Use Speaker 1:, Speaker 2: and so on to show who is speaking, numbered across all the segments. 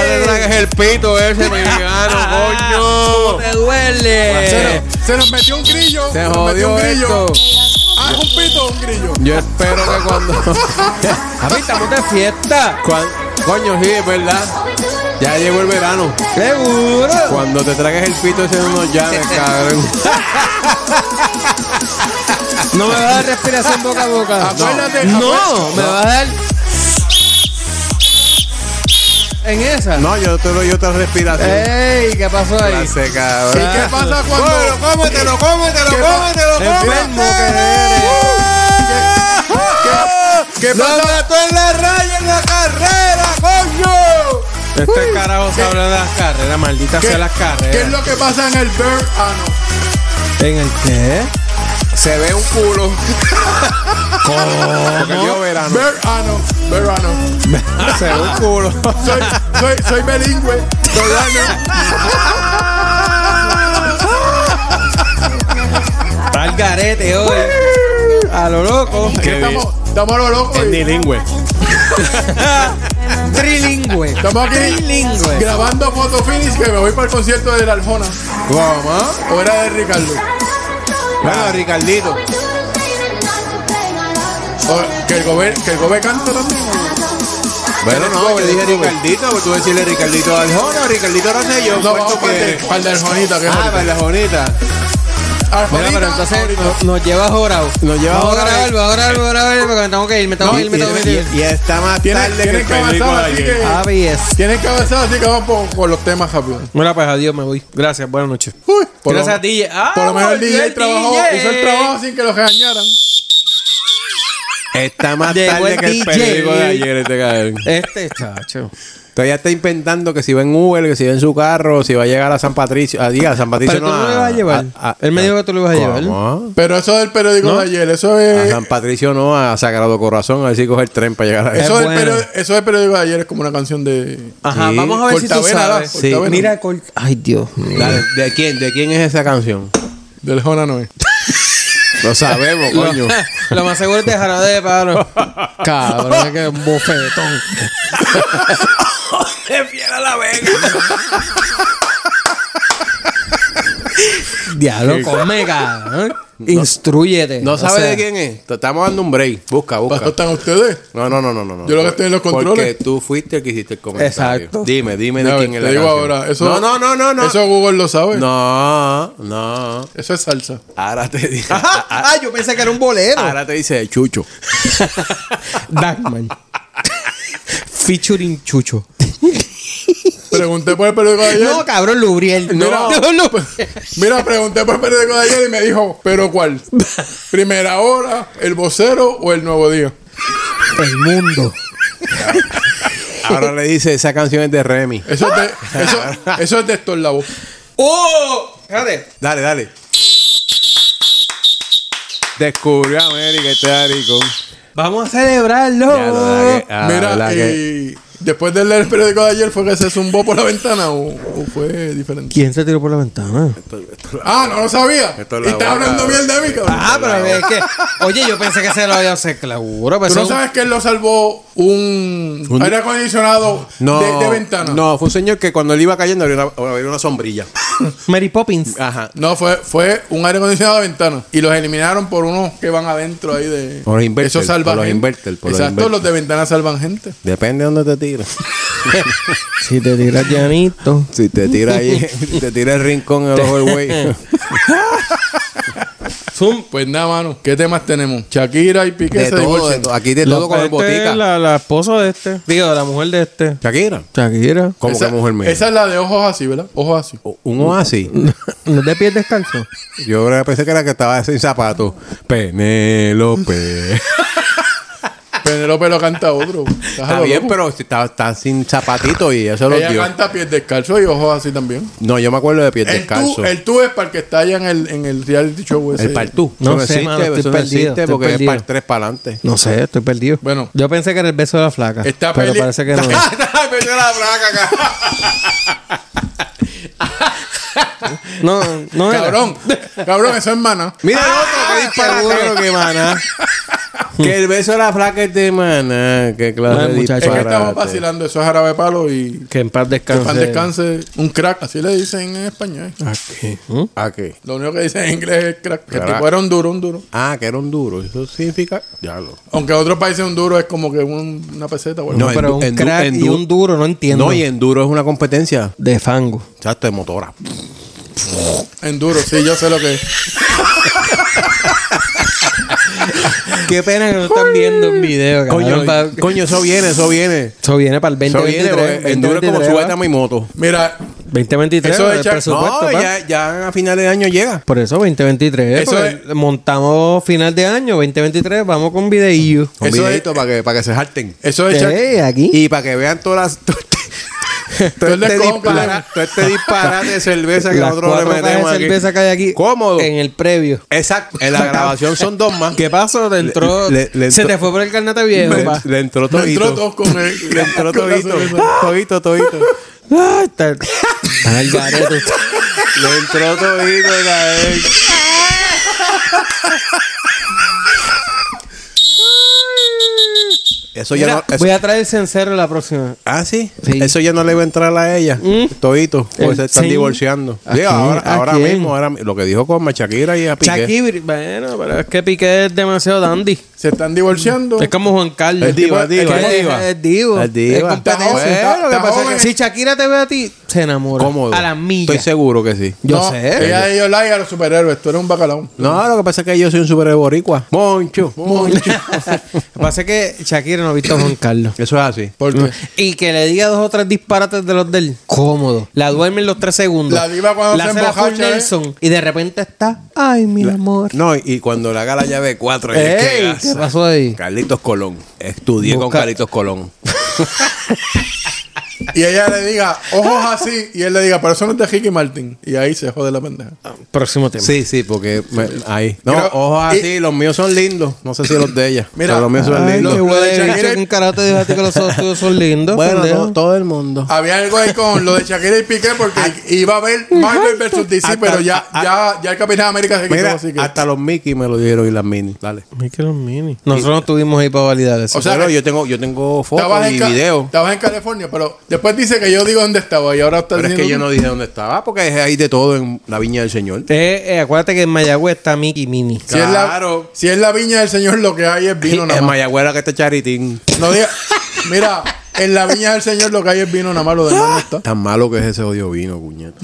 Speaker 1: el pito ese mexicano,
Speaker 2: ¿Cómo te duele?
Speaker 3: Se, nos- se nos metió un grillo.
Speaker 1: Eh. Se
Speaker 3: nos metió
Speaker 1: jodió
Speaker 3: un grillo.
Speaker 1: esto.
Speaker 3: Ah, es un pito o un grillo.
Speaker 1: Yo espero que cuando.
Speaker 2: Papi, estamos de fiesta.
Speaker 1: cuan- coño, sí, es verdad. Ya llegó el verano.
Speaker 2: Seguro.
Speaker 1: Cuando te tragues el pito ese no nos llames, cabrón.
Speaker 2: No me va a dar respiración boca a boca.
Speaker 3: Acuérdate,
Speaker 2: No,
Speaker 3: acuérdate.
Speaker 2: me va a dar. En esa.
Speaker 1: No, yo te doy otra respiración.
Speaker 3: Eh,
Speaker 2: ¡Ey! ¿Qué pasó ahí?
Speaker 1: Clase,
Speaker 3: ¿Y
Speaker 1: cabrón.
Speaker 3: qué pasa cuando.?
Speaker 1: Bueno, cómetelo, cómetelo,
Speaker 3: ¿Qué pa-
Speaker 1: cómetelo,
Speaker 3: Enfermo que
Speaker 1: cómetelo.
Speaker 3: ¿Qué
Speaker 1: ¡Lo
Speaker 3: pasa?
Speaker 1: mató en la raya en la carrera, coño! Este carajo se habla de las carreras, maldita
Speaker 3: ¿Qué,
Speaker 1: sea las
Speaker 3: qué es
Speaker 1: carreras.
Speaker 3: lo que pasa en el bird? Ah, no.
Speaker 2: ¿En el qué?
Speaker 1: Se ve un culo. Porque dio verano.
Speaker 3: Bird, ah, no. Bird, ah, no.
Speaker 1: Se ve un culo.
Speaker 3: Soy, soy, soy bilingüe. Soy ano.
Speaker 2: Está al garete hoy. A lo loco.
Speaker 1: Qué bien.
Speaker 3: Estamos, estamos a lo loco. y-
Speaker 1: Trilingüe.
Speaker 2: Trilingüe.
Speaker 3: Estamos aquí
Speaker 2: Trilingüe.
Speaker 3: grabando Foto Finish que me voy para el concierto de la Aljona.
Speaker 1: Mamá.
Speaker 3: O era de Ricardo.
Speaker 1: Bueno, Ricardito.
Speaker 3: O- que el gobe, que el gobe canta también.
Speaker 1: Bueno, no, yo dije Ricardito, porque tú decirle Ricardito Arjona o Ricardito Rosselló.
Speaker 3: No,
Speaker 1: puesto
Speaker 3: vamos para el,
Speaker 1: que...
Speaker 3: para el de Aljonita. Que es
Speaker 1: Ah, para la Jonita.
Speaker 2: Mira, pero entonces
Speaker 3: ahorita.
Speaker 2: nos, nos llevas jorado.
Speaker 1: Nos llevas
Speaker 2: Vamos a grabar,
Speaker 1: jorado.
Speaker 2: vamos a grabar, vamos a grabar, porque me tengo que ir, me tengo que ir, me tengo que ir.
Speaker 1: Y está más
Speaker 3: Tiene-
Speaker 1: tarde
Speaker 3: tiene
Speaker 1: que
Speaker 3: que
Speaker 1: el
Speaker 3: avanzar,
Speaker 1: película de
Speaker 3: así
Speaker 1: ayer.
Speaker 3: que-
Speaker 2: Papi, es.
Speaker 3: Tienes que avanzar, así que vamos con, con los temas rápido.
Speaker 2: Mira, pues adiós, me voy. Gracias, buenas noches.
Speaker 3: Uy, por,
Speaker 2: Gracias
Speaker 3: lo,
Speaker 2: a ti. Ah,
Speaker 3: por lo menos el
Speaker 2: volvió
Speaker 3: DJ trabajó,
Speaker 2: DJ.
Speaker 3: hizo el trabajo sin que lo regañaran.
Speaker 1: Está más
Speaker 2: Llegó
Speaker 1: tarde
Speaker 2: el
Speaker 1: que el
Speaker 2: DJ.
Speaker 1: periódico de ayer este cabrón.
Speaker 2: Este chacho.
Speaker 1: Todavía está inventando que si va en Uber, que si va en su carro, si va a llegar a San Patricio. Ah, diga, a San Patricio
Speaker 2: Pero tú
Speaker 1: no, ah,
Speaker 2: no le vas a llevar. Él me dijo que tú le vas a llevar.
Speaker 1: ¿Cómo?
Speaker 3: Pero eso del periódico de ayer, eso
Speaker 1: A
Speaker 3: es.
Speaker 1: San Patricio no, a Sagrado Corazón, a ver si coge el tren para llegar a
Speaker 3: Eso,
Speaker 2: Es
Speaker 3: del
Speaker 2: bueno.
Speaker 3: periódico, eso del periódico de ayer es como una canción de.
Speaker 2: Ajá,
Speaker 1: Sí.
Speaker 2: vamos a ver si tú
Speaker 3: Cortavena,
Speaker 2: sabes.
Speaker 3: la-
Speaker 1: Sí.
Speaker 3: Cortavena.
Speaker 2: Mira, col- ay Dios.
Speaker 1: Dale, ¿de quién? ¿De quién es esa canción?
Speaker 3: Del Jona no es.
Speaker 1: Ah. Lo sabemos, coño.
Speaker 2: Lo más seguro es de Jarabe de Palo. Cabrón, que es un bofetón.
Speaker 1: ¡Qué fiera la vega!
Speaker 2: Diablo, come, cabrón. Instruyete.
Speaker 1: ¿No
Speaker 2: sabe
Speaker 1: sabes de quién es? Te estamos dando un break. Busca,
Speaker 3: ¿Para qué
Speaker 1: busca.
Speaker 3: están ustedes?
Speaker 1: No, no, no, no, no. no.
Speaker 3: Yo lo que estoy en los controles.
Speaker 1: Porque tú fuiste el que hiciste el comentario.
Speaker 2: Exacto.
Speaker 1: Dime, dime de
Speaker 3: Ya ves,
Speaker 1: quién es
Speaker 3: te
Speaker 1: la
Speaker 3: digo
Speaker 1: canción.
Speaker 3: ahora. Eso,
Speaker 1: no, no, no, no, no.
Speaker 3: Eso Google lo sabe.
Speaker 1: No, no.
Speaker 3: Eso es salsa.
Speaker 1: Ahora te dice.
Speaker 2: Ajá. Ah, yo pensé que era un bolero.
Speaker 1: Ahora te dice Chucho.
Speaker 2: Darkman. Featuring Chucho.
Speaker 3: Pregunté por el periódico de ayer.
Speaker 2: No, cabrón, Lubriel.
Speaker 3: Mira,
Speaker 2: no.
Speaker 3: Mira, pregunté por el periódico de ayer y me dijo, ¿pero cuál? ¿Primera hora, el vocero o el nuevo día?
Speaker 2: El mundo.
Speaker 1: Ahora le dice esa canción es de Remy.
Speaker 3: Eso es
Speaker 1: Ah.
Speaker 3: de, eso, eso es de Héctor Lavoe.
Speaker 2: ¡Oh! Fíjate.
Speaker 1: Dale, dale. Descubrió América este aricón.
Speaker 2: Vamos a celebrarlo.
Speaker 1: Ya, la verdad que- ah, la
Speaker 3: Mira, eh,
Speaker 1: verdad
Speaker 3: y
Speaker 1: que-
Speaker 3: después de leer el periódico de ayer, ¿fue que se zumbó por la ventana o, o fue diferente?
Speaker 2: ¿Quién se tiró por la ventana?
Speaker 3: Ah, no lo sabía.
Speaker 1: Héctor
Speaker 3: y
Speaker 1: Lavoe,
Speaker 3: estás hablando
Speaker 1: cabrón.
Speaker 3: bien de mí, cabrón.
Speaker 2: Ah, pero es que. Oye, yo pensé que se lo había hecho claro.
Speaker 3: ¿Tú no sabes que él lo salvó un,
Speaker 1: Un-
Speaker 3: aire acondicionado
Speaker 1: No,
Speaker 3: de, de ventana?
Speaker 1: no, fue un señor que cuando él iba cayendo abrió una, abrió una sombrilla.
Speaker 2: Mary Poppins.
Speaker 1: Ajá.
Speaker 3: No, fue, fue un aire acondicionado de ventana. Y los eliminaron por unos que van adentro ahí de.
Speaker 1: Por los inverter,
Speaker 3: Eso salva
Speaker 1: por los
Speaker 3: gente.
Speaker 1: inverter, por los
Speaker 3: Exacto, los,
Speaker 1: inverter.
Speaker 3: de ventana salvan gente.
Speaker 1: Depende de dónde te tiras.
Speaker 2: Si te tiras llanito.
Speaker 1: Si te tira ahí, si te tira el rincón el ojo del güey.
Speaker 2: Zoom.
Speaker 3: Pues nada, mano. ¿Qué temas tenemos? Shakira y Piqué
Speaker 1: De
Speaker 3: se
Speaker 1: todo, de
Speaker 3: divorcian.
Speaker 1: todo. Aquí de todo con el botica.
Speaker 2: la, esposa de este. Digo, la mujer de este.
Speaker 1: Shakira.
Speaker 2: Shakira.
Speaker 1: ¿Cómo
Speaker 3: Esa-
Speaker 1: que mujer mía?
Speaker 3: Esa es la de ojos así, ¿verdad? Ojos así.
Speaker 1: ¿Un oasis?
Speaker 2: ¿No es de pies descalzo?
Speaker 1: Yo ahora pensé que era que estaba sin zapatos. Penélope.
Speaker 3: Penélope lo canta otro. Estás a
Speaker 1: Está
Speaker 3: lo
Speaker 1: bien,
Speaker 3: loco.
Speaker 1: pero está, está sin zapatito y eso lo
Speaker 3: Ella
Speaker 1: dio.
Speaker 3: canta pies descalzos y ojos así también.
Speaker 1: No, yo me acuerdo de pies
Speaker 3: El
Speaker 1: descalzo.
Speaker 3: tú, el tú es para el que está allá en el, en el reality show ese.
Speaker 1: El partú.
Speaker 2: No
Speaker 1: Eso
Speaker 2: sé,
Speaker 1: existe,
Speaker 2: mano, estoy
Speaker 1: eso no
Speaker 2: perdido,
Speaker 1: existe
Speaker 2: estoy
Speaker 1: porque
Speaker 2: perdido.
Speaker 1: es para tres para adelante.
Speaker 2: No sé, estoy perdido.
Speaker 3: Bueno.
Speaker 2: yo pensé que era el beso de la flaca.
Speaker 3: Está
Speaker 2: pero
Speaker 3: peli-
Speaker 2: parece que no. es.
Speaker 1: la placa,
Speaker 2: No, no era.
Speaker 3: Cabrón. Cabrón, eso es mana.
Speaker 1: Ah, Mira el otro que disparate,
Speaker 2: seguro.
Speaker 1: creo que maná.
Speaker 2: que el beso era flaca es de maná. Que claro.
Speaker 1: Ay, muchacho.
Speaker 3: Es que estamos vacilando, eso es jarabe de palo y
Speaker 2: Que en paz
Speaker 3: que
Speaker 2: descanse.
Speaker 3: pan descanse, un crack, así le dicen en español.
Speaker 1: Aquí. Aquí.
Speaker 3: Lo único que dicen en inglés es crack. Que el
Speaker 1: Crack.
Speaker 3: tipo era un duro, un duro.
Speaker 1: Ah, que era un duro. Eso significa. Ya lo.
Speaker 3: Aunque en otros países un duro es como que un- una peseta o algo.
Speaker 2: No,
Speaker 1: No, en
Speaker 2: pero
Speaker 1: du- en
Speaker 2: un
Speaker 1: du-
Speaker 2: crack
Speaker 1: en
Speaker 2: y
Speaker 1: du-
Speaker 2: un duro, no entiendo.
Speaker 1: No, y en duro es una competencia.
Speaker 2: De fango.
Speaker 1: Chato de motora.
Speaker 3: En duro, sí, yo sé lo que es.
Speaker 2: Qué pena que no están viendo en video,
Speaker 1: Coño,
Speaker 2: cabrón. Pa-
Speaker 1: coño, eso viene, eso viene.
Speaker 2: Eso viene para el
Speaker 1: Eso viene,
Speaker 2: 2023.
Speaker 1: porque en duro es como
Speaker 2: 2023,
Speaker 1: sube a
Speaker 2: ¿va?
Speaker 1: mi moto.
Speaker 3: Mira,
Speaker 2: 2023,
Speaker 3: Eso es
Speaker 2: el
Speaker 3: cha-
Speaker 2: presupuesto.
Speaker 1: No,
Speaker 2: pa.
Speaker 1: ya, ya a finales de año llega.
Speaker 2: Por eso 2023.
Speaker 3: Eso
Speaker 2: porque Montamos final de año, 2023, vamos con videillo.
Speaker 1: Un
Speaker 3: Eso es-
Speaker 1: videito para que, para que se jalten.
Speaker 3: eso es chac-
Speaker 2: Eh, aquí.
Speaker 1: Y para que vean todas las. Todo este, todo
Speaker 3: Todo el
Speaker 1: este
Speaker 3: descontrol.
Speaker 1: dispara- todo este disparate de cerveza que
Speaker 2: Las
Speaker 1: nosotros le
Speaker 2: cuatro cajas
Speaker 1: metemos
Speaker 2: de
Speaker 1: aquí.
Speaker 2: cerveza que hay aquí.
Speaker 1: Cómodo.
Speaker 2: En el previo.
Speaker 1: Exacto. En la grabación son dos más.
Speaker 2: ¿Qué pasó? Te entró.
Speaker 1: Le- le- le
Speaker 2: se
Speaker 1: entró-
Speaker 2: te fue por el carnate viejo,
Speaker 1: Le,
Speaker 2: pa.
Speaker 1: le entró
Speaker 3: me entró
Speaker 1: todito.
Speaker 3: todo con él.
Speaker 1: Le entró
Speaker 3: con la
Speaker 1: todito.
Speaker 3: cerveza.
Speaker 1: Todito, todito.
Speaker 2: Ah, está- está el garete usted.
Speaker 1: Le entró todito la ex. Eso ya
Speaker 2: Mira,
Speaker 1: no. eso-
Speaker 2: Voy a traer el cencerro la próxima.
Speaker 1: ah, ¿sí?
Speaker 2: Sí.
Speaker 1: Eso ya no le va a entrar a ella. Todito. Porque
Speaker 2: El-
Speaker 1: se están
Speaker 2: sí.
Speaker 1: divorciando.
Speaker 2: ¿A
Speaker 1: Digo,
Speaker 2: quién?
Speaker 1: ahora,
Speaker 2: ¿A
Speaker 1: ahora
Speaker 2: quién?
Speaker 1: mismo, ahora, mi- lo que dijo con Shakira y a Piqué.
Speaker 2: Shakira, bueno, pero es que Piqué es demasiado dandy.
Speaker 3: Se están divorciando.
Speaker 2: Es como Juan Carlos.
Speaker 1: Es
Speaker 2: Es
Speaker 1: diva, es diva,
Speaker 2: es
Speaker 1: es diva.
Speaker 2: Es divo.
Speaker 1: Es diva.
Speaker 2: Es competencia.
Speaker 3: Está joven, está-
Speaker 2: Lo que
Speaker 3: está
Speaker 2: pasa es que
Speaker 3: joven.
Speaker 2: si Shakira te ve a ti, se enamora.
Speaker 1: Cómodo.
Speaker 2: A la milla.
Speaker 1: Estoy seguro que sí.
Speaker 2: Yo
Speaker 3: no,
Speaker 2: sé.
Speaker 3: Ella y yo like a los superhéroes. Tú eres un bacalao.
Speaker 1: No, lo que pasa es que yo soy un superhéroe boricua. Moncho. Moncho.
Speaker 2: Lo que pasa es que Shakira no ha visto a Juan Carlos.
Speaker 1: Eso es así.
Speaker 3: Porque
Speaker 2: Y que le diga dos o tres disparates de los del cómodo. La duerme en los tres segundos.
Speaker 3: La diva cuando
Speaker 2: la
Speaker 3: se
Speaker 2: hace la full
Speaker 3: embojacha, ¿eh?
Speaker 2: Nelson. Y de repente está. Ay, mi amor.
Speaker 1: No, y- y cuando le haga la llave de cuatro, y es que
Speaker 2: Ey, ¿Qué
Speaker 1: gasa.
Speaker 2: pasó ahí?
Speaker 1: Carlitos Colón. Estudié con
Speaker 2: Busca-
Speaker 1: Carlitos Colón.
Speaker 3: y ella le diga ojos así y él le diga, pero eso no es de Ricky Martin. Y ahí se jode la pendeja.
Speaker 2: Próximo tema.
Speaker 1: Sí, sí, porque me- ahí. No,
Speaker 3: Creo-
Speaker 1: ojos
Speaker 3: y-
Speaker 1: así, los míos son lindos. No sé si los de ella.
Speaker 3: Mira,
Speaker 1: pero los míos son
Speaker 2: Ay,
Speaker 1: lindos.
Speaker 2: qué
Speaker 3: Lo- lo de
Speaker 2: huele de bicho
Speaker 3: Shakira-
Speaker 2: que un carajo te dijo a ti que los ojos tuyos son lindos.
Speaker 1: Bueno,
Speaker 2: pendejo.
Speaker 1: no, todo el mundo.
Speaker 3: Había algo ahí con lo de Shakira y Piqué porque iba a haber Marvel versus DC,
Speaker 1: Hasta-
Speaker 3: pero ya,
Speaker 1: a-
Speaker 3: ya, ya el Capitán América se quitó,
Speaker 1: Mira,
Speaker 3: así que.
Speaker 1: hasta los Mickey me lo dieron y las mini. Dale.
Speaker 2: Nosotros no tuvimos ahí para validar eso.
Speaker 3: O sea,
Speaker 1: Pero yo tengo, yo tengo
Speaker 3: Estabas
Speaker 1: fotos
Speaker 3: en,
Speaker 1: y
Speaker 3: Ca-
Speaker 1: videos.
Speaker 3: estabas en California, pero después dice que yo digo dónde estaba y ahora está
Speaker 1: Pero es que yo
Speaker 3: diciendo-
Speaker 1: no dije dónde estaba, porque hay de todo en la viña del Señor.
Speaker 2: Eh, eh, acuérdate que en Mayagüez está Mickey Mini.
Speaker 3: Si, es la,
Speaker 1: Claro.
Speaker 3: si es la viña del Señor, lo que hay es vino nada
Speaker 1: En
Speaker 3: más.
Speaker 1: Mayagüera que está Charitín.
Speaker 3: No diga, mira, en la viña del Señor lo que hay es vino nada más, lo demás no está.
Speaker 1: Tan malo que es ese odio vino, cuñeta.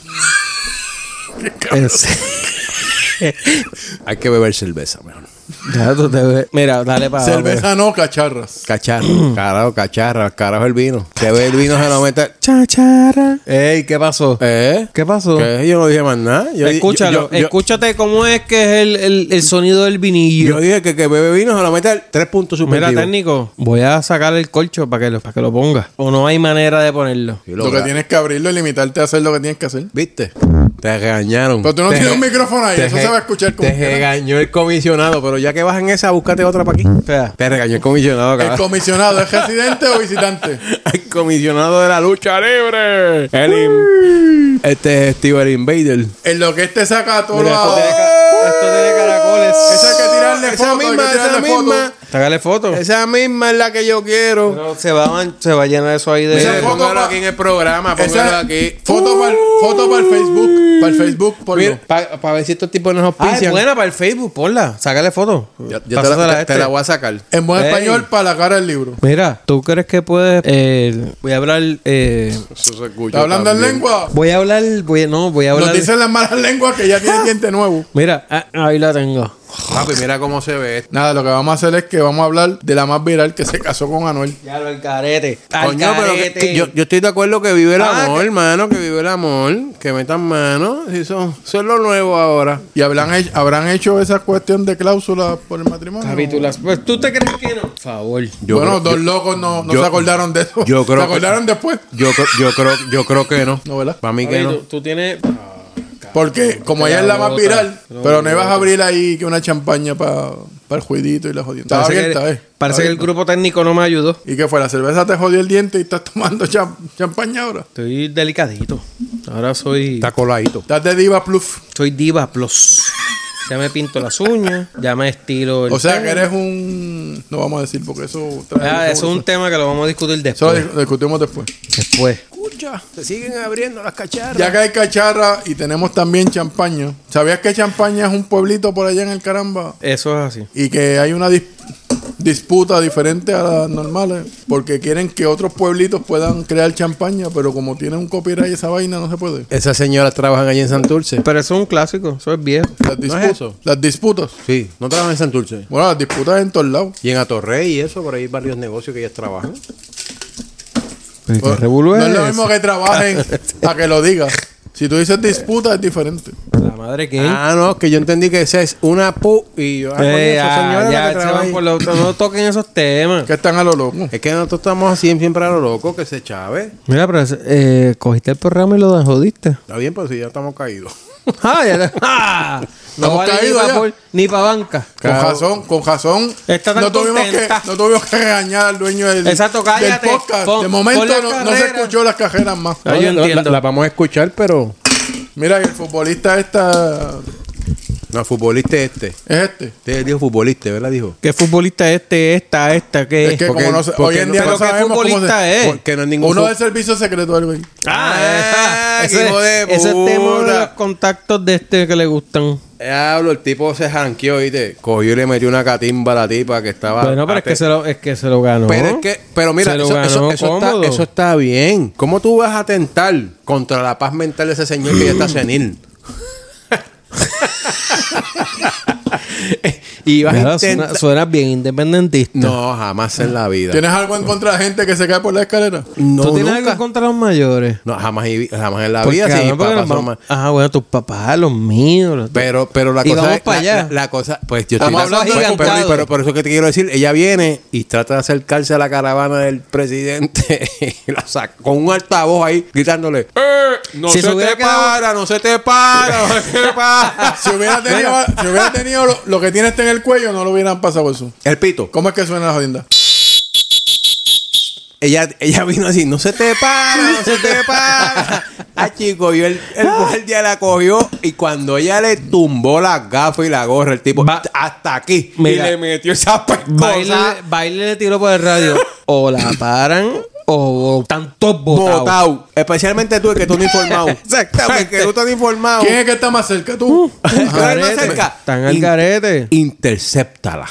Speaker 1: Hay que beber cerveza, mejor.
Speaker 2: Ya tú te ves. Mira, dale para
Speaker 3: Cerveza no, cacharras.
Speaker 1: Cacharro, carajo, cacharra, carajo el vino. Que ve el vino se lo mete.
Speaker 2: Chachara. Ey, ¿qué pasó?
Speaker 1: ¿Eh?
Speaker 2: ¿Qué pasó?
Speaker 1: ¿Qué? Yo no dije más nada. Yo,
Speaker 2: Escúchalo,
Speaker 1: yo- yo-
Speaker 2: escúchate cómo es que es el, el- el sonido del vinillo.
Speaker 1: Yo dije que, que bebe vino se lo mete al tres puntos
Speaker 2: Mira,
Speaker 1: suspensivos.
Speaker 2: técnico, voy a sacar el colcho para que, lo, para que lo ponga. O no hay manera de ponerlo.
Speaker 1: Sí,
Speaker 3: Lo,
Speaker 1: logra.
Speaker 3: que tienes que abrirlo y limitarte a hacer lo que tienes que hacer.
Speaker 1: ¿Viste? Te regañaron.
Speaker 3: Pero tú no
Speaker 1: Te
Speaker 3: tienes
Speaker 1: re-
Speaker 3: un micrófono ahí,
Speaker 1: te
Speaker 3: eso
Speaker 1: re-
Speaker 3: se va a escuchar como
Speaker 1: Te
Speaker 3: quiera.
Speaker 1: regañó el comisionado, pero ya que vas en esa, búscate otra para aquí.
Speaker 2: Espera.
Speaker 1: Te regañó el comisionado,
Speaker 3: ¿El
Speaker 1: cabrón.
Speaker 3: comisionado es residente o visitante?
Speaker 1: El comisionado de la lucha libre. El in- Este es Steven Invader.
Speaker 3: En lo que este saca a todos
Speaker 2: Mira, esto,
Speaker 3: lados.
Speaker 2: tiene ca- esto tiene caracoles.
Speaker 3: Esa hay que tirarle
Speaker 1: Esa
Speaker 3: foto, hay que
Speaker 1: misma,
Speaker 3: tirarle
Speaker 1: esa
Speaker 3: foto.
Speaker 1: misma.
Speaker 2: Sácale foto.
Speaker 1: Esa misma es la que yo quiero.
Speaker 2: Pero se, va a man- se va a llenar eso ahí de...
Speaker 3: Esa
Speaker 1: Eh,
Speaker 3: foto
Speaker 1: póngalo
Speaker 3: pa-
Speaker 1: aquí en el programa, póngalo
Speaker 3: Esa
Speaker 1: aquí.
Speaker 3: foto para foto para el Facebook, para el Facebook, ponlo.
Speaker 1: para ver si estos tipos nos
Speaker 2: Ah, es
Speaker 1: auspician.
Speaker 2: buena para el Facebook, ponla. Sácale foto.
Speaker 1: Yo, yo te, la,
Speaker 2: Pásasela a
Speaker 1: te- te
Speaker 2: este.
Speaker 1: la voy a sacar.
Speaker 3: en buen
Speaker 2: Ey.
Speaker 3: español para la cara del libro.
Speaker 2: Mira, ¿tú crees que puedes...? eh, voy a hablar... eh,
Speaker 1: Eso se escucha.
Speaker 3: ¿Está hablando en
Speaker 1: también.
Speaker 3: lengua?
Speaker 2: voy a hablar... Voy, no, voy a
Speaker 3: Nos
Speaker 2: hablar...
Speaker 3: dicen las malas lenguas que ya tiene diente nuevo.
Speaker 2: Mira, ah, ahí la tengo.
Speaker 1: Papi, mira cómo se ve esto.
Speaker 3: Nada, lo que vamos a hacer es que vamos a hablar de la más viral que se casó con Anuel.
Speaker 2: Ya lo el carete.
Speaker 1: Coño, pero que- que yo, yo estoy de acuerdo que vive el
Speaker 2: Ah,
Speaker 1: amor, hermano, que vive el amor, que metan mano. Si son, son lo nuevo ahora.
Speaker 3: ¿Y habrán, he- habrán hecho esa cuestión de cláusula por el matrimonio?
Speaker 2: Capítulas. Pues tú te crees que no. Por favor.
Speaker 1: Yo
Speaker 3: bueno,
Speaker 1: creo-
Speaker 3: dos locos no, no
Speaker 1: yo-
Speaker 3: se acordaron de eso.
Speaker 1: yo creo
Speaker 3: se
Speaker 1: que-
Speaker 3: acordaron después.
Speaker 1: Yo, cre- yo, creo, yo creo que no.
Speaker 3: No, ¿verdad?
Speaker 1: Para mí que
Speaker 2: Tú,
Speaker 1: no.
Speaker 2: tú tienes.
Speaker 3: Porque como ella es la más
Speaker 2: bota,
Speaker 3: viral,
Speaker 2: te la
Speaker 3: pero no ibas a abrir ahí que una champaña para el juidito y la jodiendo. Estaba
Speaker 2: Parece,
Speaker 3: abierta,
Speaker 2: que,
Speaker 3: eh.
Speaker 2: parece que el grupo técnico no me ayudó.
Speaker 3: ¿Y qué fue? ¿La cerveza te jodió el diente y estás tomando cham- champaña ahora?
Speaker 2: Estoy delicadito. Ahora soy.
Speaker 1: Está coladito.
Speaker 3: Estás de diva plus.
Speaker 2: Soy Diva Plus. ya me pinto las uñas, ya me estiro el
Speaker 3: O sea
Speaker 2: pelo.
Speaker 3: que eres un. No vamos a decir porque eso.
Speaker 2: Ah, eso es un tema que lo vamos a discutir
Speaker 3: Eso lo
Speaker 2: después.
Speaker 3: dis- discutimos después.
Speaker 2: Después.
Speaker 1: Escucha, se siguen abriendo las cacharras.
Speaker 3: Ya que hay cacharra y tenemos también champaña. ¿Sabías que champaña es un pueblito por allá en el caramba?
Speaker 2: Eso es así.
Speaker 3: Y que hay una dis- disputa diferente a las normales. Porque quieren que otros pueblitos puedan crear champaña, pero como tiene un copyright esa vaina, no se puede.
Speaker 1: Esas señoras trabajan allí en Santurce.
Speaker 2: Pero eso es un clásico, eso es viejo.
Speaker 3: Las,
Speaker 1: ¿No es
Speaker 3: dispu-
Speaker 1: eso?
Speaker 3: las disputas.
Speaker 1: Sí, no trabajan en Santurce.
Speaker 3: Bueno, las disputas en todos lados.
Speaker 1: Y en Atorrey y eso, por ahí hay varios negocios que ellas trabajan.
Speaker 2: Pero
Speaker 3: Bueno, no es lo mismo que trabajen a que lo digas. Si tú dices disputa, es diferente.
Speaker 2: La madre que.
Speaker 1: Ah, no, que yo entendí que esa es una pu. Y yo, ah, coño,
Speaker 2: Eh,
Speaker 1: esa
Speaker 2: ah,
Speaker 1: señora es la
Speaker 2: ya,
Speaker 1: que
Speaker 2: se
Speaker 1: trabaja
Speaker 2: van
Speaker 1: ahí.
Speaker 2: por lo Mm. otro, no toquen esos temas.
Speaker 3: Que están a lo loco.
Speaker 1: Es que nosotros estamos así siempre a lo loco, que se chave.
Speaker 2: Mira, pero eh, cogiste el programa y lo jodiste.
Speaker 1: Está bien, pero si ya estamos caídos.
Speaker 2: ah, ya te- ah,
Speaker 3: Estamos
Speaker 2: no vale ni
Speaker 3: caídos
Speaker 2: para
Speaker 3: ya.
Speaker 2: ni pa' banca.
Speaker 3: Con
Speaker 1: Claro.
Speaker 3: razón, con razón.
Speaker 2: Está tan
Speaker 3: no, tuvimos que,
Speaker 2: contenta.
Speaker 3: no tuvimos que regañar al dueño del,
Speaker 2: Exacto, cállate.
Speaker 3: del podcast.
Speaker 2: Pon- pon
Speaker 3: de
Speaker 2: la
Speaker 3: momento no, no se
Speaker 2: carrera.
Speaker 3: escuchó las cajeras más.
Speaker 2: Ah, yo
Speaker 1: No, no,
Speaker 2: entiendo.
Speaker 1: La, la vamos a escuchar, pero.
Speaker 3: Mira, y el futbolista esta
Speaker 1: No, futbolista este.
Speaker 3: es este.
Speaker 1: Usted dijo futbolista, ¿verdad? Dijo.
Speaker 2: ¿Qué futbolista este, esta, esta, qué
Speaker 3: Es que
Speaker 1: Porque-
Speaker 3: como no se- hoy
Speaker 1: porque
Speaker 3: en
Speaker 1: no-
Speaker 3: día
Speaker 2: pero
Speaker 3: no
Speaker 2: qué
Speaker 3: sabemos cómo
Speaker 2: futbolista
Speaker 3: se,
Speaker 2: es. Eh.
Speaker 1: Porque no es ningún.
Speaker 3: Uno
Speaker 1: fu-
Speaker 3: del servicio secreto del güey.
Speaker 1: Ah,
Speaker 2: ese,
Speaker 1: hijo de
Speaker 2: ese es tema de
Speaker 1: puta.
Speaker 2: los contactos de este que le gustan.
Speaker 1: Diablo, Eh, el tipo se janqueó, ¿viste? Cogió y le metió una catimba a la tipa que estaba.
Speaker 2: Bueno, pero es que,
Speaker 1: ate-
Speaker 2: se lo, es que se lo ganó.
Speaker 1: Ah, Pero es que, pero mira,
Speaker 2: Se lo
Speaker 1: eso,
Speaker 2: ganó
Speaker 1: eso- eso
Speaker 2: cómodo.
Speaker 1: está, eso está bien. ¿Cómo tú vas a atentar contra la paz mental de ese señor que ya está senil? y vas
Speaker 2: Mira,
Speaker 1: a
Speaker 2: suena-
Speaker 1: intentar.
Speaker 2: suena bien independentista.
Speaker 1: No, jamás en la vida.
Speaker 3: ¿Tienes algo en contra de gente que se cae por la escalera?
Speaker 1: No,
Speaker 2: ¿Tú tienes
Speaker 1: nunca.
Speaker 2: algo contra los mayores?
Speaker 1: No, jamás, y- jamás en la
Speaker 2: Porque,
Speaker 1: vida. sí,
Speaker 2: cabrón, porque
Speaker 1: papás
Speaker 2: nos
Speaker 1: son
Speaker 2: vamos-
Speaker 1: más-
Speaker 2: Ah, bueno, tus papás, los míos. los-
Speaker 1: Pero, pero la
Speaker 2: Y
Speaker 1: cosa
Speaker 2: vamos
Speaker 1: es-
Speaker 2: pa'
Speaker 1: la-
Speaker 2: allá.
Speaker 1: La, la cosa, pues yo
Speaker 2: Estamos
Speaker 1: estoy-
Speaker 2: hablando
Speaker 1: pero-
Speaker 2: agigantados.
Speaker 1: pero, pero por eso que te quiero decir, ella viene y trata de acercarse a la caravana del presidente y la saca con un altavoz ahí gritándole, "Eh, no,
Speaker 2: Si
Speaker 1: se
Speaker 2: se hubiera
Speaker 1: te
Speaker 2: quedado-
Speaker 1: para, no se te para, no se te para,
Speaker 3: Si hubiera tenido, si hubiera tenido lo, lo que tiene este en el cuello, no lo hubieran pasado eso.
Speaker 1: El pito.
Speaker 3: ¿Cómo es que suena la jodida?
Speaker 1: Ella, ella vino así, no se te para, no se te para. Ah, chico, yo el, el guardia la cogió y cuando ella le tumbó las gafas y la gorra, el tipo,
Speaker 2: Va-
Speaker 1: hasta aquí.
Speaker 2: Mira.
Speaker 1: y le metió esa
Speaker 2: Baile,
Speaker 1: pescosa.
Speaker 2: baile le tiró por el radio. O la paran o tantos botados.
Speaker 1: Botao. Especialmente tú, el que tú no informado.
Speaker 2: Exactamente.
Speaker 1: El que tú estás informado.
Speaker 3: ¿Quién es que está más cerca?
Speaker 1: Uh,
Speaker 3: ¿Tú?
Speaker 1: Ajá.
Speaker 3: Ajá.
Speaker 1: Pero ahí más cerca.
Speaker 2: Están al
Speaker 1: In-
Speaker 2: garete.
Speaker 1: Interceptala.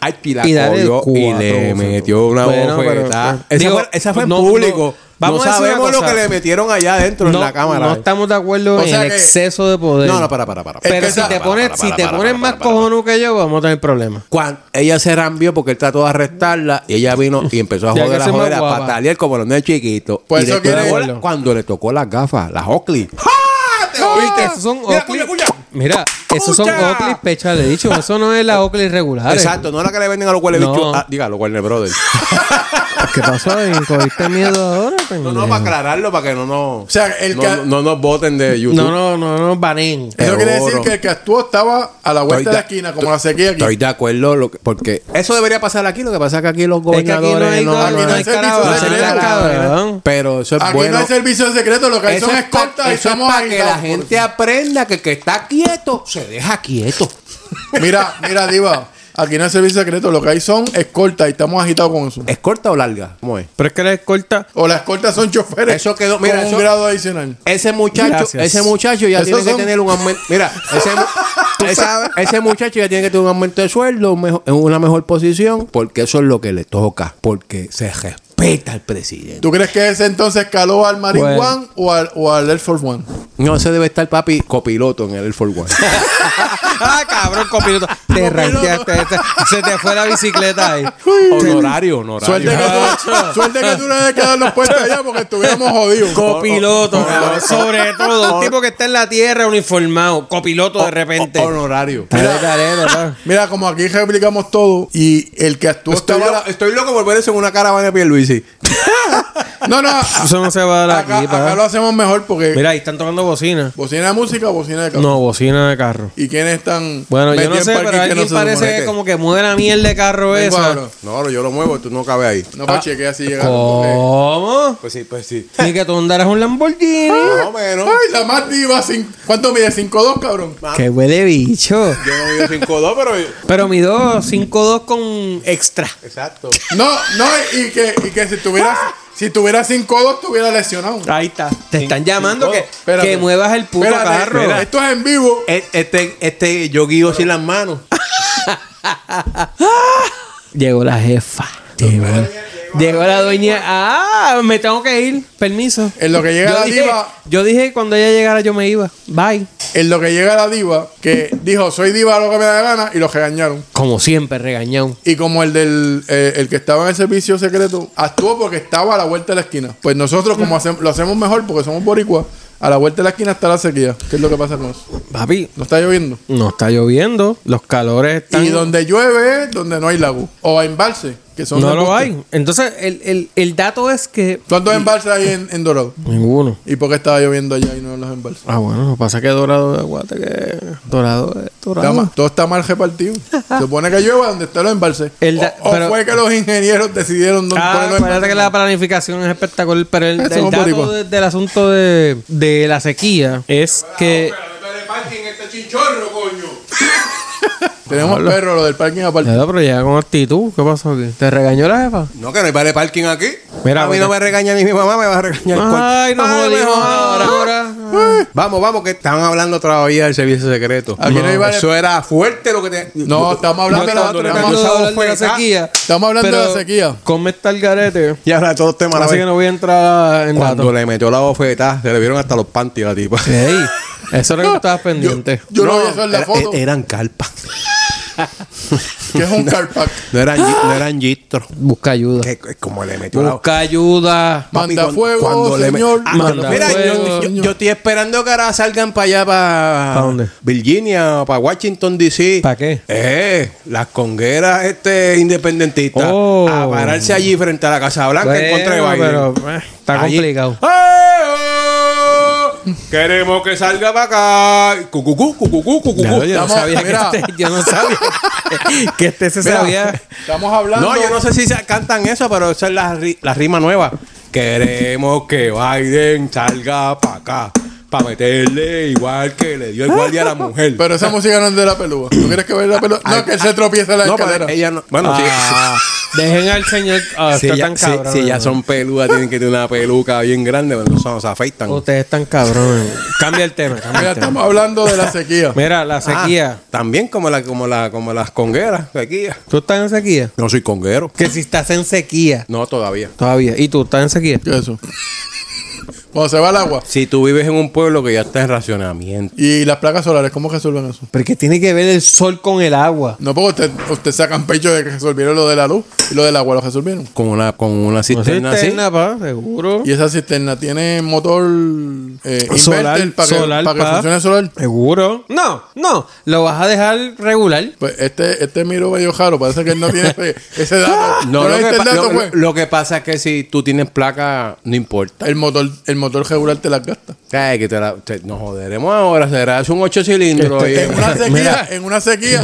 Speaker 1: Ay, y la
Speaker 2: Y dale
Speaker 1: cogió
Speaker 2: cuatro,
Speaker 1: y le
Speaker 2: o sea.
Speaker 1: metió una
Speaker 2: Bueno, pero-
Speaker 1: bofetada.
Speaker 2: pero-
Speaker 1: esa,
Speaker 2: digo,
Speaker 1: fue, esa fue en
Speaker 2: no-
Speaker 1: público.
Speaker 2: no-
Speaker 1: No,
Speaker 2: vamos a decir una
Speaker 1: sabemos lo
Speaker 2: cosa.
Speaker 1: que le metieron allá adentro en la cámara.
Speaker 2: no estamos de acuerdo
Speaker 3: O
Speaker 2: en
Speaker 3: sea
Speaker 2: el
Speaker 3: que-
Speaker 2: exceso de poder.
Speaker 1: no, no, para, para, para.
Speaker 2: Pero
Speaker 3: que
Speaker 2: si
Speaker 3: esa-
Speaker 2: te
Speaker 1: para,
Speaker 2: pones,
Speaker 1: para,
Speaker 2: si
Speaker 1: para,
Speaker 2: te
Speaker 1: para,
Speaker 2: pones
Speaker 1: para,
Speaker 2: más
Speaker 1: para, para.
Speaker 2: cojonudo que yo, vamos a tener problemas.
Speaker 1: Cuando ella se rambió porque él trató de arrestarla y ella vino y empezó a
Speaker 2: Ya que
Speaker 1: joder, a
Speaker 2: se me
Speaker 1: joder, a
Speaker 2: guapa.
Speaker 1: patalear como los niños chiquitos. Y
Speaker 3: Pues eso
Speaker 1: le tocó-
Speaker 3: quiere-
Speaker 1: bola- cuando le tocó las gafas, las Oakley.
Speaker 2: ¡Te oíste! Esos son
Speaker 1: ¡Ah! Mira,
Speaker 2: Oakley-
Speaker 1: cuña, cuña.
Speaker 2: Mira, esos son
Speaker 1: ¡Cucha!
Speaker 2: Oakley pecha de dicho. Eso no es la Oakley regular.
Speaker 1: Exacto, no la que le venden a los huele
Speaker 2: No.
Speaker 1: bichos. Ah, diga, los Warner Brothers.
Speaker 2: ¿Qué pasó? ¿Y ¿Cogiste miedo ahora?
Speaker 1: No,
Speaker 2: pendejo?
Speaker 1: no, para aclararlo, para que no nos.
Speaker 3: O sea, el
Speaker 1: no,
Speaker 3: que-
Speaker 1: no- no nos voten de YouTube.
Speaker 2: No, no, no, no, baneen.
Speaker 3: Eso quiere decir
Speaker 1: Seguro.
Speaker 3: que el que actuó estaba a la vuelta de la
Speaker 1: Estoy de-
Speaker 3: esquina, como la sequía aquí.
Speaker 1: Estoy de acuerdo, lo que- porque eso debería pasar aquí. Lo que pasa es que aquí los
Speaker 2: Es que aquí no
Speaker 1: gobernadores
Speaker 2: hay,
Speaker 1: no,
Speaker 2: aquí no hay
Speaker 3: hay servicio
Speaker 2: caravana,
Speaker 3: secreto,
Speaker 2: no hay cabrón.
Speaker 1: Pero eso es
Speaker 3: Aquí
Speaker 1: bueno.
Speaker 3: no hay servicio secreto, lo que hay
Speaker 1: eso
Speaker 3: son
Speaker 1: es pa-
Speaker 3: escoltas y
Speaker 1: eso es
Speaker 3: estamos
Speaker 1: para que la
Speaker 3: agitados,
Speaker 1: gente aprenda que el que está quieto se deja quieto.
Speaker 3: por- Mira, mira, Diva. Aquí no hay servicio secreto, lo que hay son escoltas y estamos agitados con eso.
Speaker 1: ¿Es corta o larga? ¿Cómo es?
Speaker 2: Pero es que la escolta.
Speaker 3: O las escoltas son choferes.
Speaker 1: Eso quedó- mira,
Speaker 3: con
Speaker 1: eso-
Speaker 3: un grado adicional.
Speaker 1: Ese muchacho,
Speaker 2: Gracias.
Speaker 1: ese muchacho ya
Speaker 3: Esos
Speaker 1: tiene
Speaker 3: son-
Speaker 1: que tener un aumento. Mira, ese, mu- ese- ese muchacho ya tiene que tener un aumento de sueldo, un mejo- en una mejor posición, porque eso es lo que le toca, porque se respeta al presidente.
Speaker 3: ¿Tú crees que ese entonces caló al Marine
Speaker 2: Bueno.
Speaker 3: One o al, o al Air Force One?
Speaker 1: No se debe estar papi copiloto en el Air Force One.
Speaker 2: Ah, cabrón, copiloto. Te ranqueaste. te- Se te fue la bicicleta ahí.
Speaker 1: honorario,
Speaker 3: Suerte que,
Speaker 1: honorario.
Speaker 3: tú, suerte que tú no le quedas los puestos allá porque estuviéramos jodidos.
Speaker 2: Copiloto, cabrón. Sobre todo, un tipo que está en la tierra uniformado.
Speaker 3: Oh,
Speaker 2: Copiloto de repente.
Speaker 1: Honorario.
Speaker 2: Está de carero, ¿no?
Speaker 3: Mira, como aquí replicamos todo y el que actuó
Speaker 1: Estoy,
Speaker 3: estaba a
Speaker 1: lo-
Speaker 3: la-
Speaker 1: estoy loco por ver eso en una caravana de Pierluisi. sí.
Speaker 3: No, no.
Speaker 2: Eso no se va a dar
Speaker 3: acá,
Speaker 2: aquí, pa.
Speaker 3: acá lo hacemos mejor porque
Speaker 2: Mira, ahí están tocando bocina.
Speaker 3: bocina de música, bocina de carro.
Speaker 2: No, bocina de carro.
Speaker 3: ¿Y quiénes están?
Speaker 2: Bueno, yo
Speaker 3: metidos
Speaker 2: no
Speaker 3: en
Speaker 2: sé,
Speaker 3: parking
Speaker 2: pero
Speaker 3: que no
Speaker 2: alguien
Speaker 3: se supone
Speaker 2: parece
Speaker 3: que-
Speaker 2: como que mueve la mierda de carro
Speaker 3: Vengo
Speaker 2: esa. Ah,
Speaker 3: ahora.
Speaker 1: No, no, yo lo muevo, tú no cabe ahí.
Speaker 3: No, para chequear si llegaron. porque-
Speaker 2: ¿Cómo?
Speaker 1: Pues sí, pues sí.
Speaker 2: Ni que tú andaras un Lamborghini.
Speaker 1: Más o menos.
Speaker 3: Ay, la más diva. cin- ¿Cuánto mide? 5'2, cabrón.
Speaker 2: Que huele bicho.
Speaker 1: Yo no mido 5'2, pero...
Speaker 2: Pero mido 5'2 con extra.
Speaker 1: Exacto.
Speaker 3: No, no, y que, y que si tuvieras si tuviera 5'2, estuviera lesionado.
Speaker 2: Ahí está. Oh, Te están llamando que,
Speaker 3: Espérate.
Speaker 2: que muevas el puto
Speaker 3: Espérate,
Speaker 2: carro.
Speaker 3: espérate, Esto es en vivo.
Speaker 1: Este, este, yo guío sin las manos.
Speaker 2: Llegó la jefa. Llegó, llegó la dueña. Ah, me tengo que ir. Permiso.
Speaker 3: En lo que llega
Speaker 2: Yo
Speaker 3: la
Speaker 2: dije,
Speaker 3: diva,
Speaker 2: yo dije que cuando ella llegara yo me iba. Bye.
Speaker 3: en lo que llega la diva, que dijo, soy diva lo que me da gana, y los regañaron.
Speaker 2: Como siempre, regañón.
Speaker 3: Y como el del eh, el que estaba en el servicio secreto actuó porque estaba a la vuelta de la esquina. Pues nosotros
Speaker 2: Mm.
Speaker 3: como hacem- lo hacemos mejor porque somos boricuas, a la vuelta de la esquina está la sequía. ¿Qué es lo que pasa con eso?
Speaker 2: Papi,
Speaker 3: No está lloviendo.
Speaker 2: no está lloviendo. Los calores están.
Speaker 3: Y donde llueve es donde no hay lago. O embalse, que son
Speaker 2: no lo
Speaker 3: embustes.
Speaker 2: hay. Entonces, el, el, el dato es que.
Speaker 3: ¿Cuántos embalses hay en, en Dorado?
Speaker 2: Ninguno.
Speaker 3: ¿Y por qué estaba lloviendo allá y no en los embalses?
Speaker 2: Ah, bueno, lo que pasa es que dorado de aguate que. Dorado es
Speaker 3: Está
Speaker 2: dorado.
Speaker 3: ma- todo está mal repartido. Se supone que llueva donde están los embalses.
Speaker 2: El da-
Speaker 3: o o
Speaker 2: pero-
Speaker 3: fue que los ingenieros decidieron no
Speaker 2: Ah,
Speaker 3: poner los
Speaker 2: parece
Speaker 3: embalses.
Speaker 2: que la planificación es espectacular, pero el,
Speaker 3: Eh,
Speaker 2: el
Speaker 3: somos
Speaker 2: dato
Speaker 3: boricuas.
Speaker 2: de- del asunto de, de la sequía es que
Speaker 1: este
Speaker 3: Tenemos perro, lo del parking aparte.
Speaker 2: Nada, pero llega con actitud. ¿Qué pasó aquí? ¿Te regañó la jefa?
Speaker 1: No, que no hay vale parking aquí.
Speaker 2: Mira,
Speaker 1: a mí
Speaker 2: porque-
Speaker 1: no me regaña ni mi mamá, me va a regañar el
Speaker 2: Ay, nos
Speaker 1: Ay, me
Speaker 2: jodimos
Speaker 1: jodí.
Speaker 2: ahora, ahora.
Speaker 1: Vamos, vamos, que estaban hablando todavía del servicio secreto.
Speaker 3: Aquí no hay vale-
Speaker 1: Eso era fuerte lo que te...
Speaker 3: No, estamos hablando de la
Speaker 1: cuando
Speaker 3: otra.
Speaker 1: le
Speaker 3: Estamos,
Speaker 1: acusaba-
Speaker 2: Estamos hablando de la
Speaker 1: fue, ah,
Speaker 2: sequía.
Speaker 3: estamos hablando de la sequía.
Speaker 2: Come está el garete.
Speaker 1: Y ahora todos los temas a la
Speaker 2: Así
Speaker 1: vez.
Speaker 2: que no voy a entrar en
Speaker 1: Cuando
Speaker 2: datos.
Speaker 1: le metió la bofetada, se le vieron hasta los panties a la tipa.
Speaker 2: Ey, eso era lo que estabas pendiente.
Speaker 3: Yo no, vi eso en la
Speaker 1: era-
Speaker 3: foto.
Speaker 1: e- eran carpas.
Speaker 3: que es un carpack.
Speaker 1: No eran, gi- no eran gistros.
Speaker 2: Busca ayuda.
Speaker 1: Que- que Como le metió la
Speaker 2: Busca ayuda.
Speaker 1: Papi,
Speaker 3: Manda
Speaker 1: cuando-
Speaker 3: fuego,
Speaker 1: cuando le me-
Speaker 3: señor.
Speaker 1: Ah,
Speaker 2: Manda
Speaker 1: Mira,
Speaker 2: fuego,
Speaker 1: yo, yo-
Speaker 3: señor.
Speaker 1: yo estoy esperando que ahora salgan para allá, para
Speaker 2: ¿Pa dónde?
Speaker 1: Virginia, para Washington DC.
Speaker 2: ¿Pa qué?
Speaker 1: Eh, las congueras este, independentistas.
Speaker 2: Oh.
Speaker 1: A pararse allí frente a la Casa Blanca en contra de
Speaker 2: Bueno,
Speaker 1: Biden.
Speaker 2: pero eh, está
Speaker 1: Allí.
Speaker 2: complicado.
Speaker 1: ¡Eh, oh! Queremos que salga para acá. Cucucú, cucucú, cucucú.
Speaker 2: Ya, yo, no
Speaker 3: Estamos-
Speaker 2: sabía
Speaker 3: mira.
Speaker 2: que este, yo no sabía que este se
Speaker 1: Mira.
Speaker 2: sabía.
Speaker 3: Estamos hablando.
Speaker 1: No, yo no sé si se cantan eso, pero esa es la, ri- la rima nueva. Queremos que Biden salga para acá, para meterle igual que le dio el guardia a la mujer.
Speaker 3: Pero esa música no es de la pelúa. ¿Tú quieres que vea la pelúa? No, que él se tropieza en la
Speaker 1: Ah, no,
Speaker 3: escalera.
Speaker 1: pero ella no. Bueno, sí.
Speaker 2: Ah, dejen al señor. Ah,
Speaker 1: Si
Speaker 2: está
Speaker 1: ya,
Speaker 2: tan cabrón.
Speaker 1: son peludas, tienen que tener una peluca bien grande, pero no se afeitan.
Speaker 2: Ustedes están cabrones. Cambia el tema. cambia
Speaker 3: Mira,
Speaker 2: el tema.
Speaker 3: estamos hablando de la sequía.
Speaker 2: Mira, la sequía.
Speaker 1: también como, la, como, la, como las congueras, sequía.
Speaker 2: ¿Tú estás en sequía?
Speaker 1: No soy conguero.
Speaker 2: Que si estás en sequía.
Speaker 1: No, todavía.
Speaker 2: Todavía. ¿Y tú estás en sequía?
Speaker 3: ¿Qué es eso? Cuando se va el agua.
Speaker 1: Si tú vives en un pueblo que ya está en racionamiento.
Speaker 3: Y las placas solares, ¿cómo resuelven eso?
Speaker 2: Porque tiene que ver el sol con el agua.
Speaker 3: No, porque usted, usted sacan pecho de que resolvieron lo de la luz y lo del agua lo resolvieron.
Speaker 1: Con una, con una cisterna así.
Speaker 2: Cisterna, pa, seguro.
Speaker 3: Y esa cisterna tiene motor eh,
Speaker 2: Solar,
Speaker 3: para que,
Speaker 2: solar,
Speaker 3: pa' que
Speaker 2: pa.
Speaker 3: funcione solar.
Speaker 2: Seguro. No, no. Lo vas a dejar regular.
Speaker 3: Pues este, este miro medio jaro, parece que él no tiene ese, ese dato.
Speaker 1: No, lo,
Speaker 3: ¿No leíste
Speaker 1: que
Speaker 3: el
Speaker 1: pa-
Speaker 3: dato,
Speaker 1: lo-
Speaker 3: pues?
Speaker 1: lo que pasa es que si tú tienes placa, no importa.
Speaker 3: El motor, el motor regular te las gasta.
Speaker 1: Ay, que te la- te- nos joderemos ahora. Será es un ocho cilindros. ahí.
Speaker 3: En una sequía,
Speaker 2: Mira.
Speaker 3: en una sequía.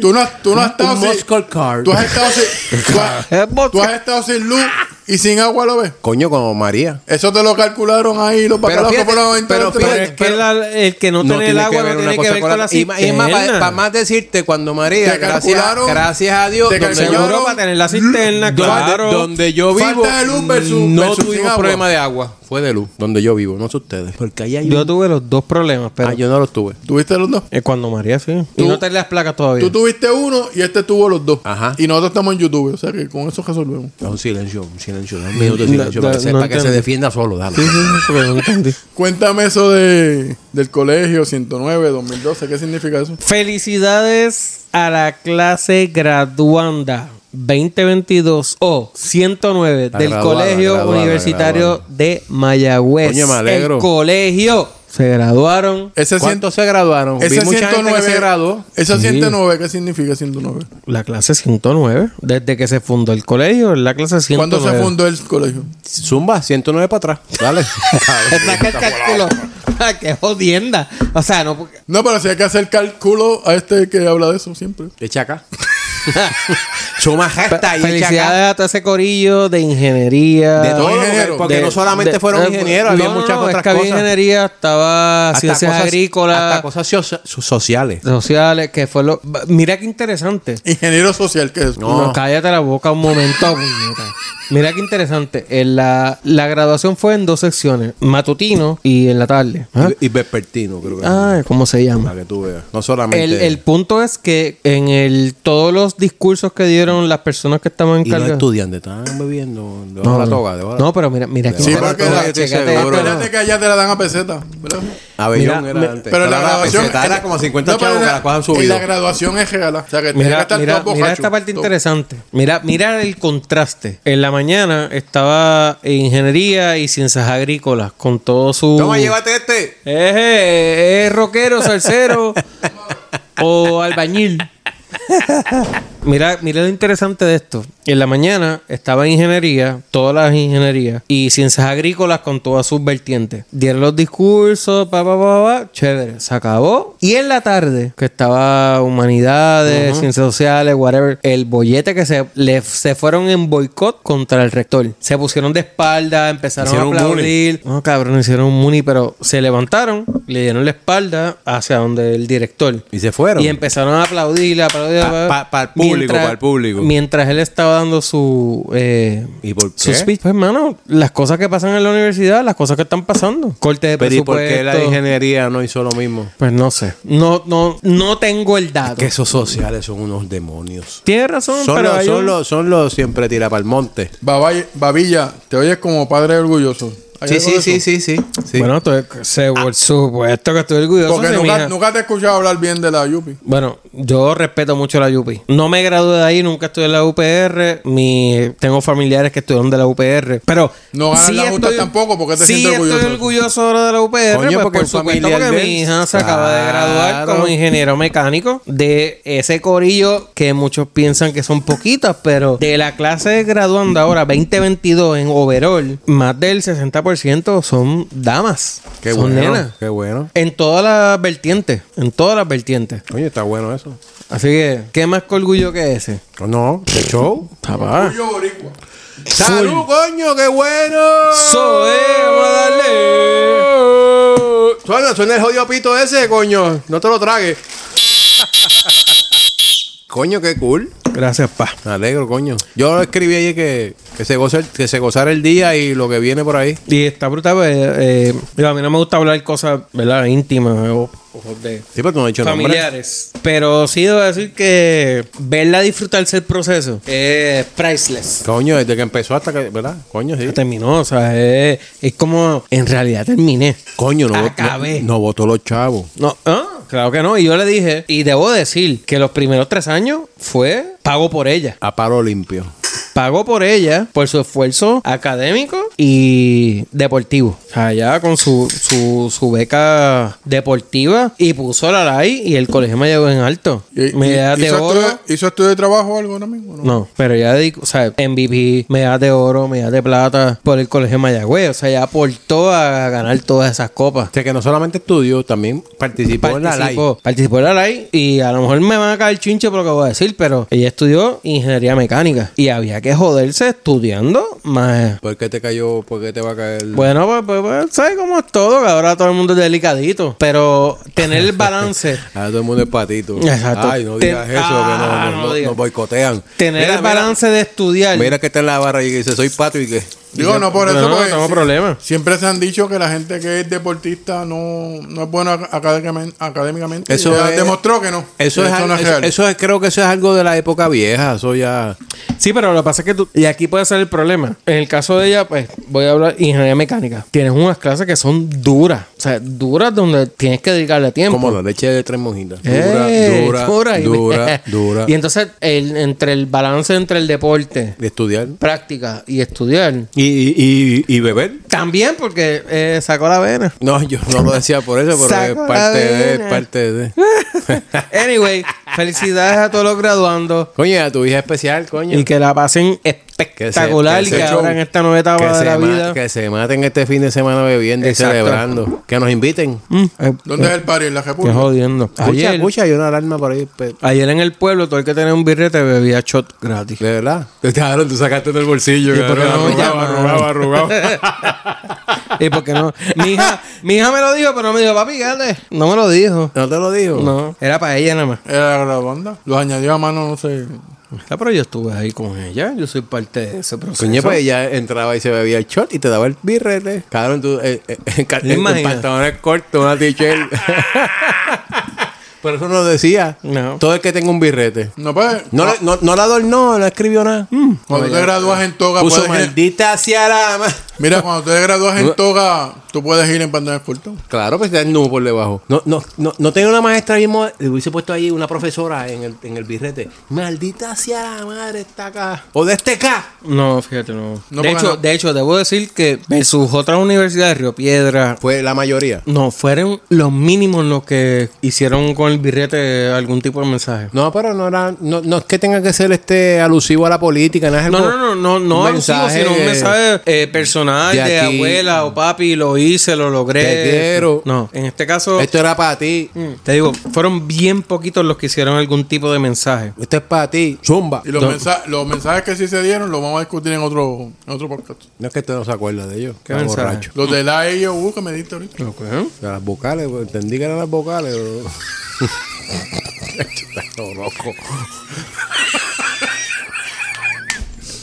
Speaker 3: Tú no, tú no has estado
Speaker 1: Un
Speaker 3: sin.
Speaker 1: Muscle Car.
Speaker 3: Tú has estado sin. tú has-
Speaker 2: Es vodka.
Speaker 3: tú has estado sin luz y sin agua, ¿lo ves?
Speaker 1: Coño, como María.
Speaker 3: Eso te lo calcularon ahí los bacalaos que
Speaker 1: fíjate,
Speaker 3: fueron en
Speaker 1: pero
Speaker 3: todo el
Speaker 2: Pero
Speaker 1: fíjate,
Speaker 2: es
Speaker 3: tren.
Speaker 2: que la- el que no, tiene el agua no
Speaker 1: una
Speaker 2: tiene que
Speaker 1: cosa
Speaker 2: ver con la
Speaker 1: Y ma- y es más, para,
Speaker 2: cisterna.
Speaker 1: más decirte, cuando María,
Speaker 3: Te
Speaker 1: gracias,
Speaker 3: calcularon,
Speaker 1: gracias a Dios,
Speaker 3: te
Speaker 1: donde,
Speaker 3: calcularon,
Speaker 1: yo-
Speaker 2: Seguro para tener la cisterna,
Speaker 1: donde-
Speaker 2: claro.
Speaker 1: donde yo
Speaker 3: Falta
Speaker 1: vivo,
Speaker 3: de luz versus-
Speaker 1: no
Speaker 3: versus sin
Speaker 1: tuvimos
Speaker 3: agua.
Speaker 1: problema de agua. Fue de luz, donde yo vivo, no sé ustedes. Porque ahí hay
Speaker 2: Yo tuve los dos problemas, pero
Speaker 1: Ah, yo no lo tuve.
Speaker 3: ¿Tuviste los dos?
Speaker 2: es cuando María sí. Y
Speaker 3: Tú-
Speaker 2: no te las placas todavía.
Speaker 3: Tú tuviste uno y este tuvo los dos.
Speaker 1: Ajá.
Speaker 3: Y nosotros estamos en YouTube, o sea que con eso resolvemos.
Speaker 1: Un silencio, un silencio, un minuto de
Speaker 2: No,
Speaker 1: silencio. para que,
Speaker 2: no
Speaker 1: sepa que se
Speaker 2: entiendo.
Speaker 1: defienda solo, dale.
Speaker 2: Sí, sí, sí, porque no entendí.
Speaker 3: Cuéntame eso de, del colegio 109, 2012. ¿Qué significa eso?
Speaker 2: Felicidades a la clase graduanda 2022 o 109
Speaker 1: La
Speaker 2: del
Speaker 1: graduada,
Speaker 2: Colegio
Speaker 1: graduada,
Speaker 2: Universitario de Mayagüez.
Speaker 1: Coño, me alegro.
Speaker 2: El colegio. se graduaron.
Speaker 3: Ese
Speaker 1: ¿Cuántos
Speaker 3: 100,
Speaker 1: se graduaron? Vi
Speaker 3: ese
Speaker 1: mucha gente que
Speaker 3: 109
Speaker 1: se graduó.
Speaker 3: Ese
Speaker 2: Sí.
Speaker 3: 109, ¿qué significa 109?
Speaker 2: La clase 109. Desde que se fundó el colegio, la clase 109.
Speaker 3: ¿Cuándo se fundó el colegio?
Speaker 1: Zumba, 109 para atrás. Dale.
Speaker 2: Saca el cálculo. Ah, ¡Qué jodienda! O sea, no... porque-
Speaker 3: No, pero si hay que hacer cálculo a este que habla de eso siempre.
Speaker 1: Echa acá. Suma
Speaker 2: Fe-
Speaker 1: resta y echa acá.
Speaker 2: Felicidades a todo ese corillo de ingeniería.
Speaker 1: De todo, porque,
Speaker 3: ingeniero.
Speaker 1: Ah, porque
Speaker 2: De-
Speaker 1: no solamente
Speaker 2: de-
Speaker 1: fueron
Speaker 2: eh,
Speaker 1: ingenieros,
Speaker 2: no,
Speaker 1: había
Speaker 2: no,
Speaker 1: muchas
Speaker 2: no, es
Speaker 1: otras
Speaker 2: que había
Speaker 1: cosas.
Speaker 2: ingeniería, estaba
Speaker 1: Hasta
Speaker 2: ciencias
Speaker 1: cosas-
Speaker 2: agrícolas,
Speaker 1: Hasta cosas socia- so- sociales.
Speaker 2: sociales, que fue lo... Mira qué interesante.
Speaker 3: Ingeniero social, ¿qué es?
Speaker 2: No, cállate la boca un momento, puñeta. Mira qué interesante. En la, la graduación fue en dos secciones, matutino y en la tarde. ¿Ah?
Speaker 1: Y, y vespertino, creo que.
Speaker 2: Ay, ¿cómo se llama?
Speaker 1: Para que tú veas. No solamente.
Speaker 2: El, el punto es que en el todos los discursos que dieron las personas que estaban
Speaker 1: y los
Speaker 2: encargadas.
Speaker 1: estudiantes estaban bebiendo debajo de la toga. debajo de la-
Speaker 2: no, pero mira, mira qué
Speaker 3: Sí,
Speaker 2: interesante.
Speaker 3: porque la-
Speaker 1: estoy
Speaker 2: Chécate
Speaker 1: seguro.
Speaker 2: esto.
Speaker 3: Espérate que allá te la dan a peseta, ¿verdad?
Speaker 1: Abellón
Speaker 2: Mira,
Speaker 1: era
Speaker 2: me-
Speaker 1: antes.
Speaker 3: Pero la
Speaker 1: ahora
Speaker 3: graduación.
Speaker 1: peseta era como 50
Speaker 3: No, pero
Speaker 1: chavos que
Speaker 3: la-
Speaker 1: la cosas han
Speaker 3: Y
Speaker 1: subido.
Speaker 3: la graduación es regala. O sea, que tiene que
Speaker 2: Mira,
Speaker 3: estar
Speaker 2: mira,
Speaker 3: todo
Speaker 2: mira
Speaker 3: borracho,
Speaker 2: esta parte
Speaker 3: todo.
Speaker 2: interesante. Mira, mira el contraste. En la mañana estaba ingeniería y ciencias agrícolas con todo su.
Speaker 1: Toma, llévate este.
Speaker 2: Eje, Eh, es rockero, salsero o albañil. Mira, mira lo interesante de esto. En la mañana estaba ingeniería, todas las ingenierías y ciencias agrícolas con todas sus vertientes. Dieron los discursos, pa, pa, pa, pa, chévere, se acabó. Y en la tarde, que estaba humanidades, ciencias sociales, whatever, el bollete que se, le, se fueron en boicot contra el rector. Se pusieron de espalda, empezaron
Speaker 1: Hicieron
Speaker 2: a
Speaker 1: un bullying.
Speaker 2: aplaudir. No, cabrón, hicieron un muni, pero se levantaron, le dieron la espalda hacia donde el director.
Speaker 1: Y se fueron.
Speaker 2: Y empezaron a aplaudir, a aplaudir.
Speaker 1: Pa-
Speaker 2: a-
Speaker 1: pa- pa'l público,
Speaker 2: mientras-
Speaker 1: pa'l público.
Speaker 2: Mientras él estaba dando su. eh,
Speaker 1: ¿Y por
Speaker 2: su
Speaker 1: qué?
Speaker 2: speech. Pues, hermano, las cosas que pasan en la universidad, las cosas que están pasando. Corte de
Speaker 1: Pero ¿y por
Speaker 2: presupuesto.
Speaker 1: qué la ingeniería no hizo lo mismo?
Speaker 2: Pues no sé. No, no, no tengo el dato.
Speaker 1: Que esos sociales son unos demonios.
Speaker 2: Tienes razón,
Speaker 1: Son
Speaker 2: pero.
Speaker 1: los,
Speaker 2: hay
Speaker 1: son
Speaker 2: un-
Speaker 1: los, son los siempre tira para el monte.
Speaker 3: Babay- Babilla, te oyes como padre orgulloso. ¿Hay algo de eso?
Speaker 1: sí, sí, Ah.
Speaker 2: Bueno, tú- se- por supuesto que estoy orgulloso.
Speaker 3: Porque
Speaker 2: de mi
Speaker 3: nunca,
Speaker 2: hija.
Speaker 3: nunca te he escuchado hablar bien de la Yupi.
Speaker 2: Bueno, yo respeto mucho la UP. No me gradué de ahí, nunca estudié en la UPR. Mi, tengo familiares que estudiaron de la UPR. Pero.
Speaker 3: No ganan la justa tampoco, ¿por qué te
Speaker 2: sí
Speaker 3: sientes
Speaker 2: estoy
Speaker 3: orgulloso?
Speaker 2: orgulloso ahora de la UPR.
Speaker 1: Coño,
Speaker 2: pues,
Speaker 1: porque
Speaker 2: por
Speaker 1: un
Speaker 2: supuesto,
Speaker 1: familiar
Speaker 2: porque
Speaker 1: de él.
Speaker 2: mi hija se acaba de graduar
Speaker 1: Claro.
Speaker 2: como ingeniero mecánico de ese corillo que muchos piensan que son poquitas, pero de la clase de graduando ahora, 2022 en overall, más del 60% son damas.
Speaker 1: Qué
Speaker 2: son
Speaker 1: bueno,
Speaker 2: nenas.
Speaker 1: qué bueno.
Speaker 2: En todas las vertientes. En todas las vertientes.
Speaker 1: Oye, está bueno eso.
Speaker 2: Así que, ¿qué más orgullo que ese?
Speaker 1: No, qué show.
Speaker 2: Papá.
Speaker 3: Yo boricua.
Speaker 1: ¡Salud, coño! ¡Qué bueno!
Speaker 2: Soy, vamos a
Speaker 1: darle! Suena, suena el jodido pito ese, coño. No te lo tragues. coño, qué cool.
Speaker 2: Gracias, pa.
Speaker 1: Me alegro, coño. Yo lo escribí ayer que, que, se goce, que se gozara el día y lo que viene por ahí.
Speaker 2: Y está brutal, pues, eh, digo, a mí no me gusta hablar cosas, ¿verdad? Íntimas o, o de
Speaker 1: Sí, pero tú no has dicho nombre.
Speaker 2: familiares. Pero sí debo decir que verla disfrutarse el proceso es priceless.
Speaker 1: Coño, desde que empezó hasta que, ¿verdad? Coño, sí.
Speaker 2: Ya Terminó, o sea, es, es como en realidad terminé.
Speaker 1: Coño, no,
Speaker 2: Acabé.
Speaker 1: no, no votó los chavos.
Speaker 2: No, ah, claro que no. Y yo le dije, y debo decir que los primeros tres años fue pago por ella.
Speaker 1: A paro limpio.
Speaker 2: Pagó por ella, por su esfuerzo académico y deportivo. O sea, ya con su, su, su beca deportiva y puso la LAI y el colegio me llegó en alto.
Speaker 3: Y- y-
Speaker 2: Medallas de
Speaker 3: ¿Hizo
Speaker 2: oro.
Speaker 3: estudio- hizo estudio de trabajo o algo ahora mismo? No.
Speaker 2: No, pero ya dedico, o sea, MVP, medallas de oro, medallas de plata por el colegio de Mayagüez. O sea, ya aportó a ganar todas esas copas.
Speaker 1: O sea, que no solamente estudió, también participó, en la LAI.
Speaker 2: Participó, participó en la LAI y a lo mejor me van a caer chinche por lo que voy a decir, pero ella estudió ingeniería mecánica y había que joderse estudiando más
Speaker 1: ¿Por qué te cayó? ¿Por qué te va a caer?
Speaker 2: Bueno, pues, pues, pues, ¿sabes cómo es todo? Que ahora todo el mundo es delicadito. Pero tener el balance.
Speaker 1: Ahora Ah, todo el mundo es patito.
Speaker 2: Exacto.
Speaker 1: Ay, no digas
Speaker 2: Ten-
Speaker 1: eso,
Speaker 2: Ah,
Speaker 1: que no,
Speaker 2: no
Speaker 1: no, no,
Speaker 2: digas.
Speaker 1: nos boicotean.
Speaker 2: tener
Speaker 1: Mira,
Speaker 2: el balance de estudiar.
Speaker 1: Mira, mira que está en la barra y dice, soy pato y que...
Speaker 3: Digo, no
Speaker 2: No,
Speaker 3: por eso.
Speaker 2: no,
Speaker 3: porque
Speaker 2: no tengo
Speaker 3: si-
Speaker 2: problema.
Speaker 3: Siempre se han dicho que la gente que es deportista no, no es buena ac- académicamente. académicamente.
Speaker 1: Eso
Speaker 3: Ya
Speaker 1: es-
Speaker 3: demostró que no.
Speaker 1: Eso, es,
Speaker 3: Esto
Speaker 1: al-
Speaker 3: no es
Speaker 1: eso,
Speaker 3: real.
Speaker 1: eso es- creo que eso es algo de la época vieja. Eso ya...
Speaker 2: Sí, pero lo que pasa es que tú. Y aquí puede ser el problema. En el caso de ella, pues voy a hablar ingeniería mecánica. Tienes unas clases que son duras. O sea, duras donde tienes que dedicarle tiempo.
Speaker 1: Como la leche de tres monjitas. Dura,
Speaker 2: Eh,
Speaker 1: dura,
Speaker 2: dura, y-
Speaker 1: dura, dura.
Speaker 2: Y entonces, el, entre el balance entre el deporte,
Speaker 1: De estudiar.
Speaker 2: práctica y estudiar.
Speaker 1: Y, y, y, y beber.
Speaker 2: También porque eh, sacó la vena.
Speaker 1: No, yo no lo decía por eso, pero es
Speaker 2: Saco la
Speaker 1: parte de, es
Speaker 2: vena.
Speaker 1: parte de.
Speaker 2: Anyway, felicidades a todos los graduandos.
Speaker 1: Coño, a tu hija especial, coño.
Speaker 2: Y que la pasen espectacular
Speaker 1: que
Speaker 2: y
Speaker 1: se
Speaker 2: que
Speaker 1: show-
Speaker 2: abran esta nueva etapa
Speaker 1: que
Speaker 2: de
Speaker 1: se
Speaker 2: la
Speaker 1: ma-
Speaker 2: vida.
Speaker 1: Que se maten este fin de semana bebiendo
Speaker 2: Exacto.
Speaker 1: y celebrando. Que nos inviten.
Speaker 2: Mm, eh,
Speaker 3: ¿Dónde es el party? ¿En la
Speaker 2: qué
Speaker 3: República?
Speaker 2: jodiendo.
Speaker 1: Escucha,
Speaker 2: Ayer,
Speaker 1: escucha, hay una alarma por ahí. pues, pe-
Speaker 2: ayer en el pueblo, todo el que tenía un birrete bebía shot gratis.
Speaker 1: De verdad. Te dejaron, tú sacaste del bolsillo.
Speaker 2: ¿Y por qué
Speaker 1: cabrón.
Speaker 2: no me llamaron?
Speaker 1: arrugado.
Speaker 2: ¿Y por qué no? Mi hija, mi hija me lo dijo, pero no me dijo, papi, dale. No me lo dijo.
Speaker 1: ¿No te lo digo?
Speaker 2: No, era para ella nada más.
Speaker 3: Era la banda. Los añadió a mano, no sé.
Speaker 2: Ah, pero yo estuve ahí con ella. Yo soy parte de ese proceso.
Speaker 1: Coño, pues ella entraba y se bebía el shot y te daba el birrete. Cabrón, tú eh, eh, en, ca- en
Speaker 2: Imagina.
Speaker 1: pantalones cortos, una t-shirt. Por eso nos decía,
Speaker 2: No. Ah.
Speaker 1: todo el que tenga un birrete.
Speaker 3: No, pues.
Speaker 1: No, le- no, no la adornó, no escribió nada.
Speaker 2: Mm.
Speaker 3: Cuando te gradúas en toga,
Speaker 1: Puso
Speaker 3: puedes ir.
Speaker 1: maldita hacia la... ma-".
Speaker 3: Mira, cuando te gradúas en toga, tú puedes ir en pantalones cortos.
Speaker 1: Claro, pues está el nudo por debajo. No, no, no, no tenía una maestra mismo, le hubiese puesto ahí una profesora en el, en el birrete. Maldita sea la madre está acá. O de este acá.
Speaker 2: No, fíjate, no.
Speaker 3: No,
Speaker 2: de,
Speaker 3: porque
Speaker 2: hecho,
Speaker 3: no.
Speaker 2: de hecho, debo decir que en sus otras universidades, Río Piedra,
Speaker 1: Fue la mayoría.
Speaker 2: no, fueron los mínimos los que hicieron con el birrete algún tipo de mensaje.
Speaker 1: No, pero no era, no, no es que tenga que ser este alusivo a la política, no es
Speaker 2: No,
Speaker 1: algo-
Speaker 2: no, no, no, no
Speaker 1: un
Speaker 2: alusivo,
Speaker 1: mensaje
Speaker 2: sino un mensaje eh, personal
Speaker 1: de
Speaker 2: de,
Speaker 1: aquí.
Speaker 2: abuela o papi, lo hice, lo logré.
Speaker 1: Te quiero.
Speaker 2: No, en este caso,
Speaker 1: Esto era para ti.
Speaker 2: mm, te digo, fueron bien poquitos los que hicieron algún tipo de mensaje.
Speaker 1: Esto es para ti. Zumba.
Speaker 3: Y los,
Speaker 1: no,
Speaker 3: mensa- los mensajes que sí se dieron los vamos a discutir en otro, en otro podcast.
Speaker 1: no es que usted no se acuerda de ellos.
Speaker 2: ¿Qué
Speaker 1: Está
Speaker 2: mensaje?
Speaker 1: borracho.
Speaker 3: Los de la IOU que me diste ahorita.
Speaker 1: De las vocales, pues, entendí que eran las vocales. pero- Está todo loco.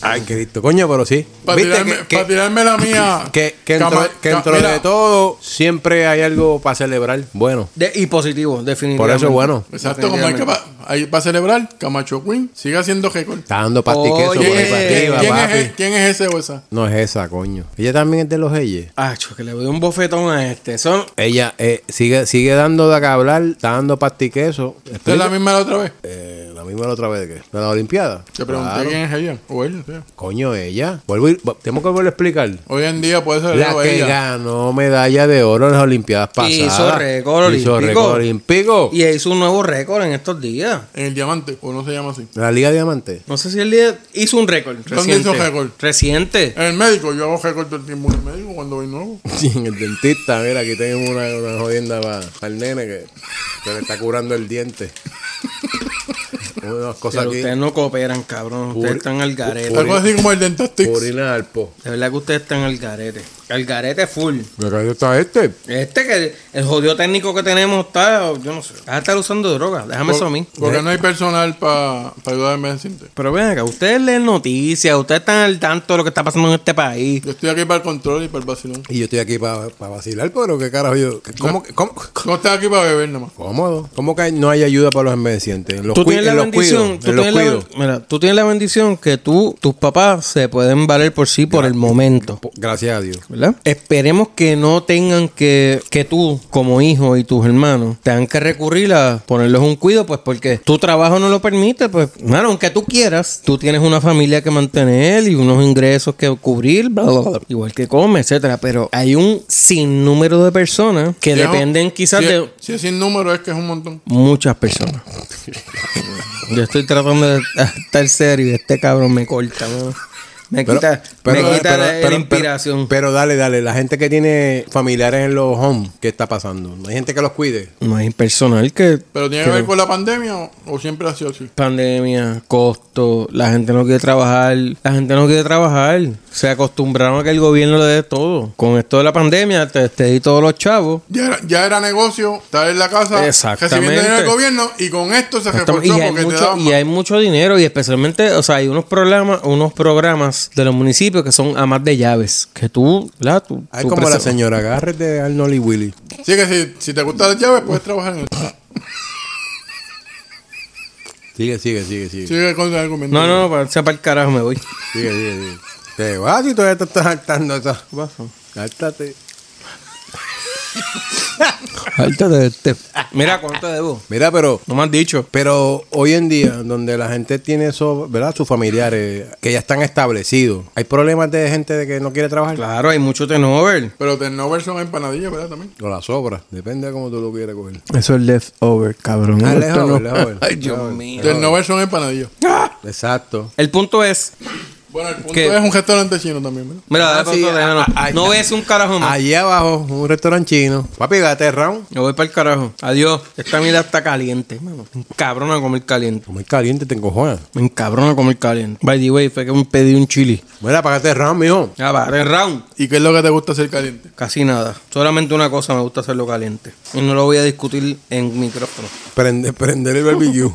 Speaker 1: Ay, Cristo. Coño, pero sí.
Speaker 3: Para
Speaker 1: Viste
Speaker 3: tirarme,
Speaker 1: que,
Speaker 3: pa'
Speaker 1: que,
Speaker 3: tirarme la mía.
Speaker 1: que- que dentro-
Speaker 3: Cama-
Speaker 1: que
Speaker 3: ca-
Speaker 1: dentro
Speaker 3: mira,
Speaker 1: de todo siempre hay algo para celebrar. Bueno,
Speaker 2: De- y positivo, definitivamente.
Speaker 1: por eso bueno.
Speaker 3: Exacto, como hay que va, ahí para celebrar, Camacho Queen sigue haciendo récord.
Speaker 1: Está dando pastiqueso
Speaker 2: Oye,
Speaker 1: por
Speaker 3: ¿Quién,
Speaker 1: ahí
Speaker 3: es,
Speaker 1: para
Speaker 2: eh,
Speaker 1: arriba,
Speaker 3: quién es-
Speaker 1: papi.
Speaker 3: quién es ese o esa?
Speaker 1: No es esa, coño. Ella también es de los Reyes.
Speaker 2: Acho, Ah, que le doy un bofetón a este. Son,
Speaker 1: Ella eh, sigue, sigue dando de acá hablar, está dando pastiqueso.
Speaker 3: ¿Esta es la misma la otra vez?
Speaker 1: Eh, la misma la otra vez que de la Olimpiada.
Speaker 3: Te pregunté
Speaker 1: Claro.
Speaker 3: quién es ella o él. o sea.
Speaker 1: Coño, ella. Vuelvo y- va- tenemos que volver a explicar.
Speaker 3: Hoy en día puede ser él
Speaker 1: La
Speaker 3: o
Speaker 1: que
Speaker 3: ella.
Speaker 1: ganó medalla de oro en las Olimpiadas pasadas.
Speaker 2: Hizo récord
Speaker 1: Hizo
Speaker 2: olímpico.
Speaker 1: récord olímpico.
Speaker 2: y hizo un nuevo récord en estos días.
Speaker 3: En el diamante, o no se llama así.
Speaker 1: La Liga Diamante.
Speaker 2: No sé si el día hizo un récord. reciente.
Speaker 3: hizo récord?
Speaker 2: Reciente.
Speaker 1: Pues
Speaker 3: En el médico, yo hago récord todo el tiempo en el médico cuando voy nuevo.
Speaker 1: Sí, en el dentista, mira, aquí tenemos una, una jodienda para el nene que se le está curando el diente. Unas cosas
Speaker 2: Pero
Speaker 1: aquí.
Speaker 2: ustedes no cooperan, cabrón. Ustedes
Speaker 1: Puri-
Speaker 2: están al garete.
Speaker 3: Algo así como el dentastix.
Speaker 1: Purina Alpo.
Speaker 2: De verdad que ustedes están al garete. Al garete full.
Speaker 1: Mira, ahí está este.
Speaker 2: Este que el jodido técnico que tenemos está, yo no sé. Va a estar usando droga. Déjame Pues eso a mí.
Speaker 3: Porque no hay personal para ayudarme a decirte.
Speaker 2: Pero ven acá, ustedes leen noticias, ustedes están al tanto de lo que está pasando en este país.
Speaker 3: Yo estoy aquí para el control y para el vacilón.
Speaker 1: Y yo estoy aquí para vacilar, pero qué carajo yo. ¿Cómo, cómo,
Speaker 3: No estás aquí para beber nada más.
Speaker 1: cómodo? ¿Cómo que no hay ayuda para los envejecientes? En Los
Speaker 2: Tú
Speaker 1: cui-
Speaker 2: tienes la
Speaker 1: en los
Speaker 2: bendición,
Speaker 1: cuido,
Speaker 2: tú
Speaker 1: en los
Speaker 2: tienes la
Speaker 1: cuido.
Speaker 2: ben- mira, tú tienes la bendición que tú, tus papás se pueden valer por sí por el momento.
Speaker 1: Gracias a Dios.
Speaker 2: ¿verdad? Esperemos que no tengan que, que tú, como hijo y tus hermanos, tengan que recurrir a ponerles un cuido, pues porque tu trabajo no lo permite, pues, claro, aunque tú quieras, tú tienes una familia que mantener y unos ingresos que cubrir, bla, bla, bla, igual que come, etcétera. Pero hay un sinnúmero de personas que
Speaker 3: Viejo,
Speaker 2: dependen quizás
Speaker 3: si,
Speaker 2: de
Speaker 3: Si es sin número, es que es un montón.
Speaker 2: muchas personas. Yo estoy tratando de estar serio y este cabrón me corta, mano. Me quita, me quita la, la inspiración.
Speaker 1: Pero, dale, dale. La gente que tiene familiares en los homes, ¿qué está pasando? No hay gente que los cuide.
Speaker 2: no hay personal que
Speaker 3: Pero tiene que ver con la pandemia o, o siempre ha sido así.
Speaker 2: pandemia, costo, la gente no quiere trabajar, la gente no quiere trabajar, se acostumbraron a que el gobierno le dé todo. Con esto de la pandemia te, te di todos los chavos.
Speaker 3: Ya era, ya era negocio estar en la casa
Speaker 2: Exactamente.
Speaker 3: recibiendo dinero del gobierno y con esto se reforzó
Speaker 2: Y hay,
Speaker 3: porque te
Speaker 2: mucho,
Speaker 3: daban
Speaker 2: y hay mucho dinero y especialmente, o sea, hay unos programas, unos programas de los municipios que son amas de llaves, que tú, la tú,
Speaker 1: Es
Speaker 2: tú
Speaker 1: como la
Speaker 2: presen-
Speaker 1: señora Garrett de Arnold y Willy.
Speaker 3: más. Así que si, si te gustan las llaves, puedes trabajar en esto.
Speaker 1: Sigue, sigue, sigue, sigue.
Speaker 3: Sigue con el argumento.
Speaker 2: No, no, no, para, sea para el carajo me voy.
Speaker 1: Sigue, sigue, sigue. Te vas y todavía te estás saltando. Hártate.
Speaker 2: Áltate este. Mira, ¿cuánto debo?
Speaker 1: Mira, pero
Speaker 2: No me han dicho.
Speaker 1: Pero hoy en día, donde la gente tiene esos, ¿verdad? Sus familiares que ya están establecidos, ¿hay problemas de gente de que no quiere trabajar?
Speaker 2: Claro, hay mucho tenover.
Speaker 3: Pero turnover son empanadillas, ¿verdad? También.
Speaker 1: O la sobra, depende de cómo tú lo quieras coger.
Speaker 4: Eso es leftover, cabrón.
Speaker 1: Ah,
Speaker 4: Esto
Speaker 1: lejos,
Speaker 4: no-
Speaker 1: lejos.
Speaker 2: Ay, Dios mío.
Speaker 3: Turnover son empanadillas.
Speaker 1: Ah. Exacto.
Speaker 2: El punto es.
Speaker 3: Bueno, el punto
Speaker 2: ¿Qué?
Speaker 3: es un restaurante chino también, ¿verdad?
Speaker 2: Mira,
Speaker 1: Ah,
Speaker 2: dale,
Speaker 1: sí,
Speaker 2: punto, déjalo.
Speaker 1: ah, ah,
Speaker 2: no
Speaker 1: ah.
Speaker 2: ves un carajo más.
Speaker 1: Allí abajo, un restaurante chino. Papi, gate round.
Speaker 2: Yo voy para el carajo. Adiós. Esta mierda está caliente, mano. Me encabrona comer caliente.
Speaker 1: Muy caliente, te encojonas.
Speaker 2: Me encabrona comer caliente. By the way, fue que me pedí un chili.
Speaker 1: Mira, pagate round, mijo.
Speaker 2: Ya va, en round.
Speaker 3: ¿Y qué es lo que te gusta hacer caliente?
Speaker 2: Casi nada. Solamente una cosa me gusta hacerlo caliente. Y no lo voy a discutir en micrófono.
Speaker 1: Prende, prender el barbecue.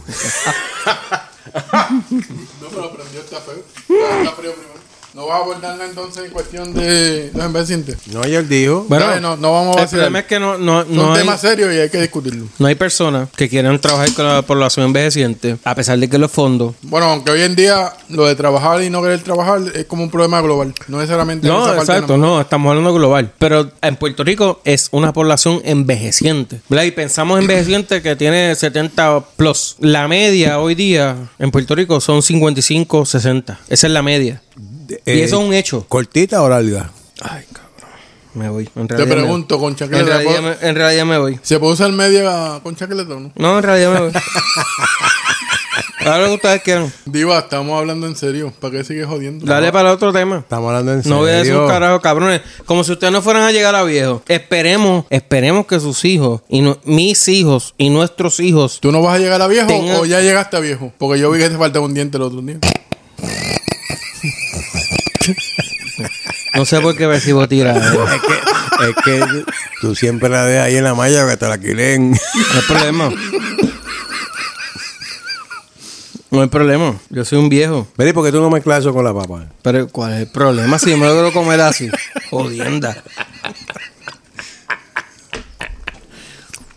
Speaker 3: No, pero prendió está feo. Ah, Está frío primero. No vas a abordarla entonces en cuestión de los embecientes.
Speaker 1: no, ayer dijo.
Speaker 2: Bueno,
Speaker 3: Dale, no, no vamos a
Speaker 2: El problema
Speaker 3: vacilar.
Speaker 2: es que no, no,
Speaker 3: Son
Speaker 2: no hay,
Speaker 3: temas serios y hay que discutirlo.
Speaker 2: no hay personas que quieran trabajar con la población envejeciente, a pesar de que los fondos.
Speaker 3: Bueno, aunque hoy en día lo de trabajar y no querer trabajar es como un problema global. No necesariamente en
Speaker 2: No,
Speaker 3: esa parte
Speaker 2: exacto,
Speaker 3: nada más.
Speaker 2: no, estamos hablando global. Pero en Puerto Rico es una población envejeciente. ¿verdad? Y pensamos envejeciente que tiene 70 plus. La media hoy día en Puerto Rico son 55, 60. Esa es la media. y
Speaker 1: Eh,
Speaker 2: eso es un hecho.
Speaker 1: ¿Cortita o larga?
Speaker 2: Ay, cabrón. Me voy. En
Speaker 3: Te
Speaker 2: realidad me-
Speaker 3: pregunto, con
Speaker 2: En
Speaker 3: chaqueta.
Speaker 2: realidad,
Speaker 3: ¿puedo-
Speaker 2: me, en realidad me voy.
Speaker 3: ¿Se puede usar media con chaqueta o no?
Speaker 2: No, en realidad me voy. Ahora lo que ustedes quieran.
Speaker 3: Diva, estamos hablando en serio. ¿Para qué sigues jodiendo?
Speaker 2: Dale para el otro tema.
Speaker 1: Estamos hablando en serio.
Speaker 2: No voy a decir un carajo, cabrones. Como si ustedes no fueran a llegar a viejo. Esperemos, esperemos que sus hijos, y no- mis hijos y nuestros hijos.
Speaker 3: ¿Tú no vas a llegar a viejo
Speaker 2: Tengo-
Speaker 3: o ya llegaste a viejo? Porque yo vi que te faltaba un diente el otro día.
Speaker 2: No sé por qué recibo tirado.
Speaker 1: Es que, es que tú siempre la dejas ahí en la malla que te la quilen.
Speaker 2: No hay problema. No hay problema. Yo soy un viejo.
Speaker 1: Mira, ¿y por qué tú no mezclas eso con la papa?
Speaker 2: Pero ¿cuál es el problema? Si me logro comer así. Jodienda.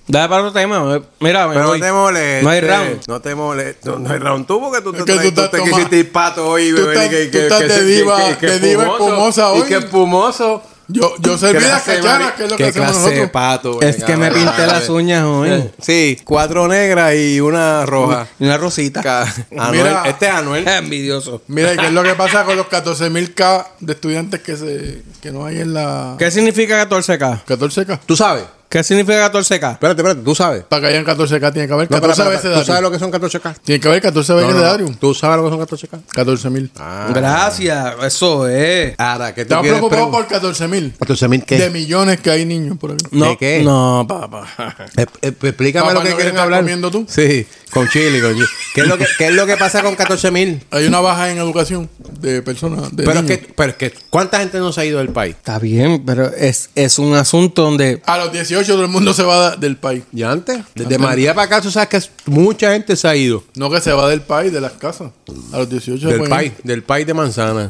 Speaker 2: Dale para otro tema. Mira, me
Speaker 1: Pero
Speaker 2: voy.
Speaker 1: no te molestes.
Speaker 2: No hay round.
Speaker 1: No te molestes. No, no hay round. Tú porque tú te,
Speaker 3: Es que tú
Speaker 1: tú
Speaker 3: estás
Speaker 1: te
Speaker 3: tomando-
Speaker 1: quisiste ir pato hoy.
Speaker 3: Tú
Speaker 1: bebé,
Speaker 3: estás-
Speaker 1: y que-
Speaker 3: tú
Speaker 1: que-
Speaker 3: estás
Speaker 1: que-
Speaker 3: de
Speaker 1: que-
Speaker 3: diva-
Speaker 1: que- que
Speaker 3: de diva
Speaker 1: espumoso,
Speaker 3: espumosa hoy.
Speaker 1: Y que espumoso.
Speaker 3: Yo, yo
Speaker 1: ¿Qué
Speaker 3: serví las
Speaker 1: clase de
Speaker 3: cacharas,
Speaker 1: mari-
Speaker 3: que es lo que
Speaker 1: qué
Speaker 3: hacemos
Speaker 1: clase de
Speaker 3: nosotros.
Speaker 1: pato.
Speaker 2: Es
Speaker 1: venga,
Speaker 2: que me
Speaker 1: vale,
Speaker 2: pinté
Speaker 1: vale.
Speaker 2: las uñas hoy.
Speaker 1: Sí, cuatro negras y una roja.
Speaker 2: Y una rosita.
Speaker 1: Ca- Anuel,
Speaker 3: Mira.
Speaker 1: este es Anuel.
Speaker 2: Envidioso.
Speaker 3: Mira, ¿y qué es lo que pasa con los 14.000 K de estudiantes que se que no hay en la...
Speaker 2: ¿Qué significa 14K?
Speaker 3: 14K.
Speaker 1: ¿Tú sabes?
Speaker 2: ¿Qué significa 14K?
Speaker 1: Espérate, espérate. ¿Tú sabes?
Speaker 3: Para que hayan 14K tiene que haber
Speaker 1: No,
Speaker 3: 14
Speaker 1: espera, espera,
Speaker 3: veces
Speaker 1: espera. ¿Tú sabes
Speaker 3: de
Speaker 1: lo que son 14K?
Speaker 3: Tiene que haber 14 veces
Speaker 1: No, no,
Speaker 3: de
Speaker 1: no.
Speaker 3: Arium.
Speaker 1: ¿Tú sabes lo que son 14K?
Speaker 3: 14.000.
Speaker 1: Ah.
Speaker 2: Gracias, eso es.
Speaker 1: Ahora, ¿qué tú
Speaker 3: Estamos
Speaker 1: quieres
Speaker 3: preocupados
Speaker 1: preguntar?
Speaker 3: por 14.000.
Speaker 1: 14.000
Speaker 3: De
Speaker 1: qué?
Speaker 3: millones que hay niños por aquí.
Speaker 2: No,
Speaker 1: ¿De qué?
Speaker 2: no, papá.
Speaker 1: Eh, eh, Explícame
Speaker 3: Papá,
Speaker 1: lo que
Speaker 3: ¿no
Speaker 1: quieren
Speaker 3: vienes
Speaker 1: hablar.
Speaker 3: comiendo tú?
Speaker 1: Sí, con chile. Con chile. ¿Qué, es lo que, ¿Qué es lo que pasa con 14.000?
Speaker 3: Hay una baja en educación de personas, de
Speaker 1: Pero es,
Speaker 3: niños.
Speaker 1: que, pero es que, ¿cuánta gente no se ha ido del país?
Speaker 2: Está bien, pero es, es un asunto donde
Speaker 3: A los 18 todo el mundo se va da- del país.
Speaker 1: ¿Y antes? Desde María para acá, tú sabes que es- mucha gente se ha ido.
Speaker 3: No que se va del país, de las casas. A los 18 se
Speaker 1: Del
Speaker 3: pueden
Speaker 1: país,
Speaker 3: ir.
Speaker 1: del país de manzana.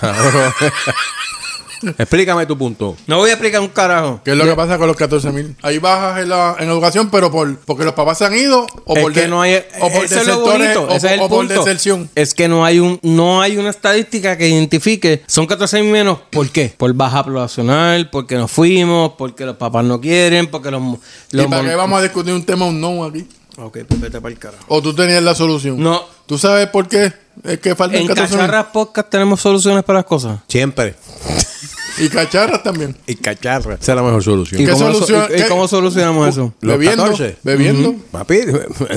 Speaker 1: Cabrón. Explícame tu punto.
Speaker 2: no voy a explicar un carajo.
Speaker 3: ¿Qué es lo que pasa con los 14 mil? Hay bajas en, la, en educación, pero por porque los papás se han ido o
Speaker 2: es
Speaker 3: por
Speaker 2: que
Speaker 3: de-
Speaker 2: no hay
Speaker 3: o por
Speaker 2: eso es lo
Speaker 3: desertores
Speaker 2: bonito,
Speaker 3: o,
Speaker 2: ese es el
Speaker 3: o por
Speaker 2: punto.
Speaker 3: deserción.
Speaker 2: Es que no hay un no hay una estadística que identifique son 14 menos, ¿por qué? Por baja poblacional, porque nos fuimos, porque los papás no quieren, porque los los
Speaker 3: ¿Y para qué
Speaker 2: mon-
Speaker 3: vamos a discutir un tema un no aquí?
Speaker 2: Ok, pues vete para el carajo.
Speaker 3: ¿O tú tenías la solución?
Speaker 2: No.
Speaker 3: ¿Tú sabes por qué? Es que faltan
Speaker 2: En
Speaker 3: 14 mil.
Speaker 2: Cacharras Podcast tenemos soluciones para las cosas.
Speaker 1: Siempre.
Speaker 3: Y cacharras también.
Speaker 1: Y cacharra. Esa es la mejor solución.
Speaker 2: ¿Y, cómo, lo so-
Speaker 3: solución-
Speaker 2: y- y
Speaker 3: qué-
Speaker 2: cómo solucionamos eso?
Speaker 1: ¿Los
Speaker 3: bebiendo.
Speaker 1: 14?
Speaker 3: Bebiendo.
Speaker 1: Papi,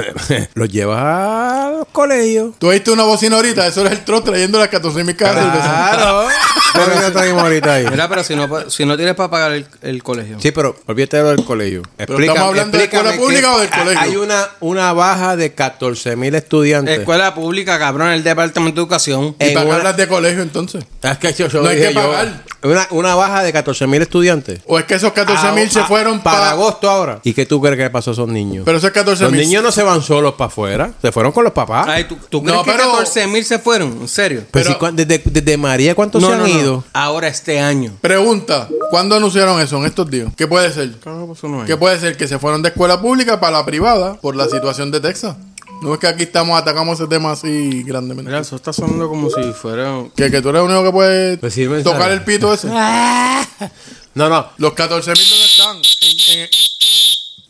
Speaker 1: los llevas a los colegios.
Speaker 3: Tú oíste una bocina ahorita, eso era el trot trayendo las 14 mil caras.
Speaker 1: Claro. Pero ya traímos ahorita ahí.
Speaker 2: Mira, pero si no, pa- si no tienes para pagar el, el colegio.
Speaker 1: Sí, pero olvídate de lo del colegio.
Speaker 3: estamos hablando de escuela
Speaker 1: explícame
Speaker 3: pública
Speaker 1: que
Speaker 3: o del colegio.
Speaker 1: Hay una, una baja de 14 mil estudiantes.
Speaker 2: Escuela pública, cabrón, el departamento de educación.
Speaker 3: ¿Y
Speaker 1: en
Speaker 3: para qué
Speaker 1: una-
Speaker 3: hablas de colegio entonces?
Speaker 1: Es que yo- yo
Speaker 3: No hay
Speaker 1: dije
Speaker 3: que
Speaker 1: yo,
Speaker 3: pagar.
Speaker 1: Una, una baja de 14 mil estudiantes.
Speaker 3: ¿O es que esos 14 mil se
Speaker 1: Ah,
Speaker 3: fueron
Speaker 1: para
Speaker 3: para...
Speaker 1: agosto ahora. ¿Y qué tú crees que le pasó a esos niños?
Speaker 3: Pero esos 14
Speaker 1: los
Speaker 3: mil...
Speaker 1: niños no se van solos para afuera, se fueron con los papás.
Speaker 2: Ay, ¿tú, tú
Speaker 3: No,
Speaker 2: crees que
Speaker 3: pero-
Speaker 2: 14 mil se fueron? ¿En serio?
Speaker 1: Pero
Speaker 3: pero-
Speaker 1: si cuan- Pues desde, desde María, ¿cuántos se han ido?
Speaker 2: Ahora este año.
Speaker 3: Pregunta, ¿cuándo anunciaron eso en estos días? ¿Qué puede ser?
Speaker 2: pues,
Speaker 3: ¿Qué puede ser? Que se fueron de escuela pública para la privada por la situación de Texas. No es que aquí estamos atacamos ese tema así grandemente.
Speaker 2: Mira, eso está sonando como si fuera.
Speaker 3: Que, que tú eres el único que puede
Speaker 1: Pues sí, me
Speaker 3: tocar
Speaker 1: sale.
Speaker 3: el pito ese.
Speaker 1: No, no.
Speaker 3: Los 14 mil dónde están. en-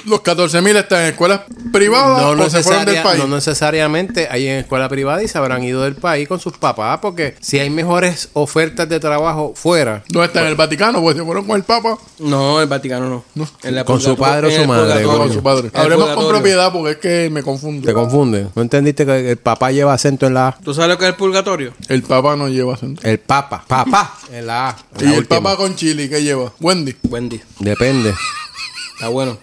Speaker 3: los 14.000 están en escuelas privadas
Speaker 1: No,
Speaker 3: o se fueron del
Speaker 1: necesaria-
Speaker 3: país.
Speaker 1: no necesariamente hay en escuela privada y se habrán ido del país con sus papás, porque si hay mejores ofertas de trabajo fuera,
Speaker 3: No está en el Vaticano, pues se fueron con el Papa,
Speaker 2: No, el Vaticano no. En la
Speaker 1: Con su
Speaker 2: purga-
Speaker 1: padre o
Speaker 2: en
Speaker 1: su
Speaker 2: el
Speaker 1: madre,
Speaker 2: purgatorio.
Speaker 1: coño.
Speaker 3: con su
Speaker 2: En
Speaker 3: padre.
Speaker 2: el
Speaker 3: Hablemos con
Speaker 2: purgatorio.
Speaker 3: propiedad porque es que me confundo.
Speaker 1: te confunde. ¿No entendiste que el papá lleva acento en la A?
Speaker 2: ¿Tú sabes lo que es el purgatorio?
Speaker 3: El Papa no lleva acento.
Speaker 1: El papa. Papá. En la A. en
Speaker 3: Y
Speaker 1: la
Speaker 3: el
Speaker 1: última.
Speaker 3: Papa con Chile, ¿qué lleva? Wendy.
Speaker 2: Wendy.
Speaker 1: Depende.
Speaker 2: Está bueno.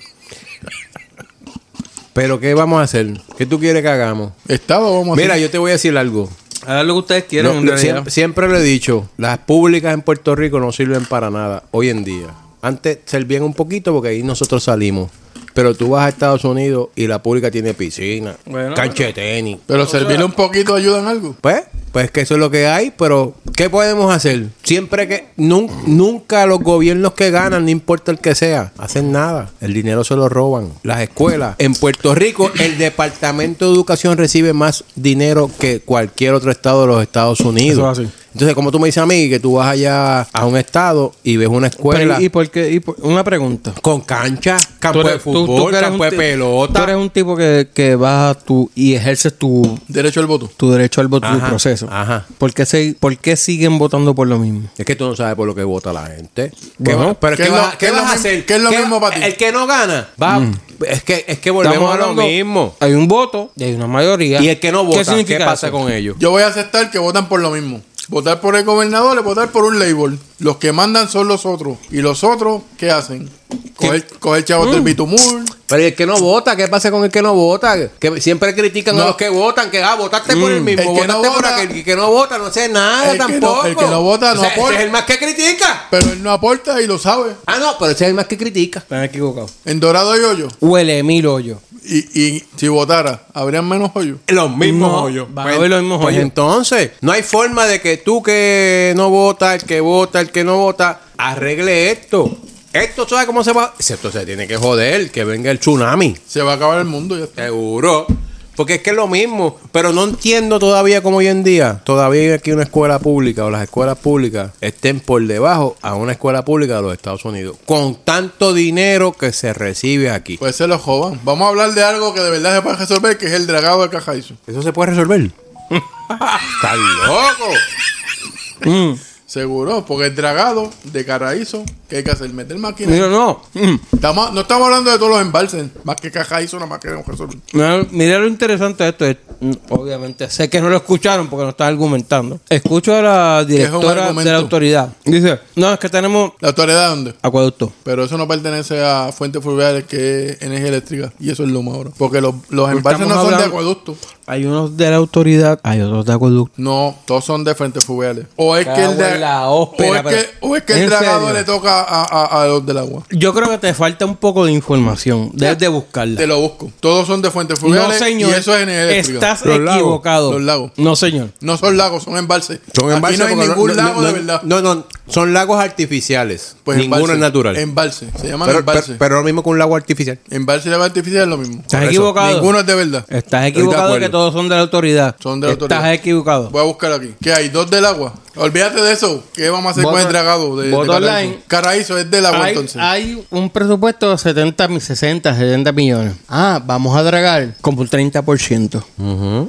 Speaker 1: Pero ¿qué vamos a hacer? ¿Qué tú quieres que hagamos?
Speaker 3: Estado vamos a
Speaker 1: Mira,
Speaker 3: hacer-
Speaker 1: yo te voy a decir algo.
Speaker 2: Hagan lo que ustedes quieran.
Speaker 1: No,
Speaker 2: en
Speaker 1: no,
Speaker 2: realidad.
Speaker 1: siempre, siempre lo he dicho, las públicas en Puerto Rico no sirven para nada hoy en día. Antes servían un poquito porque ahí nosotros salimos. Pero tú vas a Estados Unidos y la pública tiene piscina,
Speaker 2: Bueno.
Speaker 1: cancha de tenis.
Speaker 3: Pero servirle un poquito ayuda en algo.
Speaker 1: Pues, pues que eso es lo que hay, pero ¿qué podemos hacer? Siempre que nun- nunca los gobiernos que ganan, no importa el que sea, hacen nada. El dinero se lo roban. Las escuelas. En Puerto Rico, el Departamento de Educación recibe más dinero que cualquier otro estado de los Estados Unidos.
Speaker 2: Eso es así.
Speaker 1: Entonces, como tú me dices a mí, que tú vas allá a un estado y ves una escuela
Speaker 2: Pero, ¿Y por qué? Y por- Una pregunta.
Speaker 1: con cancha, campo de fútbol,
Speaker 2: que eres
Speaker 1: campo
Speaker 2: un
Speaker 1: de
Speaker 2: ti-
Speaker 1: pelota.
Speaker 2: Tú eres un tipo que, que vas a tu y ejerces tu,
Speaker 3: Derecho al voto.
Speaker 2: tu derecho al voto y tu
Speaker 1: Ajá,
Speaker 2: proceso.
Speaker 1: ajá.
Speaker 2: ¿Por qué, se- por qué siguen votando por lo mismo?
Speaker 1: Es que tú no sabes por lo que vota la gente.
Speaker 2: Bueno,
Speaker 1: ¿Qué va- pero
Speaker 3: ¿qué
Speaker 1: ¿qué,
Speaker 3: es
Speaker 1: vas-
Speaker 3: lo-
Speaker 1: qué
Speaker 3: qué es
Speaker 1: vas
Speaker 3: lo
Speaker 1: a
Speaker 3: mi-
Speaker 1: hacer?
Speaker 3: qué es lo
Speaker 1: ¿Qué va-
Speaker 3: mismo para ti?
Speaker 1: El que no gana, va. Es, que, es que volvemos
Speaker 2: Estamos
Speaker 1: a lo
Speaker 2: hablando-
Speaker 1: mismo.
Speaker 2: Hay un voto y hay una mayoría.
Speaker 1: Y el que no vota, ¿qué,
Speaker 2: significa
Speaker 1: pasa
Speaker 2: eso?
Speaker 1: con ellos?
Speaker 3: Yo voy a aceptar que votan por lo mismo. Votar por el gobernador es votar por un label. Los que mandan son los otros. ¿Y los otros qué hacen? Coger, coger chavos del bitumul.
Speaker 1: Pero ¿y el que no vota, ¿qué pasa con el que no vota? Que siempre critican a los que votan, que ah, votaste por el mismo,
Speaker 3: El que no
Speaker 1: votaste por
Speaker 3: vota-
Speaker 1: aquel, y que no vota, no hace nada
Speaker 3: El que no-
Speaker 1: tampoco.
Speaker 3: el que no vota no
Speaker 1: O sea, ese
Speaker 3: aporta.
Speaker 1: es el más que critica.
Speaker 3: Pero él no aporta y lo sabe.
Speaker 1: Ah, no, pero ese es el más que critica.
Speaker 2: Me han equivocado.
Speaker 3: En Dorado hay hoyo.
Speaker 2: Huele mil hoyos.
Speaker 3: Y, y si votara, habrían menos hoyo.
Speaker 1: Los mismos
Speaker 2: No,
Speaker 1: hoyos.
Speaker 2: van a haber los mismos
Speaker 1: pues
Speaker 2: hoyos.
Speaker 1: entonces, no hay forma de que tú que no vota, el que vota, el que no vota, arregle esto. Esto, ¿sabes cómo se va? Esto se tiene que joder, que venga el tsunami.
Speaker 3: Se va a acabar el mundo. Ya está.
Speaker 1: Seguro. Porque es que es lo mismo. Pero no entiendo todavía como hoy en día, todavía hay aquí una escuela pública o las escuelas públicas estén por debajo a una escuela pública de los Estados Unidos. Con tanto dinero que se recibe aquí.
Speaker 3: Pues se lo jodan. Vamos a hablar de algo que de verdad se puede resolver, que es el dragado de Cajaizo.
Speaker 1: ¿Eso se puede resolver? ¡Está loco!
Speaker 2: Mm.
Speaker 3: Seguro, porque el dragado de Caraízo, ¿qué hay que hacer? Meter máquina.
Speaker 2: Mira, no. Mm.
Speaker 3: Estamos- no estamos hablando de todos los embalses, más que Cajaizo, nada más queremos resolver.
Speaker 2: Mira, mira lo interesante de esto. es- mm, Obviamente, sé que no lo escucharon porque no está argumentando. Escucho a la
Speaker 3: es un
Speaker 2: directora
Speaker 3: argumento?
Speaker 2: de la autoridad. Dice, no, es que tenemos
Speaker 3: ¿La autoridad dónde?
Speaker 2: acueducto.
Speaker 3: Pero eso no pertenece a fuentes fluviales, que es energía eléctrica. Y eso es Luma ahora. Porque los, los
Speaker 1: Pues
Speaker 3: embalses no son de
Speaker 2: hablando-
Speaker 3: acueducto.
Speaker 2: Hay unos de la autoridad, hay otros de acueducto.
Speaker 3: No, todos son de fuentes fluviales. O es
Speaker 2: Cago
Speaker 3: que el, dra-
Speaker 2: en la
Speaker 3: o
Speaker 2: ópera,
Speaker 3: es
Speaker 2: pero-
Speaker 3: que, o es que el
Speaker 2: ¿En
Speaker 3: dragado
Speaker 2: serio?
Speaker 3: le toca a, a- a los del agua.
Speaker 2: Yo creo que te falta un poco de información. Debes de buscarla.
Speaker 3: Te lo busco. Todos son de fuentes
Speaker 2: No,
Speaker 3: fluviales.
Speaker 2: señor.
Speaker 3: Y eso es energía eléctrica.
Speaker 2: Estás equivocado.
Speaker 3: Los lagos.
Speaker 2: No, señor.
Speaker 3: No son lagos, son embalses.
Speaker 1: Son embalses
Speaker 3: Aquí no
Speaker 1: porque
Speaker 3: hay ningún
Speaker 1: no- no-
Speaker 3: lago de
Speaker 1: no-
Speaker 3: verdad.
Speaker 1: No, no, son lagos artificiales.
Speaker 3: Pues
Speaker 1: Ninguno
Speaker 3: embalse.
Speaker 1: es natural.
Speaker 3: Embalse. Se llaman
Speaker 1: pero,
Speaker 3: embalse.
Speaker 1: pero- pero lo mismo que un lago artificial.
Speaker 3: embalse y agua artificial es lo mismo.
Speaker 2: Estás
Speaker 1: Por eso,
Speaker 2: equivocado.
Speaker 3: Ninguno es de verdad.
Speaker 2: Estás
Speaker 1: Estoy
Speaker 2: equivocado
Speaker 1: de
Speaker 2: que
Speaker 1: acuerdo.
Speaker 2: todos son de la autoridad.
Speaker 3: Son de la autoridad.
Speaker 2: Estás equivocado.
Speaker 3: Voy a buscar aquí. ¿Qué hay? Dos del agua. Olvídate de eso. ¿Qué vamos a hacer
Speaker 2: Voto-
Speaker 3: con el dragado? De, de
Speaker 2: voto
Speaker 3: Caraíso?
Speaker 2: online.
Speaker 3: Caraíso es del agua
Speaker 2: hay,
Speaker 3: entonces.
Speaker 2: hay un presupuesto de 70, mi- 60, 70 millones. Ah, vamos a dragar como un 30%.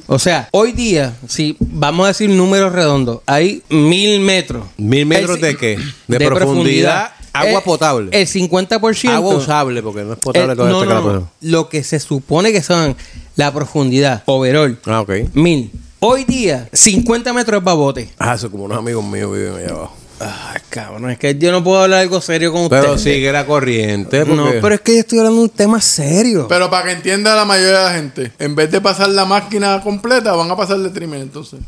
Speaker 2: O sea, hoy día, si vamos a decir números redondos, hay mil metros.
Speaker 1: ¿Mil metros
Speaker 2: El-
Speaker 1: de qué? De profundidad, agua
Speaker 2: Eh,
Speaker 1: potable.
Speaker 2: El 50%.
Speaker 1: Agua usable, porque no es potable
Speaker 2: eh,
Speaker 1: todavía
Speaker 2: no,
Speaker 1: este
Speaker 2: no, no.
Speaker 1: carajo.
Speaker 2: Lo que se supone que son la profundidad, overall,
Speaker 1: Ah, ok.
Speaker 2: mil. Hoy día, 50 metros es babote.
Speaker 1: Ah, eso como unos amigos míos viven allá abajo.
Speaker 2: Ay, cabrón, es que yo no puedo hablar algo serio con
Speaker 1: Pero
Speaker 2: ustedes.
Speaker 1: sigue la corriente. Porque...
Speaker 2: No, pero es que yo estoy hablando de un tema serio.
Speaker 3: Pero para que entienda la mayoría de la gente, en vez de pasar la máquina completa, van a pasar el trimmer entonces.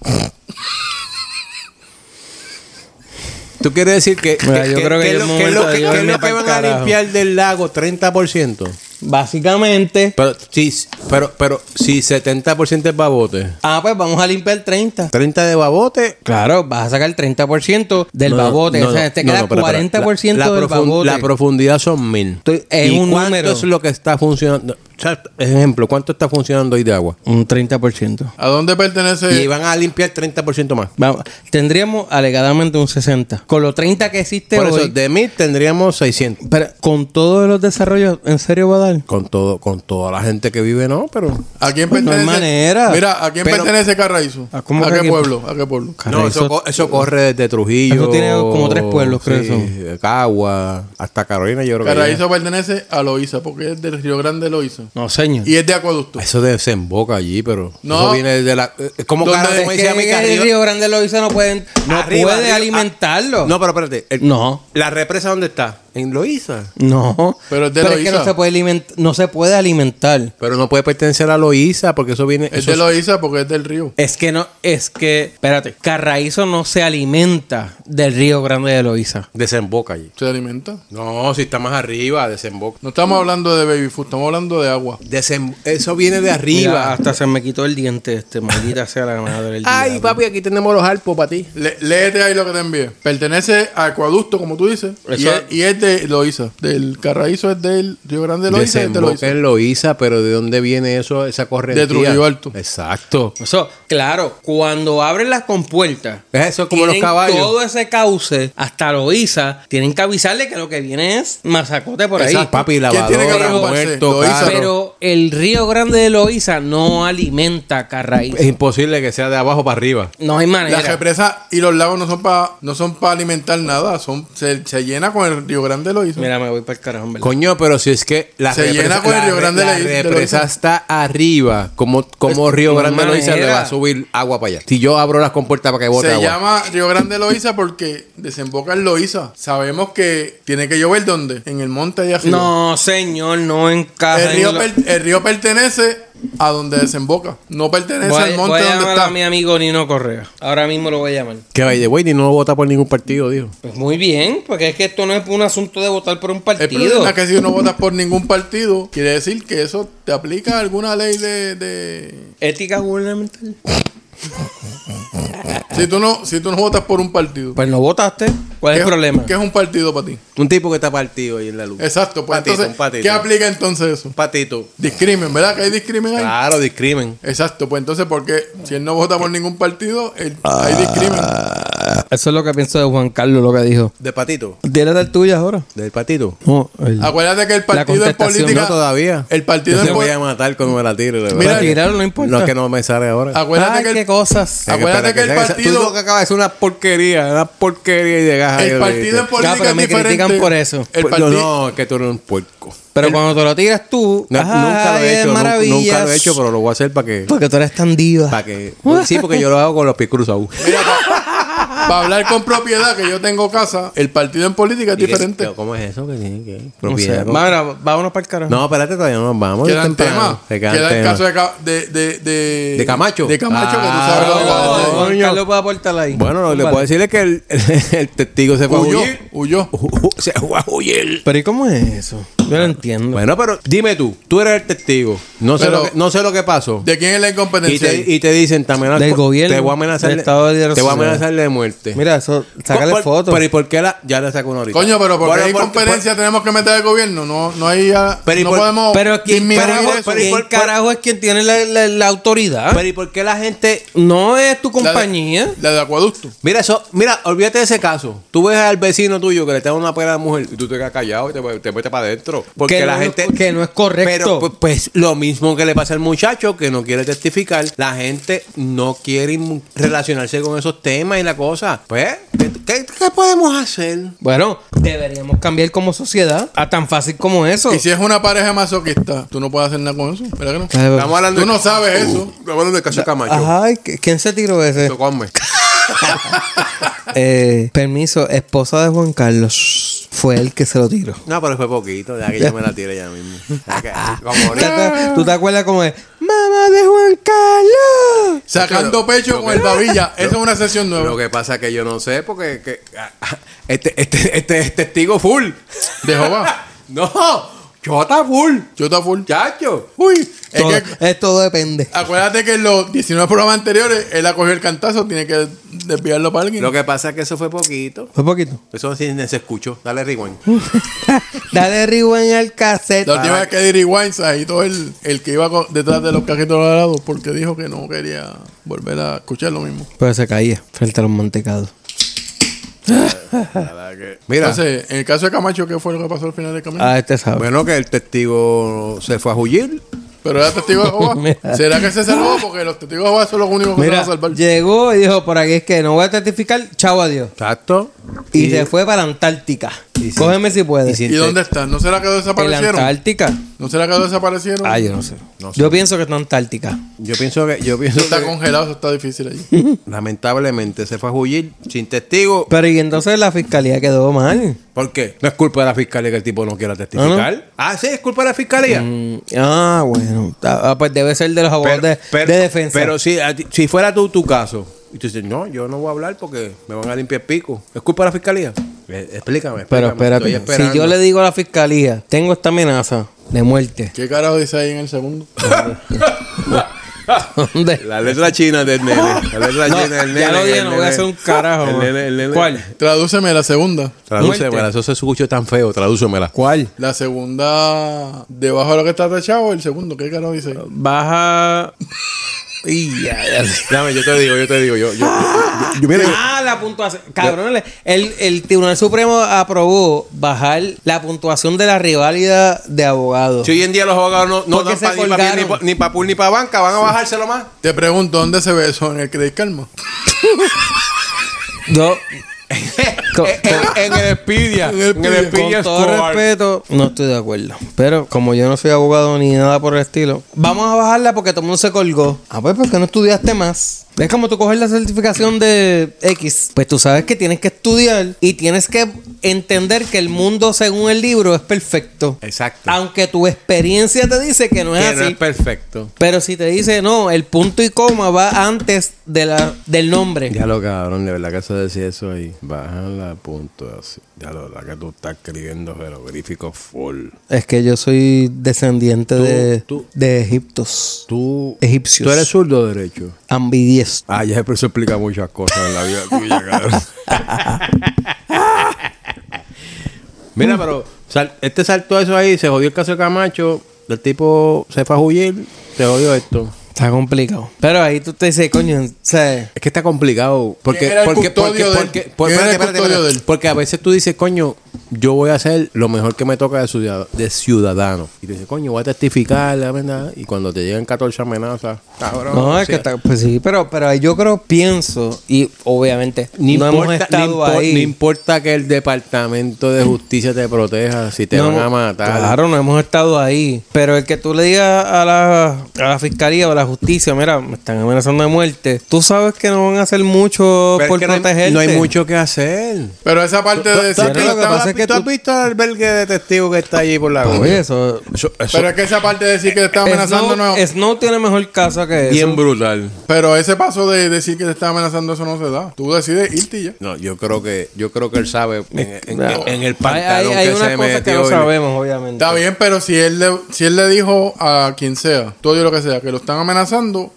Speaker 1: Tú quieres decir que.
Speaker 2: Mira, yo creo que ya
Speaker 1: es
Speaker 2: es
Speaker 1: lo- es lo
Speaker 2: momento de
Speaker 1: que-
Speaker 2: yo
Speaker 1: qué es
Speaker 2: irme
Speaker 1: lo que
Speaker 2: pa'l
Speaker 1: van a
Speaker 2: carajo.
Speaker 1: limpiar del lago? 30%.
Speaker 2: Básicamente.
Speaker 1: Pero si, pero, pero, si 70% es babote,
Speaker 2: Ah, pues vamos a limpiar 30.
Speaker 1: 30 de babote.
Speaker 2: Claro, vas a sacar el 30% del
Speaker 1: No, no,
Speaker 2: babote.
Speaker 1: no,
Speaker 2: o sea, este
Speaker 1: no,
Speaker 2: te
Speaker 1: no,
Speaker 2: queda
Speaker 1: no, pero, pero,
Speaker 2: 40%
Speaker 1: la- la
Speaker 2: del
Speaker 1: profun-
Speaker 2: babote.
Speaker 1: La profundidad son mil.
Speaker 2: Estoy- es
Speaker 1: ¿Y
Speaker 2: un
Speaker 1: cuánto
Speaker 2: número.
Speaker 1: es lo que está funcionando? O sea, ejemplo, ¿cuánto está funcionando hoy de agua?
Speaker 2: Un 30%.
Speaker 3: ¿A dónde
Speaker 1: Y
Speaker 2: Eh.
Speaker 3: pertenece?
Speaker 1: van a limpiar 30% más.
Speaker 2: Vamos, tendríamos alegadamente un 60. Con los 30 que existe
Speaker 1: Por
Speaker 2: hoy,
Speaker 1: eso, de mil tendríamos 600.
Speaker 2: pero con todos los desarrollos, ¿en serio va a dar?
Speaker 1: Con todo, con toda la gente que vive, no, pero...
Speaker 3: ¿A quién
Speaker 2: Pues no hay
Speaker 3: pertenece?
Speaker 2: manera.
Speaker 3: Mira, ¿a quién
Speaker 1: Pero-
Speaker 3: pertenece Carraízo?
Speaker 2: ¿A
Speaker 3: ¿A,
Speaker 2: cómo que a
Speaker 3: qué
Speaker 2: quién?
Speaker 3: pueblo? ¿A qué pueblo?
Speaker 1: No, eso,
Speaker 2: Carrizo-
Speaker 1: co- eso corre desde Trujillo.
Speaker 2: Eso tiene como tres pueblos, creo
Speaker 1: eso. Cagua, hasta Carolina, yo creo que llega.
Speaker 3: Carraízo pertenece a Loíza, porque es del Río Grande de Loíza.
Speaker 2: No, señor.
Speaker 3: Y es de acueducto.
Speaker 1: Eso desemboca allí, pero
Speaker 3: No.
Speaker 1: eso viene de la. eh, Como
Speaker 3: ¿Dónde?
Speaker 1: cara, como
Speaker 2: Es
Speaker 1: dice a mí, que
Speaker 2: que el
Speaker 1: arriba-
Speaker 2: Río Grande lo hizo, no pueden, no
Speaker 1: arriba,
Speaker 2: puede
Speaker 1: arriba.
Speaker 2: alimentarlo.
Speaker 1: Ah, no, pero espérate. el-
Speaker 2: No.
Speaker 1: ¿La represa dónde está? En Loíza.
Speaker 2: No.
Speaker 3: Pero es de
Speaker 2: es que
Speaker 3: Loíza.
Speaker 2: no se puede alimentar, no se puede alimentar.
Speaker 1: Pero no puede pertenecer a Loíza porque eso viene.
Speaker 3: Es
Speaker 1: eso
Speaker 3: de Loíza porque es del río.
Speaker 2: Es que no, es que, espérate, Carraízo no se alimenta del Río Grande de Loíza.
Speaker 1: Desemboca allí.
Speaker 3: Se alimenta.
Speaker 1: No, si está más arriba, desemboca.
Speaker 3: No
Speaker 2: Mm.
Speaker 3: estamos hablando de baby food, estamos hablando de agua.
Speaker 1: Desem- Eso viene de
Speaker 2: Mira,
Speaker 1: arriba.
Speaker 2: hasta se me quitó el diente este, maldita sea la madre del
Speaker 1: Ay,
Speaker 2: diablo.
Speaker 1: papi, aquí tenemos los alpos para ti.
Speaker 3: Le- léete ahí lo que te envié. Pertenece a Acueducto, como tú dices. Y
Speaker 2: Eso-
Speaker 3: es, y es de Loíza. Del Carraízo es del Río Grande de Loíza. es de
Speaker 1: Desemboca
Speaker 3: Loíza.
Speaker 1: en Loíza, pero ¿de dónde viene eso, esa corriente?
Speaker 3: De Trujillo Alto.
Speaker 1: Exacto.
Speaker 2: Eso, claro, cuando abren las compuertas,
Speaker 1: Eso es como los
Speaker 2: tienen
Speaker 1: caballos.
Speaker 2: Todo ese cauce hasta Loíza, tienen que avisarle que lo que viene es masacote por ahí.
Speaker 1: Exacto. Papi,
Speaker 3: tiene que
Speaker 1: lavadora,
Speaker 3: preocuparse?
Speaker 1: muerto,
Speaker 3: Loíza,
Speaker 1: carro.
Speaker 2: Pero el Río Grande de Loíza no alimenta a Carraízo.
Speaker 1: Es imposible que sea de abajo para arriba.
Speaker 2: No hay manera.
Speaker 3: Las represas y los lagos no son para no son para alimentar nada, son se, se llena con el Río Grande de Loíza.
Speaker 2: Mira, me voy para el carajo, en verdad.
Speaker 1: Coño, pero si es que la
Speaker 3: Se
Speaker 1: represa,
Speaker 3: llena con el
Speaker 1: la
Speaker 3: Río
Speaker 1: re-
Speaker 3: Grande
Speaker 1: la
Speaker 3: de la- de
Speaker 1: represa
Speaker 3: Loíza.
Speaker 1: está arriba. Como, como
Speaker 2: Es-
Speaker 1: Río
Speaker 2: no hay
Speaker 1: Grande de Loíza le
Speaker 2: manera.
Speaker 1: va a subir agua para allá. Si yo abro las compuertas para que bote
Speaker 3: Se
Speaker 1: agua.
Speaker 3: llama Río Grande de Loíza porque desemboca en Loíza. Sabemos que tiene que llover ¿dónde? En el monte allá arriba.
Speaker 2: No, señor, no encaja.
Speaker 3: El
Speaker 2: en
Speaker 3: río,
Speaker 2: lo-
Speaker 3: per- el río pertenece a donde desemboca. No pertenece
Speaker 2: voy,
Speaker 3: al
Speaker 2: voy
Speaker 3: monte
Speaker 2: a
Speaker 3: donde
Speaker 2: llamar
Speaker 3: está.
Speaker 2: a mi amigo Nino Correa. Ahora mismo lo voy a llamar.
Speaker 1: Que by the way, ni no vota por ningún partido, dijo.
Speaker 2: Pues muy bien, porque es que esto no es un asunto de votar por un
Speaker 3: El
Speaker 2: partido.
Speaker 3: problema es que si no votas por ningún partido, quiere decir que eso te aplica alguna ley de... de-
Speaker 2: Ética gubernamental.
Speaker 3: Si, tú no, si tú no votas por un partido.
Speaker 2: Pues no votaste. ¿Cuál es el
Speaker 3: ¿qué-
Speaker 2: problema?
Speaker 3: ¿Qué es un partido para ti?
Speaker 1: Un tipo que está partido ahí en la luz.
Speaker 3: Exacto. Pues,
Speaker 1: Patito,
Speaker 3: entonces,
Speaker 1: un patito.
Speaker 3: ¿Qué aplica entonces eso?
Speaker 1: Un patito.
Speaker 3: Discrimen, ¿verdad? Que hay discrimen ahí.
Speaker 1: Claro, discrimen.
Speaker 3: Exacto, pues entonces, porque si él no vota por ningún partido, él-
Speaker 2: Ah.
Speaker 3: hay discrimen.
Speaker 2: Eso es lo que pienso de Juan Carlos, lo que dijo.
Speaker 1: ¿De patito?
Speaker 2: Dile del tuyo ahora.
Speaker 1: ¿Del patito?
Speaker 2: No, el...
Speaker 3: Acuérdate que el partido en
Speaker 2: contestación.
Speaker 3: política.
Speaker 1: No todavía.
Speaker 3: El partido
Speaker 1: Yo
Speaker 3: en
Speaker 1: te voy
Speaker 3: pol-
Speaker 1: a matar cuando me la tire. de verdad.
Speaker 3: Mira,
Speaker 2: tirarlo no importa.
Speaker 1: No es que no me sale ahora.
Speaker 3: Acuérdate
Speaker 2: Ay,
Speaker 3: que el-
Speaker 2: qué cosas.
Speaker 1: Hay
Speaker 3: acuérdate
Speaker 1: esperar
Speaker 3: que el
Speaker 1: sea-
Speaker 3: partido-
Speaker 1: Tú lo que acabas de hacer una porquería, una porquería y llegas ahí,
Speaker 3: El partido en
Speaker 1: dices,
Speaker 3: política.
Speaker 2: Ya, pero
Speaker 3: es
Speaker 2: me
Speaker 3: diferente.
Speaker 2: critican por eso.
Speaker 3: El
Speaker 1: "Pues,
Speaker 3: partido.
Speaker 1: No, es que tú eres un puerco.
Speaker 2: Pero cuando te lo tiras tú,
Speaker 1: No, nunca lo
Speaker 2: ay,
Speaker 1: he hecho,
Speaker 2: es
Speaker 1: nunca,
Speaker 2: maravilla.
Speaker 1: nunca lo he hecho, pero lo voy a hacer para que,
Speaker 2: Porque tú eres tan diva.
Speaker 1: para que, pues, sí, porque yo lo hago con los pies cruzados.
Speaker 3: Para hablar con propiedad, que yo tengo casa, el partido en política es
Speaker 1: ¿Y qué-
Speaker 3: diferente.
Speaker 1: qué- ¿Cómo es eso que tiene que
Speaker 2: No sé.
Speaker 1: propiedad?
Speaker 2: Mara, vámonos para el carajo.
Speaker 1: No, espérate, todavía no nos vamos.
Speaker 3: Quedan
Speaker 1: temprano.
Speaker 3: temas.
Speaker 1: Se quedan
Speaker 3: Queda el
Speaker 1: temas.
Speaker 3: caso de, Ca- de, de, de,
Speaker 1: ¿De Camacho?
Speaker 3: De Camacho,
Speaker 1: Ah,
Speaker 3: que tú sabes lo que
Speaker 1: no,
Speaker 3: va a hacer.
Speaker 1: no,
Speaker 2: Juan
Speaker 1: coño.
Speaker 2: Carlos puede aportar ahí.
Speaker 1: Bueno, lo que le
Speaker 2: Vale.
Speaker 1: puedo decir es que el, el testigo se fue
Speaker 3: Huyó,
Speaker 1: a huir.
Speaker 3: huyó.
Speaker 1: Se fue a huir.
Speaker 2: Pero ¿y cómo es eso? Yo no entiendo.
Speaker 1: Bueno, pero dime tú, tú eres el testigo. No sé,
Speaker 3: Pero-
Speaker 1: lo, que, no sé lo que pasó.
Speaker 3: ¿De quién es la
Speaker 1: y,
Speaker 3: incompetencia?
Speaker 1: te,
Speaker 3: ahí?
Speaker 1: y te dicen, te, amenazo-
Speaker 2: Del gobierno,
Speaker 1: te voy a amenazar
Speaker 2: del
Speaker 1: de-
Speaker 2: Estado de la
Speaker 1: te voy
Speaker 2: sociedad.
Speaker 1: a amenazar de muerte.
Speaker 2: Mira, eso, sácale
Speaker 1: Por-
Speaker 2: foto.
Speaker 1: Pero ¿y por qué la.? Ya la saco una ahorita.
Speaker 3: Coño, pero ¿por
Speaker 1: Bueno,
Speaker 3: qué
Speaker 1: porque-
Speaker 3: incompetencia tenemos que meter al gobierno? No, no hay. ah,
Speaker 1: Pero y
Speaker 3: no
Speaker 1: por-
Speaker 3: podemos.
Speaker 2: Pero ¿quién,
Speaker 3: disminuir
Speaker 2: carajo,
Speaker 3: eso.
Speaker 2: ¿quién
Speaker 1: por-
Speaker 2: carajo es quien tiene la, la- la autoridad?
Speaker 1: por- Pero ¿y por qué la gente.?
Speaker 2: no es tu
Speaker 3: La de-
Speaker 2: compañía.
Speaker 3: La de acueducto.
Speaker 1: Mira, eso, mira, olvídate de ese caso. Tú ves al vecino tuyo que le está dando una pera a la mujer y tú te quedas callado y te, te metes para adentro. Porque
Speaker 2: Que
Speaker 1: la
Speaker 2: no es-
Speaker 1: gente.
Speaker 2: que no es correcto.
Speaker 1: Pero pu- pues lo mismo que le pasa al muchacho que no quiere testificar. La gente no quiere inmu- relacionarse con esos temas y la cosa. Pues, ¿qué, qué- qué podemos hacer?
Speaker 2: Bueno, deberíamos cambiar como sociedad a tan fácil como eso.
Speaker 3: Y si es una pareja masoquista, tú no puedes hacer nada con eso. ¿Verdad que no?
Speaker 2: Claro.
Speaker 1: Estamos hablando
Speaker 3: Tú
Speaker 1: de- Uh.
Speaker 3: no sabes eso.
Speaker 1: Estamos hablando del caso de Camacho.
Speaker 2: Ajá, ¿y qué- ¿quién se tiró ese?
Speaker 1: Eso come.
Speaker 2: Eh, permiso, esposa de Juan Carlos. Fue el que se lo tiró.
Speaker 1: No, pero fue poquito, ya que yo me la tiré ya mismo. Ya que- Como
Speaker 2: ¿Tú te
Speaker 1: ahorita.
Speaker 2: acuer- ¿Tú te acuerdas cómo es? ¡Mamá de Juan Carlos!
Speaker 3: Sacando pecho con el babilla. Esa es una sesión
Speaker 1: Lo
Speaker 3: nueva.
Speaker 1: que pasa es que yo no sé porque que- ah, ah, este, este, este es testigo full.
Speaker 3: De Jehová.
Speaker 1: No, Chota full.
Speaker 3: Yo está full.
Speaker 1: Chacho.
Speaker 3: Uy, es
Speaker 2: Todo-
Speaker 3: que
Speaker 2: es todo depende.
Speaker 3: acuérdate que en los 19 programas anteriores él ha cogido el cantazo, tiene que desviarlo para alguien.
Speaker 1: Lo que pasa es que eso fue poquito.
Speaker 2: Fue poquito.
Speaker 1: Eso sí se escuchó. Dale rewind.
Speaker 2: Dale rewind al cassette.
Speaker 3: La última vez que Diri Wineside y todo el, el que iba co- detrás de los cajitos dorados porque dijo que no quería volver a escuchar lo mismo.
Speaker 2: Ah, Pero se caía frente a los mantecados.
Speaker 1: Mira.
Speaker 3: Entonces, en el caso de Camacho, ¿qué fue lo que pasó al final del camino?
Speaker 2: Ah, este sabe.
Speaker 1: Bueno, que el testigo se fue a huir.
Speaker 3: Pero era testigo de Jehová.
Speaker 2: Mira.
Speaker 3: ¿Será que se salvó? Porque los testigos de Jehová son los únicos que se van
Speaker 2: Mira,
Speaker 3: a salvar.
Speaker 2: llegó y dijo, por aquí es que no voy a testificar, chao adiós.
Speaker 1: Exacto.
Speaker 2: Y, se fue para la Antártica. Cógeme si puedes.
Speaker 1: y
Speaker 3: ¿Y dónde están? ¿No será que
Speaker 2: ¿En la
Speaker 3: desaparecieron?
Speaker 2: Antártica?
Speaker 3: ¿No será que desaparecieron?
Speaker 2: Ah, yo no sé.
Speaker 1: No
Speaker 2: Yo pienso que está en Antártica.
Speaker 1: Yo pienso que, yo pienso
Speaker 3: Eso está
Speaker 1: que,
Speaker 3: congelado, eso está difícil allí.
Speaker 1: lamentablemente se fue a huir sin testigo.
Speaker 2: Pero y entonces la fiscalía quedó mal.
Speaker 1: ¿Por qué? No es culpa de la fiscalía que el tipo no quiera testificar. Ah, sí, es culpa de la fiscalía.
Speaker 2: Mm, Ah, bueno. Ah, pues debe ser de los abogados de, de defensa.
Speaker 1: pero si, a ti- si fuera tú tu caso, y tú dices, no, yo no voy a hablar porque me van a limpiar el pico. ¿Es culpa de la fiscalía? Eh, explícame,
Speaker 2: Pero
Speaker 1: explícame, estoy
Speaker 2: espérate,
Speaker 1: esperando.
Speaker 2: si yo le digo a la fiscalía, tengo esta amenaza de muerte.
Speaker 3: ¿Qué carajo dice ahí en el segundo?
Speaker 2: ¿Dónde?
Speaker 1: La letra china del nene. La letra
Speaker 2: No,
Speaker 1: china del nene.
Speaker 2: ya lo dije,
Speaker 1: el
Speaker 2: no voy
Speaker 1: nene.
Speaker 2: a hacer un carajo.
Speaker 1: El
Speaker 2: man.
Speaker 1: nene, el nene.
Speaker 2: ¿Cuál?
Speaker 3: Tradúceme la segunda.
Speaker 1: Tradúcemela,
Speaker 2: Muerte.
Speaker 1: eso se escuchó tan feo, tradúcemela.
Speaker 2: ¿Cuál?
Speaker 3: La segunda, debajo de lo que está tachado, el segundo, ¿qué carajo dice ahí?
Speaker 5: Baja.
Speaker 1: Y ya, ya. Dame, yo te digo, yo te digo, yo, yo, yo- yo- yo- mira, yo-
Speaker 2: Ah, la puntuación. Cabrón, le- el, el Tribunal Supremo aprobó bajar la puntuación de la rivalidad de abogados.
Speaker 1: si hoy en día los abogados no, no
Speaker 2: Porque
Speaker 1: dan
Speaker 2: se
Speaker 1: pa- ni para
Speaker 2: colgaron.
Speaker 1: ni pa- ni pa' pool ni para banca, van a bajárselo más.
Speaker 3: Te pregunto, ¿dónde se ve eso en el Credit Karma?
Speaker 2: Yo, con,
Speaker 1: Eh, En el Expedia.
Speaker 3: En el
Speaker 1: En el
Speaker 2: con- con
Speaker 1: Expedia
Speaker 3: Expedia.
Speaker 2: todo
Speaker 1: Score.
Speaker 2: respeto, no estoy de acuerdo. Pero como yo no soy abogado ni nada por el estilo, vamos a bajarla porque todo el mundo se colgó. Ah, pues porque no estudiaste más. Es como tú coges la certificación de X. Pues tú sabes que tienes que estudiar y tienes que entender que el mundo según el libro es perfecto.
Speaker 1: Exacto.
Speaker 2: Aunque tu experiencia te dice que no es
Speaker 1: Que
Speaker 2: así.
Speaker 1: no es perfecto.
Speaker 2: Pero si te dice, no, el punto y coma va antes de la, del nombre.
Speaker 1: Ya lo cabrón, de verdad que eso decía eso ahí. Bajan la puntuación. Ya lo verdad que tú estás escribiendo jeroglíficos full.
Speaker 2: Es que yo soy descendiente de,
Speaker 1: tú-
Speaker 2: de Egiptos.
Speaker 1: Tú.
Speaker 2: Egipcios.
Speaker 1: ¿Tú eres zurdo o derecho?
Speaker 2: Ambidiestro.
Speaker 1: Ah, ya pero eso explica muchas cosas en la vida tuya, cabrón. Mira, pero sal- este saltó eso ahí, se jodió el caso de Camacho, el tipo se fue a huir, se jodió esto.
Speaker 2: Está complicado. Pero ahí tú te dices, coño, o sea,
Speaker 1: Es que está complicado. Porque,
Speaker 3: ¿Quién era el
Speaker 1: porque, porque,
Speaker 3: custodio de él?
Speaker 1: porque, por-
Speaker 3: ¿Quién era el
Speaker 1: espérate, espérate,
Speaker 3: custodio
Speaker 1: espérate.
Speaker 3: de él?
Speaker 1: Porque a veces tú dices, coño, yo voy a hacer lo mejor que me toca de ciudadano. De ciudadano. Y tú dices, coño, voy a testificar, la verdad. Y cuando te llegan 14 amenazas, cabrón.
Speaker 2: No, es que
Speaker 1: o sea,
Speaker 2: está, pues sí, pero, pero ahí yo creo, pienso, y obviamente
Speaker 1: Ni,
Speaker 2: no
Speaker 1: importa,
Speaker 2: hemos
Speaker 1: ni
Speaker 2: estado
Speaker 1: impor-
Speaker 2: ahí.
Speaker 1: ni importa que el departamento de justicia te proteja si te
Speaker 2: No
Speaker 1: van a
Speaker 2: hemos-
Speaker 1: matar.
Speaker 2: Claro, no hemos estado ahí. Pero el que tú le digas a la, a la fiscalía o a la justicia, mira, me están amenazando de muerte, tú sabes que no van a hacer mucho
Speaker 1: Pero es
Speaker 2: por
Speaker 1: que no hay-
Speaker 2: protegerte.
Speaker 1: no hay mucho que hacer.
Speaker 3: Pero esa parte de decir
Speaker 2: tú-
Speaker 3: que
Speaker 2: lo que
Speaker 3: estaba-
Speaker 2: pasa es que tú-
Speaker 1: visto el albergue de testigos que está allí por la
Speaker 2: Oye, eso.
Speaker 3: Pero es que esa parte de decir que te está amenazando
Speaker 2: Snow,
Speaker 3: no.
Speaker 2: Snow tiene mejor casa que eso.
Speaker 1: Bien brutal.
Speaker 3: Pero ese paso de decir que te está amenazando, eso no se da. Tú decides irte y ya.
Speaker 1: No, yo creo que yo creo que él sabe en, en-
Speaker 2: Claro.
Speaker 1: en el
Speaker 2: Hay,
Speaker 1: pantalón
Speaker 2: hay- hay
Speaker 1: que
Speaker 2: unas
Speaker 1: se
Speaker 2: cosas
Speaker 1: metió.
Speaker 2: que no
Speaker 1: y-
Speaker 2: sabemos, obviamente.
Speaker 3: Está bien, pero si él le, si él le dijo a quien sea, todo lo que sea, que lo están amenazando,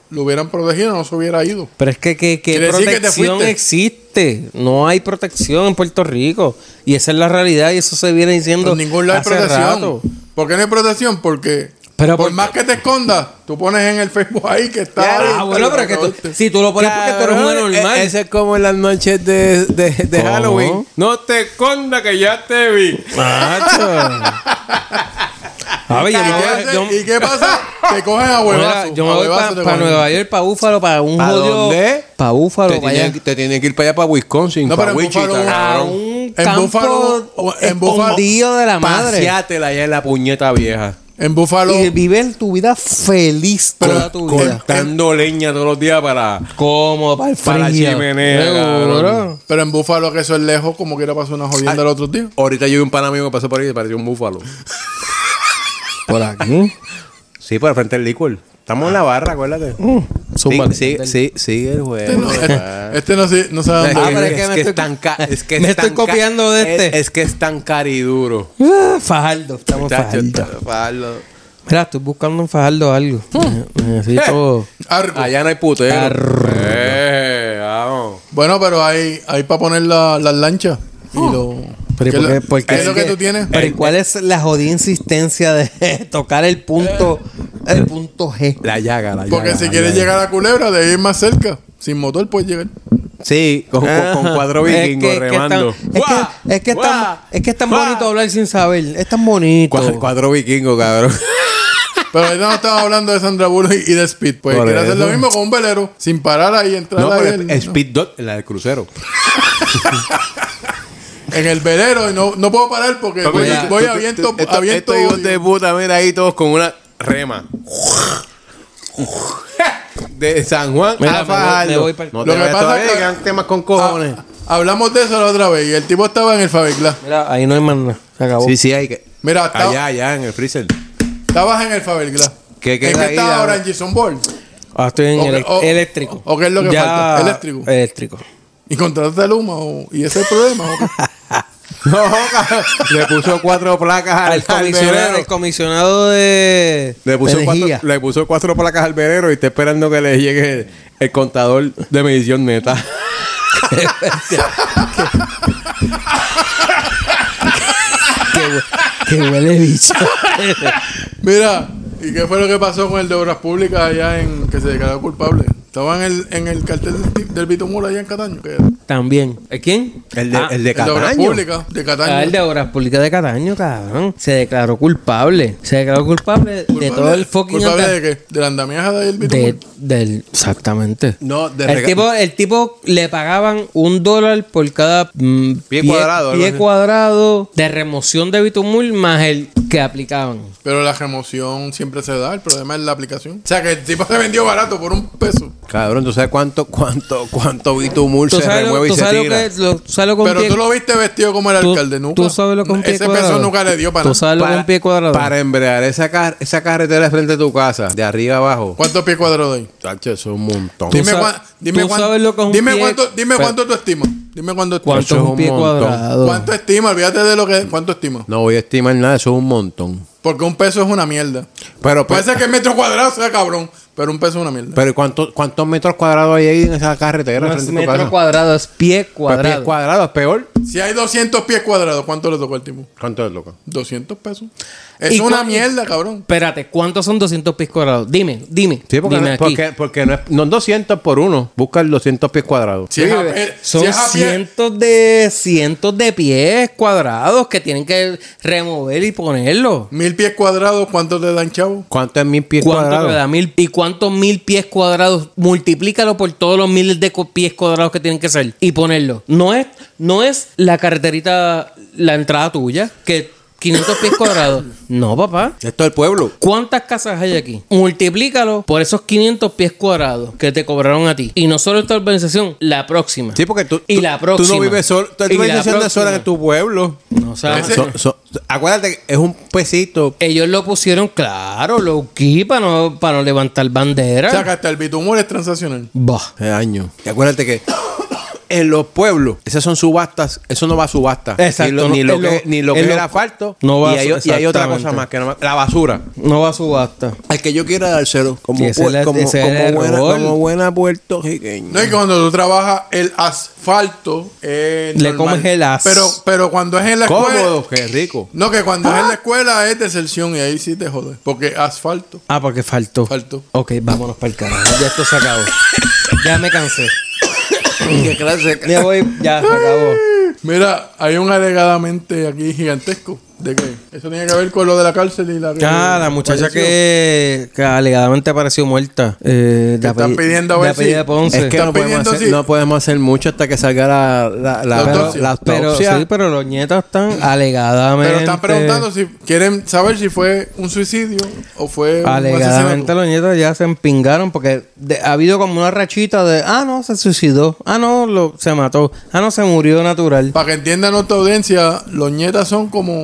Speaker 3: lo hubieran protegido, no se hubiera ido.
Speaker 2: Pero es que, que, que
Speaker 3: Quiere decir que te
Speaker 2: protección
Speaker 3: fuiste.
Speaker 2: existe. No hay protección en Puerto Rico. Y esa es la realidad y eso se viene diciendo.
Speaker 3: En ningún lado hay
Speaker 2: hace
Speaker 3: protección.
Speaker 2: rato.
Speaker 3: ¿Por qué no hay protección? Porque
Speaker 2: Pero
Speaker 3: por
Speaker 2: por-
Speaker 3: más que te escondas, tú pones en el Facebook ahí que está.
Speaker 1: Claro.
Speaker 3: ahí,
Speaker 2: Ah, bueno, pero es que tú- si tú lo pones porque tú eres un
Speaker 1: Cabrón,
Speaker 2: anormal.
Speaker 1: e- Ese es como en las noches de, de- de
Speaker 2: ¿Cómo?
Speaker 1: Halloween. No te escondas que ya te vi.
Speaker 2: Macho. A ver, yo me
Speaker 3: ¿Y,
Speaker 2: voy-
Speaker 3: qué hace-
Speaker 2: yo-
Speaker 3: y qué pasa? Te cogen a
Speaker 2: mira,
Speaker 3: huevazo.
Speaker 2: yo me
Speaker 3: a
Speaker 2: voy
Speaker 3: huevazo
Speaker 2: para
Speaker 3: te cogen.
Speaker 2: Nueva York, para Búfalo, para un
Speaker 1: ¿Pa'
Speaker 2: jodido.
Speaker 1: dónde?
Speaker 2: Para
Speaker 1: Te
Speaker 2: Búfalo, para allá.
Speaker 1: tiene, te tiene que ir para allá para Wisconsin,
Speaker 3: No,
Speaker 1: para
Speaker 3: pero en
Speaker 1: Wichita,
Speaker 3: Buffalo-
Speaker 2: A
Speaker 1: cabrón.
Speaker 2: un
Speaker 3: En
Speaker 2: campo
Speaker 3: Búfalo- o en Búfalo-
Speaker 2: escondido de la madre.
Speaker 1: Paseátela allá en la puñeta vieja.
Speaker 3: En Buffalo.
Speaker 2: Y vive tu vida feliz
Speaker 3: Pero-
Speaker 2: toda tu
Speaker 3: con-
Speaker 2: vida.
Speaker 1: Dando leña todos los días para...
Speaker 2: Cómodo, para el
Speaker 1: Para la
Speaker 2: frío.
Speaker 1: chimenea,
Speaker 2: Seguro.
Speaker 1: cabrón.
Speaker 3: Pero en Buffalo, que eso es lejos, como quiera pasó una jodienda el otro día.
Speaker 1: Ahorita yo vi un pan amigo que pasó por ahí y pareció un búfalo.
Speaker 2: Por aquí.
Speaker 1: Sí, por el frente del licor. Estamos en la barra, acuérdate. Sí,
Speaker 2: Zúmbale.
Speaker 1: sí, sí, sigue el juego.
Speaker 3: Este no, sé- no sabe
Speaker 1: Ah,
Speaker 3: dónde.
Speaker 2: pero
Speaker 1: pero
Speaker 2: es que me estoy-
Speaker 1: tan ca- es que
Speaker 2: me
Speaker 1: es tan
Speaker 2: estoy copiando de
Speaker 1: ca-
Speaker 2: este.
Speaker 1: Es, es que es tan cariduro.
Speaker 2: Ah, Fajardo, estamos
Speaker 1: Chacho,
Speaker 2: Fajardo.
Speaker 1: Fajardo.
Speaker 2: Mira, estoy buscando en Fajardo algo. Necesito.
Speaker 3: Arco.
Speaker 1: Allá no hay putero.
Speaker 2: Arr.
Speaker 1: Eh, vamos.
Speaker 3: Bueno, pero hay, hay para poner la- las lanchas. Y lo,
Speaker 2: Pero ¿y
Speaker 3: ¿Qué
Speaker 2: por
Speaker 3: es lo-
Speaker 2: qué- por qué
Speaker 3: qué es lo
Speaker 2: sigue?
Speaker 3: que tú tienes?
Speaker 2: Pero ¿y ¿cuál es la jodida insistencia de tocar el punto, el punto G?
Speaker 1: La llaga, la llaga.
Speaker 3: Porque si
Speaker 1: la
Speaker 3: quieres
Speaker 1: llaga.
Speaker 3: llegar a Culebra, debes ir más cerca. Sin motor puedes llegar.
Speaker 1: Sí, con,
Speaker 3: Ah.
Speaker 1: con- con cuatro
Speaker 2: Ah. Es que-
Speaker 1: vikingos
Speaker 2: es que
Speaker 1: remando.
Speaker 2: tan- Es
Speaker 1: ¡Guau!
Speaker 2: que, es que es tan-
Speaker 1: ¡Guau!
Speaker 2: es que es tan
Speaker 1: ¡Guau!
Speaker 2: bonito hablar sin saber. Es tan bonito.
Speaker 1: Cua- Cuatro vikingos, cabrón.
Speaker 3: Pero ahorita no estaba hablando de Sandra Bullock y de Speed. Pues
Speaker 1: Por
Speaker 3: quiere hacer lo
Speaker 1: eso.
Speaker 3: mismo con un velero. Sin parar ahí, entrar
Speaker 1: No,
Speaker 3: ahí
Speaker 1: pero
Speaker 3: en-
Speaker 1: es- Speed Dot, la del crucero.
Speaker 3: en el velero. Y no, no puedo parar porque voy,
Speaker 1: Mira,
Speaker 3: voy
Speaker 1: tú-
Speaker 3: a
Speaker 1: tú-
Speaker 3: viento.
Speaker 1: tú-
Speaker 3: a
Speaker 1: esto-
Speaker 3: viento
Speaker 1: Estos hijos de puta, mira ahí todos con una rema. De San Juan
Speaker 2: Mira, me
Speaker 1: a
Speaker 2: voy-
Speaker 1: Fajardo.
Speaker 2: me voy pa'l-
Speaker 1: No
Speaker 3: Lo
Speaker 1: te
Speaker 3: que
Speaker 1: vayas
Speaker 3: pasa
Speaker 1: todavía,
Speaker 3: es que-
Speaker 1: quedan temas con
Speaker 3: Ah,
Speaker 1: cojones.
Speaker 3: hablamos de eso la otra vez. Y el tipo estaba en el Faberclass.
Speaker 2: Mira, ahí no hay más nada. Se acabó.
Speaker 1: Sí, sí, hay que...
Speaker 3: Mira, estaba-
Speaker 1: Allá, allá, en el freezer.
Speaker 3: estabas en el Faberglass.
Speaker 1: ¿Qué
Speaker 3: ¿En qué
Speaker 1: queda ahí
Speaker 3: estaba
Speaker 1: ahora?
Speaker 3: ahora en Jason Ball?
Speaker 2: Ah, estoy en
Speaker 3: O-
Speaker 2: elec-
Speaker 1: oh,
Speaker 3: o-
Speaker 2: eléctrico.
Speaker 3: o- o qué es lo que falta, eléctrico.
Speaker 2: Eléctrico.
Speaker 3: ¿Y contrataste a Luma? o- ¿Y ese es el problema? o qué?
Speaker 1: No, cabrón. Le puso cuatro placas al,
Speaker 2: Al
Speaker 1: al
Speaker 2: comisionado,
Speaker 1: velero.
Speaker 2: el comisionado de
Speaker 1: Le puso,
Speaker 2: energía.
Speaker 1: cuatro, le puso cuatro placas al velero y está esperando que le llegue el, el contador de medición neta.
Speaker 2: Que huele bicho.
Speaker 3: Mira, ¿y qué fue lo que pasó con el de Obras Públicas allá en que se declaró culpable? Estaba en el, en el cartel del, ti- del Vito Mula allá en Cataño. que era.
Speaker 2: También. ¿Eh, ¿Quién?
Speaker 1: El de,
Speaker 2: Ah,
Speaker 1: el de
Speaker 3: El de Obras
Speaker 1: Cataño.
Speaker 3: Públicas de
Speaker 2: Ah, el
Speaker 3: Cataño.
Speaker 2: de Obras Públicas de Cataño, cabrón. Se declaró culpable. Se declaró culpable, de todo el fucking...
Speaker 3: ¿Culpable
Speaker 2: anda-
Speaker 3: de qué? ¿De la andamiaje de el Vito
Speaker 2: de-
Speaker 3: Mula?
Speaker 2: del Exactamente.
Speaker 1: No, de
Speaker 2: el
Speaker 1: rega-
Speaker 2: tipo, el tipo le pagaban un dólar por cada mm,
Speaker 1: Pie cuadrado, algo
Speaker 2: pie
Speaker 1: así.
Speaker 2: cuadrado de remoción de bitumul más el que aplicaban.
Speaker 3: Pero la remoción siempre se da, el problema es la aplicación. O sea, que el tipo se vendió barato por un peso.
Speaker 1: Cabrón, ¿tú sabes cuánto, cuánto, cuánto bitumul
Speaker 2: ¿Tú
Speaker 1: se
Speaker 2: sabes, lo,
Speaker 1: remueve y
Speaker 2: tú
Speaker 1: se
Speaker 2: sabes lo que
Speaker 1: tira?
Speaker 2: lo- tú sabes lo que un
Speaker 3: Pero
Speaker 2: pie-
Speaker 3: tú lo viste vestido como el
Speaker 2: tú-
Speaker 3: alcalde, nunca.
Speaker 2: tú sabes lo que un pie
Speaker 3: Ese peso
Speaker 2: cuadrado.
Speaker 3: nunca le dio para
Speaker 2: Tú
Speaker 3: nada.
Speaker 2: sabes lo que un pie cuadrado.
Speaker 1: Para embrear esa, car- esa carretera de frente a tu casa, de arriba abajo.
Speaker 3: ¿Cuántos pies cuadrados hay?
Speaker 1: Chacho, eso es un montón.
Speaker 3: Dime,
Speaker 2: sabes-
Speaker 3: cuán- dime,
Speaker 2: tú
Speaker 3: cuán-
Speaker 2: sabes lo que es un
Speaker 3: dime
Speaker 2: pie-
Speaker 3: cuánto, dime
Speaker 2: Pero-
Speaker 3: cuánto tú estimas. Dime cuánto estimas.
Speaker 2: ¿Cuánto es un pie
Speaker 1: Eso es un montón.
Speaker 2: cuadrado?
Speaker 3: ¿Cuánto estima? Olvídate de lo que. ¿Cuánto estima?
Speaker 1: No voy a estimar nada, eso es un montón.
Speaker 3: Porque un peso es una mierda.
Speaker 1: Pero,
Speaker 3: Puede
Speaker 1: pues,
Speaker 3: ser que el metro cuadrado sea cabrón, pero un peso es una mierda.
Speaker 1: pero ¿cuánto- ¿cuántos metros cuadrados hay ahí en esa carretera
Speaker 2: No es
Speaker 1: frente a tu
Speaker 2: Pues metro
Speaker 1: casa?
Speaker 2: cuadrado, es pie
Speaker 1: Pues,
Speaker 2: cuadrado.
Speaker 1: pies cuadrados, es peor.
Speaker 2: Pues-
Speaker 3: Si hay 200 pies cuadrados, ¿cuánto le tocó al tipo?
Speaker 1: ¿Cuánto es, loco?
Speaker 3: 200 pesos. Es
Speaker 2: ¿Y
Speaker 3: una
Speaker 2: cu-
Speaker 3: mierda, cabrón.
Speaker 2: Espérate, ¿cuántos son 200 pies cuadrados? Dime, dime.
Speaker 1: Sí, porque,
Speaker 2: dime
Speaker 1: no,
Speaker 2: aquí.
Speaker 1: porque, porque no, es, no es 200 por uno. Busca el 200 pies cuadrados.
Speaker 3: Si es a
Speaker 2: Vive.
Speaker 3: pie-
Speaker 2: Son
Speaker 3: si es a pie-
Speaker 2: cientos de cientos de pies cuadrados que tienen que remover y ponerlo.
Speaker 3: Mil pies cuadrados, ¿cuánto te dan, chavo?
Speaker 1: ¿Cuánto es mil pies
Speaker 2: ¿Cuánto
Speaker 1: cuadrados?
Speaker 2: te da mil? ¿Y cuántos mil pies cuadrados? Multiplícalo por todos los miles de cu- pies cuadrados que tienen que ser y ponerlo. No es, no es la carreterita, la entrada tuya, que 500 pies cuadrados. No, papá.
Speaker 1: Esto es el pueblo.
Speaker 2: ¿Cuántas casas hay aquí? Multiplícalo por esos 500 pies cuadrados que te cobraron a ti. Y no solo esta urbanización, la próxima.
Speaker 1: Sí, porque tú,
Speaker 2: Y
Speaker 1: tú-
Speaker 2: la próxima.
Speaker 1: tú no vives solo. Tú
Speaker 2: Y la
Speaker 1: estás no es sola en
Speaker 2: próxima.
Speaker 1: tu pueblo.
Speaker 2: No, o sea,
Speaker 3: Ese-
Speaker 1: So- so- acuérdate que es un pesito.
Speaker 2: ellos lo pusieron claro, low key, para no, para no levantar bandera.
Speaker 3: O sea, que hasta el bitumor es transaccional.
Speaker 2: Bah.
Speaker 1: de año. Y acuérdate que en los pueblos, esas son subastas. Eso no va a subasta.
Speaker 2: Exacto,
Speaker 1: Ni lo, ni
Speaker 2: no,
Speaker 1: lo
Speaker 2: en
Speaker 1: que,
Speaker 2: lo-
Speaker 1: ni lo
Speaker 2: en
Speaker 1: que es
Speaker 2: lo-
Speaker 1: el asfalto.
Speaker 2: no va a
Speaker 1: y, hay,
Speaker 2: su-
Speaker 1: y hay otra cosa
Speaker 2: exactamente.
Speaker 1: más que no va- La basura.
Speaker 2: No va a subasta.
Speaker 1: Al que yo quiera dárselo. Como,
Speaker 2: Sí, ese
Speaker 1: pu-
Speaker 2: es el-
Speaker 1: como,
Speaker 2: ese es
Speaker 1: como
Speaker 2: el
Speaker 1: buena,
Speaker 2: error.
Speaker 1: como buena puertorriqueña.
Speaker 3: No es que cuando tú trabajas el asfalto, es
Speaker 2: Le
Speaker 3: normal.
Speaker 2: comes el as.
Speaker 3: Pero, pero cuando es en la escuela.
Speaker 1: Cómodo, qué rico.
Speaker 3: No, que cuando
Speaker 2: Ah.
Speaker 3: es en la escuela es deserción y ahí sí te jodes. Porque asfalto,
Speaker 2: Ah, porque faltó.
Speaker 3: asfalto.
Speaker 2: Ok, vámonos para el carajo. Ya esto se acabó. ya me cansé.
Speaker 1: Qué clase.
Speaker 2: Ya voy, ya se acabó.
Speaker 3: Mira, hay un alegadamente aquí gigantesco. ¿De qué? Eso tiene que ver con lo de la cárcel y la.
Speaker 2: Ah, la muchacha
Speaker 3: falleció.
Speaker 2: que, que alegadamente apareció muerta. Eh, de
Speaker 3: están
Speaker 2: apelli-
Speaker 3: pidiendo a
Speaker 2: de
Speaker 3: ver si-
Speaker 2: apellido Ponce.
Speaker 1: Es que
Speaker 3: Están
Speaker 1: no podemos,
Speaker 3: pidiendo
Speaker 1: hacer,
Speaker 3: sí.
Speaker 1: no podemos hacer mucho hasta que salga la, la, la-
Speaker 3: La autopsia.
Speaker 1: la
Speaker 2: Pero
Speaker 1: autopsia.
Speaker 2: sí, pero los nietos están alegadamente.
Speaker 3: Pero están preguntando si quieren saber si fue un suicidio o fue un
Speaker 2: Alegadamente
Speaker 3: asesinato.
Speaker 2: los nietos ya se empingaron porque de- ha habido como una rachita de, ah, no, se suicidó, ah, no, lo, se mató, ah, no, se murió natural.
Speaker 3: Para que entienda nuestra audiencia, los nietas son como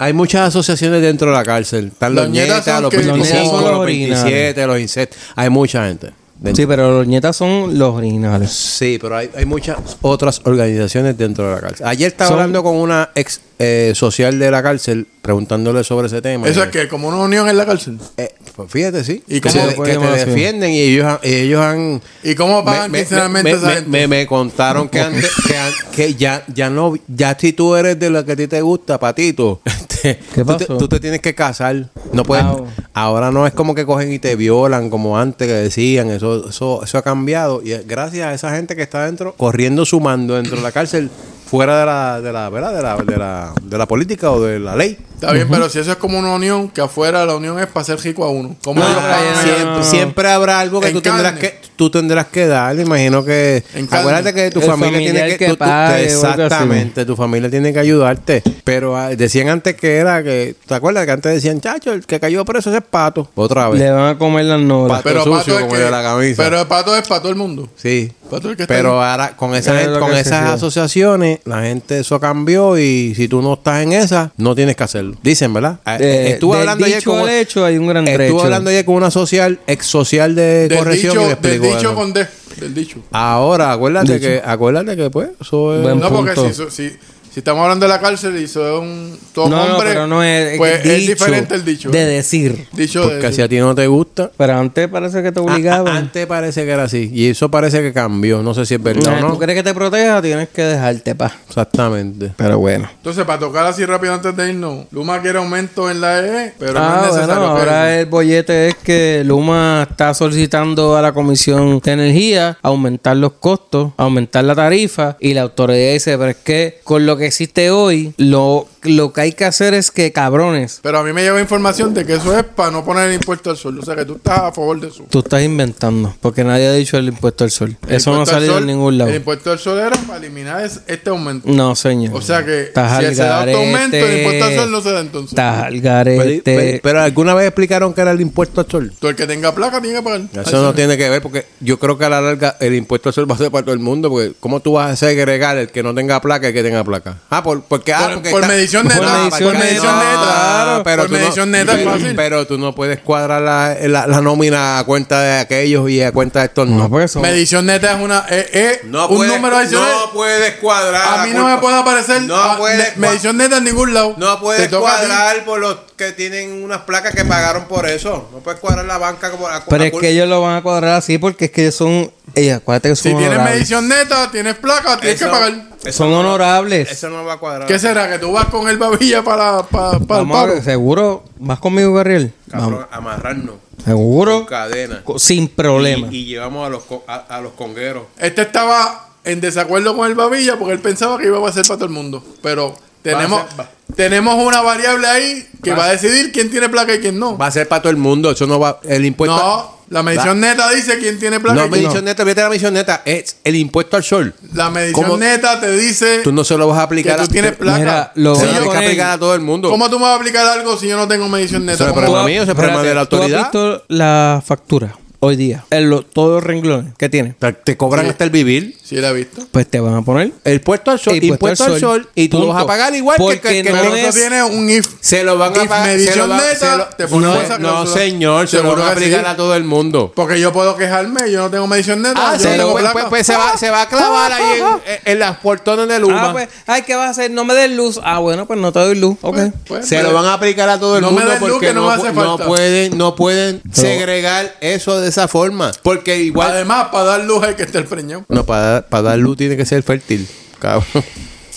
Speaker 1: Hay muchas asociaciones dentro de la cárcel. Están los
Speaker 3: Las nietas
Speaker 1: nietas,
Speaker 3: son
Speaker 1: los
Speaker 3: que- Los nietas
Speaker 1: 25,
Speaker 2: son los
Speaker 1: los 27, los insectos. Hay mucha gente. Dentro-
Speaker 2: Sí, pero los nietas son los originales.
Speaker 1: Sí, pero hay, hay muchas otras organizaciones dentro de la cárcel. Ayer estaba
Speaker 2: Son-
Speaker 1: hablando con una ex eh, social de la cárcel preguntándole sobre ese tema.
Speaker 3: Eso
Speaker 1: Y-
Speaker 3: es que como una unión en la cárcel.
Speaker 1: eh, pues fíjate, sí.
Speaker 3: ¿Y
Speaker 1: que
Speaker 3: cómo
Speaker 1: se-
Speaker 3: se
Speaker 1: que
Speaker 2: puede
Speaker 1: te
Speaker 2: llamar así?
Speaker 1: defienden y ellos, han- ellos han...
Speaker 3: ¿Y cómo pagan
Speaker 1: me- me-
Speaker 3: quincenalmente
Speaker 1: me-
Speaker 3: esa
Speaker 1: me-
Speaker 3: gente?
Speaker 1: me- me contaron que, antes- que, an- que ya, ya no... Ya si tú eres de lo que a ti te gusta, patito, te-
Speaker 2: ¿Qué
Speaker 1: tú, te,
Speaker 2: pasó?
Speaker 1: tú te tienes que casar. No puedes...
Speaker 2: Wow.
Speaker 1: Ahora no es como que cogen y te violan como antes que decían. Eso, eso, eso ha cambiado. Y es gracias a esa gente que está dentro, corriendo su mando dentro de la cárcel, fuera de la, de la, ¿verdad? De la, de la, de la política o de la ley.
Speaker 3: Está bien, pero si eso es como una unión, que afuera la unión es para ser rico a uno. Como
Speaker 1: No,
Speaker 3: ellos pagan
Speaker 1: no,
Speaker 3: allá?
Speaker 1: Ah, siempre, siempre habrá algo que
Speaker 3: En
Speaker 1: tú tendrás
Speaker 3: carne.
Speaker 1: que tú tendrás que dar. Imagino que
Speaker 3: En carne.
Speaker 1: acuérdate que tu
Speaker 2: El
Speaker 1: familia
Speaker 2: familiar
Speaker 1: tiene que,
Speaker 2: que
Speaker 1: tú- tú-
Speaker 2: pague o algo así.
Speaker 1: exactamente tu familia tiene que ayudarte. Pero ah, decían antes que era que te acuerdas que antes decían chacho el que cayó preso ese es pato otra vez.
Speaker 2: Le van a comer las novelas.
Speaker 1: Pato sucio,
Speaker 3: es
Speaker 1: como
Speaker 3: que-
Speaker 1: de la camisa.
Speaker 3: Pero el pato es para todo el mundo.
Speaker 1: Sí.
Speaker 3: Pato es el que está
Speaker 1: Pero
Speaker 3: ahí.
Speaker 1: ahora con esa
Speaker 2: Es
Speaker 1: gen-
Speaker 2: lo
Speaker 1: con
Speaker 2: que se
Speaker 1: esas
Speaker 2: hacía.
Speaker 1: asociaciones la gente eso cambió y si tú no estás en esa no tienes que hacerlo. Dicen, ¿verdad? Ah,
Speaker 2: Eh,
Speaker 1: estuve
Speaker 2: del
Speaker 1: hablando ayer
Speaker 2: dicho
Speaker 1: con
Speaker 2: al hecho hay un gran
Speaker 1: estuve
Speaker 2: trecho.
Speaker 1: hablando ayer con una social ex social de
Speaker 3: del
Speaker 1: corrección y
Speaker 3: dicho,
Speaker 1: me
Speaker 3: del
Speaker 1: explicó
Speaker 3: dicho
Speaker 1: eso.
Speaker 3: con D. Del dicho.
Speaker 1: Ahora, acuérdate que, acuérdate que pues, eso es.
Speaker 2: Buen-
Speaker 3: No, porque
Speaker 2: punto.
Speaker 3: si, so- si, si estamos hablando de la cárcel y son todos
Speaker 2: No, no,
Speaker 3: hombres,
Speaker 2: pero no es. es
Speaker 3: pues es
Speaker 2: dicho
Speaker 3: diferente el dicho.
Speaker 2: De decir.
Speaker 3: dicho de-
Speaker 1: porque si a ti no te gusta.
Speaker 2: Pero antes parece que te
Speaker 1: a-
Speaker 2: obligaban.
Speaker 1: a- antes parece que era así. Y eso parece que cambió. No sé si es verdad
Speaker 2: Nah,
Speaker 1: o
Speaker 2: ¿Tú
Speaker 1: ah, no.
Speaker 2: crees que te proteja? Tienes que dejarte, pa.
Speaker 1: Exactamente.
Speaker 2: Pero bueno.
Speaker 3: Entonces, para tocar así rápido antes de irnos, Luma quiere aumento en la E, pero no
Speaker 2: Ah,
Speaker 3: es
Speaker 2: bueno,
Speaker 3: necesario.
Speaker 2: ahora el bollete es que Luma está solicitando a la Comisión de Energía aumentar los costos, aumentar la tarifa y la autoridad dice, pero es que con lo que existe hoy, lo, lo que hay que hacer es que cabrones,
Speaker 3: Pero a mí me lleva información de que eso es para no poner el impuesto al sol. O sea, que tú estás a favor de eso.
Speaker 2: tú estás inventando, porque nadie ha dicho el impuesto al sol.
Speaker 3: El
Speaker 2: Eso no ha
Speaker 3: impuesto al
Speaker 2: salido
Speaker 3: sol-
Speaker 2: en ningún
Speaker 3: El
Speaker 2: lado. Mm.
Speaker 3: impuesto al sol era para eliminar es- este aumento.
Speaker 2: No, señor.
Speaker 3: O sea que
Speaker 2: Estás
Speaker 3: si
Speaker 2: al
Speaker 3: se da este aumento,
Speaker 2: garete.
Speaker 3: el impuesto al sol no se da entonces.
Speaker 2: Estás al
Speaker 1: Pero,
Speaker 2: garete.
Speaker 1: pero- pero alguna vez explicaron que era el impuesto al sol.
Speaker 3: Todo el que tenga placa tiene que pagar. Al
Speaker 1: Eso no
Speaker 3: sol.
Speaker 1: tiene que ver porque yo creo que a la larga el impuesto al sol va a ser para todo el mundo. Porque ¿cómo tú vas a segregar el que no tenga placa y el que tenga placa? Ah, por, porque, ah,
Speaker 3: Por-
Speaker 1: porque
Speaker 3: por medición neta,
Speaker 2: por
Speaker 1: porque-
Speaker 2: medición
Speaker 1: no,
Speaker 2: neta,
Speaker 3: claro.
Speaker 1: pero
Speaker 3: Por
Speaker 1: tú no-
Speaker 3: medición neta es
Speaker 1: pero-
Speaker 3: fácil.
Speaker 1: Pero tú no puedes cuadrar la, la- la nómina a cuenta de aquellos y a cuenta de estos. No,
Speaker 2: no, pues, porque eso-
Speaker 3: Medición neta es una es, es
Speaker 1: No
Speaker 3: un
Speaker 1: puedes-
Speaker 3: número adicional.
Speaker 1: No puedes cuadrar.
Speaker 3: a mí
Speaker 1: la
Speaker 3: no
Speaker 1: culpa.
Speaker 3: me puede aparecer
Speaker 1: No
Speaker 3: ah,
Speaker 1: puedes
Speaker 3: ne- medición neta en ningún lado.
Speaker 1: No
Speaker 3: Te
Speaker 1: puedes
Speaker 3: toca a ti.
Speaker 1: cuadrar por los que tienen unas placas que pagaron por eso. No puedes cuadrar la banca como la
Speaker 3: Ah,
Speaker 2: Pero es que ellos lo van a cuadrar así porque es que ellos son... Ella, acuérdate que son
Speaker 3: Si tienes
Speaker 2: honorables.
Speaker 3: medición neta, tienes placa, tienes que pagar.
Speaker 2: Son honorables.
Speaker 1: Eso no va a cuadrar.
Speaker 3: ¿Qué será? ¿Que tú vas con el babilla para, para, para el
Speaker 2: Vamos a ver,
Speaker 3: paro?
Speaker 2: seguro, vas conmigo, Gabriel. Vamos.
Speaker 1: Cabrón, amarrarnos.
Speaker 2: Seguro,
Speaker 1: Con cadena.
Speaker 2: co- sin problema.
Speaker 1: Y, y llevamos a los, co- a, a los congueros.
Speaker 3: Este estaba en desacuerdo con el babilla porque él pensaba que iba a ser para todo el mundo. Pero tenemos,
Speaker 1: Va a ser- va-
Speaker 3: tenemos una variable ahí que va a decidir quién tiene placa y quién no.
Speaker 1: Va a ser para todo el mundo. Eso no va. El impuesto.
Speaker 3: No, la medición neta dice quién tiene placa
Speaker 1: No,
Speaker 3: y quién no.
Speaker 1: medición neta, vete a la medición neta. Es el impuesto al sol.
Speaker 3: La medición
Speaker 1: ¿Cómo?
Speaker 3: neta te dice
Speaker 1: Tú no se lo vas a aplicar
Speaker 3: que
Speaker 1: a
Speaker 3: tú tienes
Speaker 1: tú-
Speaker 3: placa.
Speaker 2: Mira, lo
Speaker 1: Se
Speaker 2: voy a
Speaker 1: lo tienes que
Speaker 2: poner-
Speaker 1: aplicar a todo el mundo.
Speaker 3: ¿Cómo tú me vas a aplicar algo si yo no tengo medición
Speaker 1: Eso
Speaker 3: neta?
Speaker 1: es
Speaker 3: ¿Cómo-
Speaker 1: problema
Speaker 2: Tú-
Speaker 1: mío, ese es problema de la
Speaker 2: ¿tú has
Speaker 1: autoridad.
Speaker 2: visto la factura hoy día? En lo- todos los renglones que tiene.
Speaker 1: Te- Te cobran hasta el vivir.
Speaker 3: Si la he visto.
Speaker 2: Pues te van a poner.
Speaker 1: El puesto al sol,
Speaker 2: El
Speaker 1: impuesto, al sol, y tú
Speaker 2: Punto.
Speaker 1: lo vas a pagar igual que-
Speaker 2: Porque
Speaker 1: que, que,
Speaker 2: no
Speaker 3: Pero
Speaker 2: es-
Speaker 3: eso tiene un if.
Speaker 1: Se lo van a
Speaker 3: If
Speaker 1: pagar.
Speaker 3: medición
Speaker 1: se lo van-
Speaker 3: neta,
Speaker 1: se lo-
Speaker 3: te ponemos
Speaker 1: no,
Speaker 3: esa
Speaker 1: no,
Speaker 3: cláusula.
Speaker 1: señor, se lo
Speaker 3: Seguro
Speaker 1: van a
Speaker 3: que sí.
Speaker 1: aplicar a todo el mundo.
Speaker 3: Porque yo puedo quejarme, yo no tengo medición neta.
Speaker 1: Ah,
Speaker 3: yo
Speaker 1: se,
Speaker 3: no
Speaker 1: lo-
Speaker 3: tengo
Speaker 1: pues,
Speaker 3: placa.
Speaker 1: pues, pues se, va, se va a clavar ahí en, en- en las portones de Luma.
Speaker 2: Ah, pues, ay, ¿qué vas a hacer? No me des luz. Ah, bueno, pues no te doy luz. Ok.
Speaker 3: Pues,
Speaker 1: se
Speaker 3: pues,
Speaker 1: lo van a aplicar a todo el
Speaker 3: No me
Speaker 1: mundo
Speaker 3: des luz
Speaker 1: porque
Speaker 3: que no
Speaker 1: no,
Speaker 3: me hace
Speaker 1: pu- no
Speaker 3: falta.
Speaker 1: pueden, no pueden segregar eso de esa forma. Porque igual.
Speaker 3: Además, para dar luz hay que estar preñado.
Speaker 1: no, para, dar- para dar luz tiene que ser fértil. Cabrón.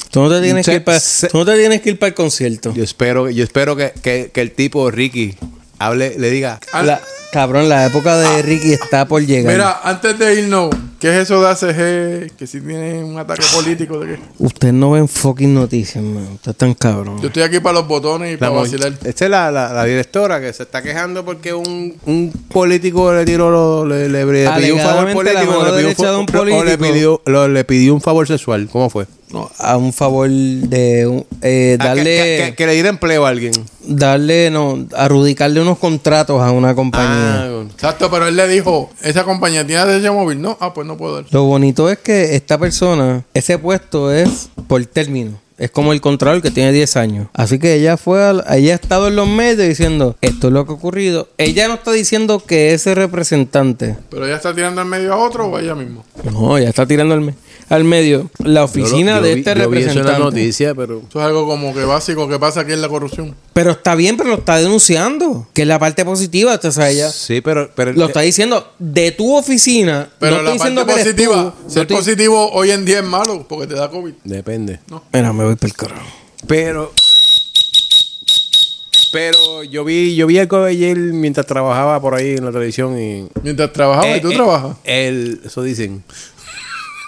Speaker 2: Tú no te tienes,
Speaker 1: Se-
Speaker 2: que, ir pa-
Speaker 1: se-
Speaker 2: tú no te tienes que ir para el concierto.
Speaker 1: Yo espero, yo espero que, que- que el tipo Ricky hable, le diga.
Speaker 2: La- cabrón, la época
Speaker 1: Ah.
Speaker 2: de Ricky está por llegar.
Speaker 3: Mira, antes de irnos, ¿qué es eso de ACG? Que si tiene un ataque político. ¿de qué?
Speaker 2: Ustedes no ven fucking noticias, man. Ustedes están cabrón.
Speaker 3: Yo estoy aquí para los botones y
Speaker 1: La
Speaker 3: para
Speaker 1: mo-
Speaker 3: vacilar.
Speaker 1: Esta es la, la- la directora que se está quejando porque un, un político le tiró lo- le, le- le pidió un favor
Speaker 2: Alegadamente, la
Speaker 1: político,
Speaker 2: mano
Speaker 1: o le pidió un,
Speaker 2: derecha de un
Speaker 1: fa- o le
Speaker 2: político.
Speaker 1: pidió, lo- le pidió un favor sexual. ¿Cómo fue?
Speaker 2: No, a un favor de un- eh,
Speaker 1: Ah, que-
Speaker 2: darle
Speaker 1: que, que- que le diera empleo a alguien.
Speaker 2: darle no adjudicarle unos contratos a una compañía.
Speaker 1: Ah,
Speaker 3: Exacto, pero él le dijo, esa compañía tiene ACG móvil. No, ah, pues no puedo dar.
Speaker 2: Lo bonito es que esta persona ese puesto es por término. Es como el contralor que tiene 10 años. Así que ella fue, al- ella ha estado en los medios diciendo, esto es lo que ha ocurrido. Ella no está diciendo que ese representante,
Speaker 3: Pero ella está tirando en medio a otro o a ella mismo.
Speaker 2: no, ya está tirando al, me- al medio. La oficina de este
Speaker 1: Yo vi eso en la
Speaker 2: representante.
Speaker 1: noticia, pero...
Speaker 3: Eso es algo como que básico que pasa aquí en la corrupción.
Speaker 2: pero está bien, pero lo está denunciando, que es la parte positiva, o sea, ella
Speaker 1: Sí, pero... pero eh,
Speaker 2: lo está diciendo de tu oficina.
Speaker 3: Pero
Speaker 2: no
Speaker 3: la
Speaker 2: estoy
Speaker 3: parte
Speaker 2: diciendo que eres tú,
Speaker 3: positiva,
Speaker 2: no
Speaker 3: ser
Speaker 2: estoy-
Speaker 3: positivo hoy en día es malo porque te da COVID.
Speaker 1: Depende.
Speaker 2: Mira, me voy por el carajo.
Speaker 1: Pero... Pero yo vi, yo vi algo ayer mientras trabajaba por ahí en la televisión y...
Speaker 3: Mientras trabajaba
Speaker 1: Eh,
Speaker 3: y tú
Speaker 1: eh,
Speaker 3: trabajas.
Speaker 1: El, eso dicen.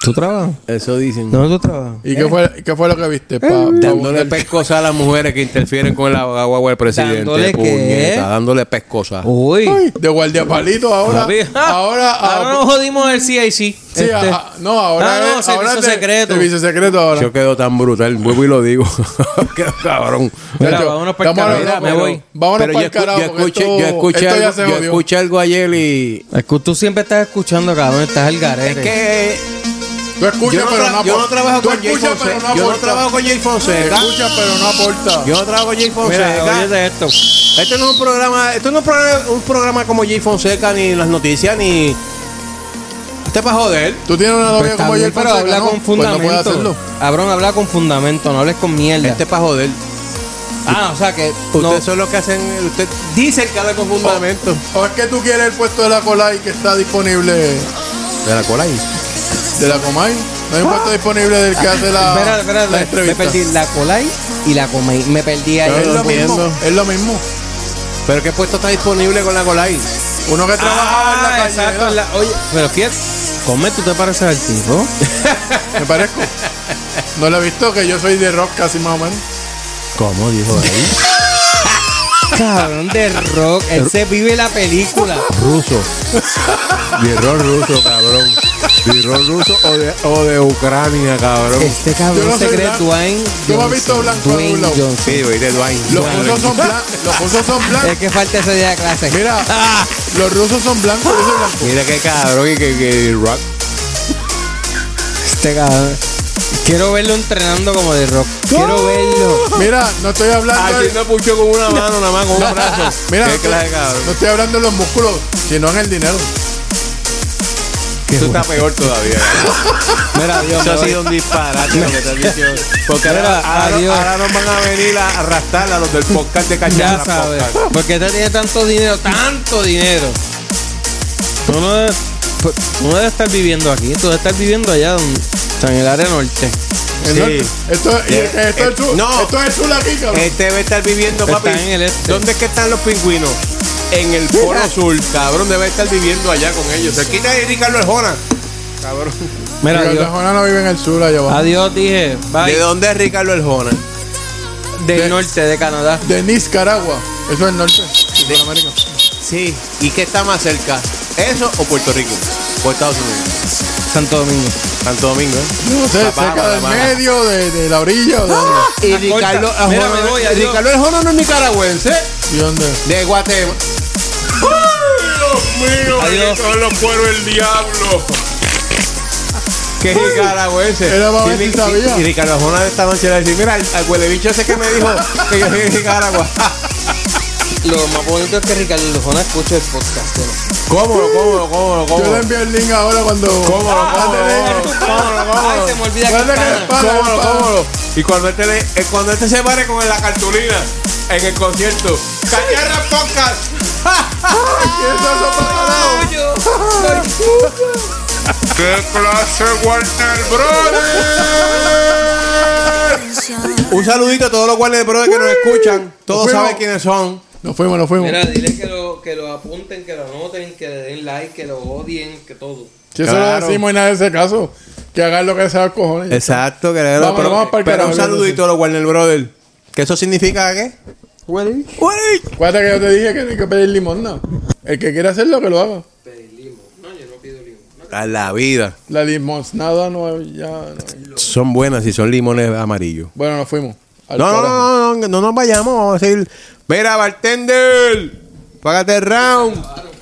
Speaker 2: ¿Tu trabajo?
Speaker 1: Eso dicen.
Speaker 2: No, tu trabajo.
Speaker 3: ¿Y qué, fue, qué fue lo que
Speaker 2: Eh,
Speaker 3: viste? Pa- pa
Speaker 1: Dándole
Speaker 3: buscar-
Speaker 1: pescosa a las mujeres que interfieren con la guagua del presidente.
Speaker 2: ¿Dándole qué? Oh.
Speaker 1: puñeta, dándole pescosa.
Speaker 2: Uy.
Speaker 3: Ay, de guardiapalito ahora.
Speaker 2: Papi.
Speaker 3: Ahora,
Speaker 2: ahora
Speaker 3: ahora,
Speaker 2: nos jodimos el CIC. Sí,
Speaker 3: sí, a- a- no, ahora
Speaker 2: Ah, no,
Speaker 3: es,
Speaker 2: servicio
Speaker 3: ahora es de-
Speaker 2: secreto.
Speaker 3: Servicio secredo ahora.
Speaker 1: Yo quedo tan brutal, vuelvo y lo digo. Quedo cabrón.
Speaker 2: Mira,
Speaker 3: Chacho,
Speaker 2: vámonos para el
Speaker 3: estamos-
Speaker 2: carajo.
Speaker 3: no,
Speaker 2: Mira, me
Speaker 3: pero-
Speaker 2: voy.
Speaker 3: Vámonos para
Speaker 1: yo,
Speaker 3: el
Speaker 1: escu-
Speaker 3: carajo.
Speaker 1: yo
Speaker 3: porque
Speaker 1: escuché,
Speaker 3: esto-
Speaker 1: yo escuché
Speaker 3: esto ya
Speaker 1: algo,
Speaker 3: se
Speaker 1: yo
Speaker 3: jodió.
Speaker 1: escuché algo ayer y...
Speaker 2: Es que tú siempre estás escuchando, cabrón. Estás al
Speaker 1: Es
Speaker 2: garete.
Speaker 1: que
Speaker 3: Tú escuchas,
Speaker 1: yo no,
Speaker 3: pero
Speaker 1: tra-
Speaker 3: no aporta.
Speaker 1: yo no trabajo
Speaker 3: Tú
Speaker 1: con Jay
Speaker 3: escuchas, pero
Speaker 1: Fonseca.
Speaker 3: no
Speaker 1: yo no
Speaker 3: aporta.
Speaker 1: trabajo con Jay Fonseca.
Speaker 3: Escuchas, pero no aporta.
Speaker 1: Yo no trabajo con Jay
Speaker 2: Mira,
Speaker 3: ah,
Speaker 1: Fonseca.
Speaker 2: óyete esto.
Speaker 1: Esto no es un programa, esto no es un programa, un programa como Jay Fonseca, ni las noticias, ni. Este para joder.
Speaker 3: Tú tienes una
Speaker 2: Pues
Speaker 3: novia
Speaker 2: está
Speaker 3: como
Speaker 2: bien,
Speaker 3: Jay
Speaker 2: pero
Speaker 3: Fonseca,
Speaker 2: habla
Speaker 3: ¿no?
Speaker 2: con
Speaker 3: Pues no puede
Speaker 2: fundamento.
Speaker 3: hacerlo.
Speaker 2: Cabrón, habla con fundamento. No hables con mierda.
Speaker 1: Este para joder.
Speaker 2: Ah, o sea que... No,
Speaker 1: Ustedes son los que hacen. Usted dice que habla con
Speaker 3: Oh.
Speaker 1: fundamento.
Speaker 3: ¿O es que tú quieres el puesto de la Colay que está disponible de
Speaker 1: De la cola ahí.
Speaker 3: la Comay? No hay un puesto disponible del que hace la,
Speaker 2: espera, espera,
Speaker 3: Ah, la
Speaker 2: me,
Speaker 3: entrevista.
Speaker 2: perdí la colay y la comay. Me perdí ahí.
Speaker 3: Pero es lo mismo,
Speaker 1: Entiendo.
Speaker 3: es lo mismo.
Speaker 1: Pero qué puesto está disponible con la cola ahí.
Speaker 3: Uno que trabajaba en la
Speaker 2: Ah,
Speaker 3: calle.
Speaker 2: exacto.
Speaker 3: ¿verdad?
Speaker 2: en la- oye, pero fíjate. Come, tú te pareces al tipo.
Speaker 3: Me parezco. No lo he visto, que yo soy de rock casi más o menos.
Speaker 1: ¿Cómo dijo ahí?
Speaker 2: Cabrón de rock. Él se vive la película.
Speaker 1: Ruso. Birrón ruso, cabrón. Birrón ruso o de, o de Ucrania, cabrón.
Speaker 2: Este cabrón
Speaker 3: Yo no
Speaker 2: se
Speaker 3: soy
Speaker 2: cree
Speaker 3: blanco.
Speaker 2: Dwayne.
Speaker 3: Tú me has
Speaker 2: Johnson.
Speaker 3: visto blanco en
Speaker 2: Dwayne
Speaker 3: algún lado.
Speaker 2: Johnson.
Speaker 1: Sí, oí de Dwayne.
Speaker 3: Los rusos son blancos. Los rusos son
Speaker 1: Eh,
Speaker 3: blancos.
Speaker 2: Es que falta ese día de clase.
Speaker 3: Mira,
Speaker 1: ah.
Speaker 3: los rusos son blancos. Yo soy blanco.
Speaker 1: Mira qué cabrón y que, que rock.
Speaker 2: Este cabrón. Quiero verlo entrenando como de rock. Quiero verlo.
Speaker 3: Mira, no estoy
Speaker 1: Ah,
Speaker 3: hablando de...
Speaker 1: no puchó con una mano, nada más con un brazo.
Speaker 3: Mira,
Speaker 1: qué
Speaker 3: no,
Speaker 1: clase de cabrón.
Speaker 3: no estoy hablando de los músculos, sino en el dinero.
Speaker 1: Eso está peor todavía.
Speaker 2: Mira, Dios
Speaker 1: Eso ha
Speaker 2: me
Speaker 1: sido un disparate lo que te has dicho. Porque ahora,
Speaker 2: Mira,
Speaker 1: ahora,
Speaker 2: adiós.
Speaker 1: ahora nos van a venir a arrastrar a los del podcast de
Speaker 2: voy.
Speaker 1: Cachara.
Speaker 2: Ya sabes. ¿Por qué te este tiene tanto dinero? ¡Tanto dinero! Tú no debes, pues, tú no debes estar viviendo aquí. Tú debes estar viviendo allá donde, o sea, en el área norte.
Speaker 3: El
Speaker 1: Sí.
Speaker 3: norte. Esto, y-
Speaker 1: Eh,
Speaker 3: esto es el sur.
Speaker 1: no.
Speaker 3: Esto es el sur aquí, cabrón.
Speaker 1: Este debe estar viviendo,
Speaker 2: Está
Speaker 1: papi.
Speaker 2: en el este.
Speaker 1: ¿Dónde es que están los pingüinos? En el Polo Sur, cabrón. Debe estar viviendo allá con ellos. Cerquita de Ricardo Arjona. Cabrón.
Speaker 2: Mira,
Speaker 3: Pero
Speaker 2: adiós.
Speaker 3: Arjona no vive en el sur allá
Speaker 1: Ah.
Speaker 3: abajo.
Speaker 2: Adiós, dije.
Speaker 1: ¿De
Speaker 2: Bye.
Speaker 1: dónde es Ricardo Arjona?
Speaker 2: Del norte de Canadá.
Speaker 3: De Nicaragua. Eso es el norte. de América.
Speaker 1: Sí. ¿Y qué está más cerca? ¿Eso o Puerto Rico? O Estados Unidos.
Speaker 2: Santo Domingo.
Speaker 1: Santo Domingo, ¿eh?
Speaker 3: No sé,
Speaker 1: Papá,
Speaker 3: cerca del
Speaker 1: Panamá.
Speaker 3: medio, de, de la orilla o de dónde.
Speaker 1: Y
Speaker 2: corta.
Speaker 1: Ricardo Arjona,
Speaker 2: Mira, me voy, adiós.
Speaker 1: Ricardo Arjona no es nicaragüense.
Speaker 3: ¿Y dónde?
Speaker 1: De Guatemala. Dios mío,
Speaker 2: Adiós.
Speaker 1: son los cueros del diablo. Qué nicaragüense.
Speaker 3: Era para ver si
Speaker 1: Ni-
Speaker 3: sabía.
Speaker 1: Y, y Ricardo Arjona esta noche le decía, mira, al al huelebicho ese que me dijo que yo soy de Nicaragua.
Speaker 2: Lo más bonito es que Ricardo Lujona escucha el podcast. ¿no?
Speaker 1: Cómodo, cómodo, cómodo,
Speaker 3: Yo le
Speaker 1: cómodo.
Speaker 3: envío el link ahora cuando.
Speaker 1: ¿Cómo lo, cómo lo,
Speaker 3: Antes de-
Speaker 1: cómo lo, cómo
Speaker 2: Ay,
Speaker 1: lo?
Speaker 2: se me olvida que
Speaker 3: Guarda que
Speaker 2: está.
Speaker 3: le paga,
Speaker 1: Cómo lo,
Speaker 3: le paga.
Speaker 1: cómo lo. Y cuando este, le- eh, cuando este se pare con la cartulina en el concierto, ¡Cacharra Podcast!
Speaker 3: ¿Qué es eso, papá?
Speaker 1: ¡Qué clase Warner ¡Eh! Brothers! Un saludito a todos los Warner Brothers que nos escuchan. Todos
Speaker 3: Fuimos.
Speaker 1: saben quiénes son.
Speaker 3: Nos fuimos, nos fuimos.
Speaker 2: Mira, dile que lo, que lo apunten, que lo anoten, que le den like, que lo odien, que todo.
Speaker 3: Si eso
Speaker 1: Claro. Eh.
Speaker 3: lo decimos y nadie ese caso, que hagan lo que sea cojones.
Speaker 1: Exacto, que le
Speaker 3: Vámonos, vamos para
Speaker 1: pero,
Speaker 3: el
Speaker 1: pero un
Speaker 3: carajo,
Speaker 1: saludito a los Warner Brothers. ¿Que eso significa qué?
Speaker 3: Acuérdate que yo te dije que no hay que pedir limón, no. El que quiera hacerlo, que lo haga.
Speaker 1: A la vida.
Speaker 3: La limosnada no ya. no.
Speaker 1: Son buenas y son limones amarillos.
Speaker 3: Bueno, nos fuimos. Al
Speaker 1: No, no,
Speaker 3: carajo.
Speaker 1: no, no, no, no nos vayamos. Vamos a seguir. Mira, bartender. Págate el round.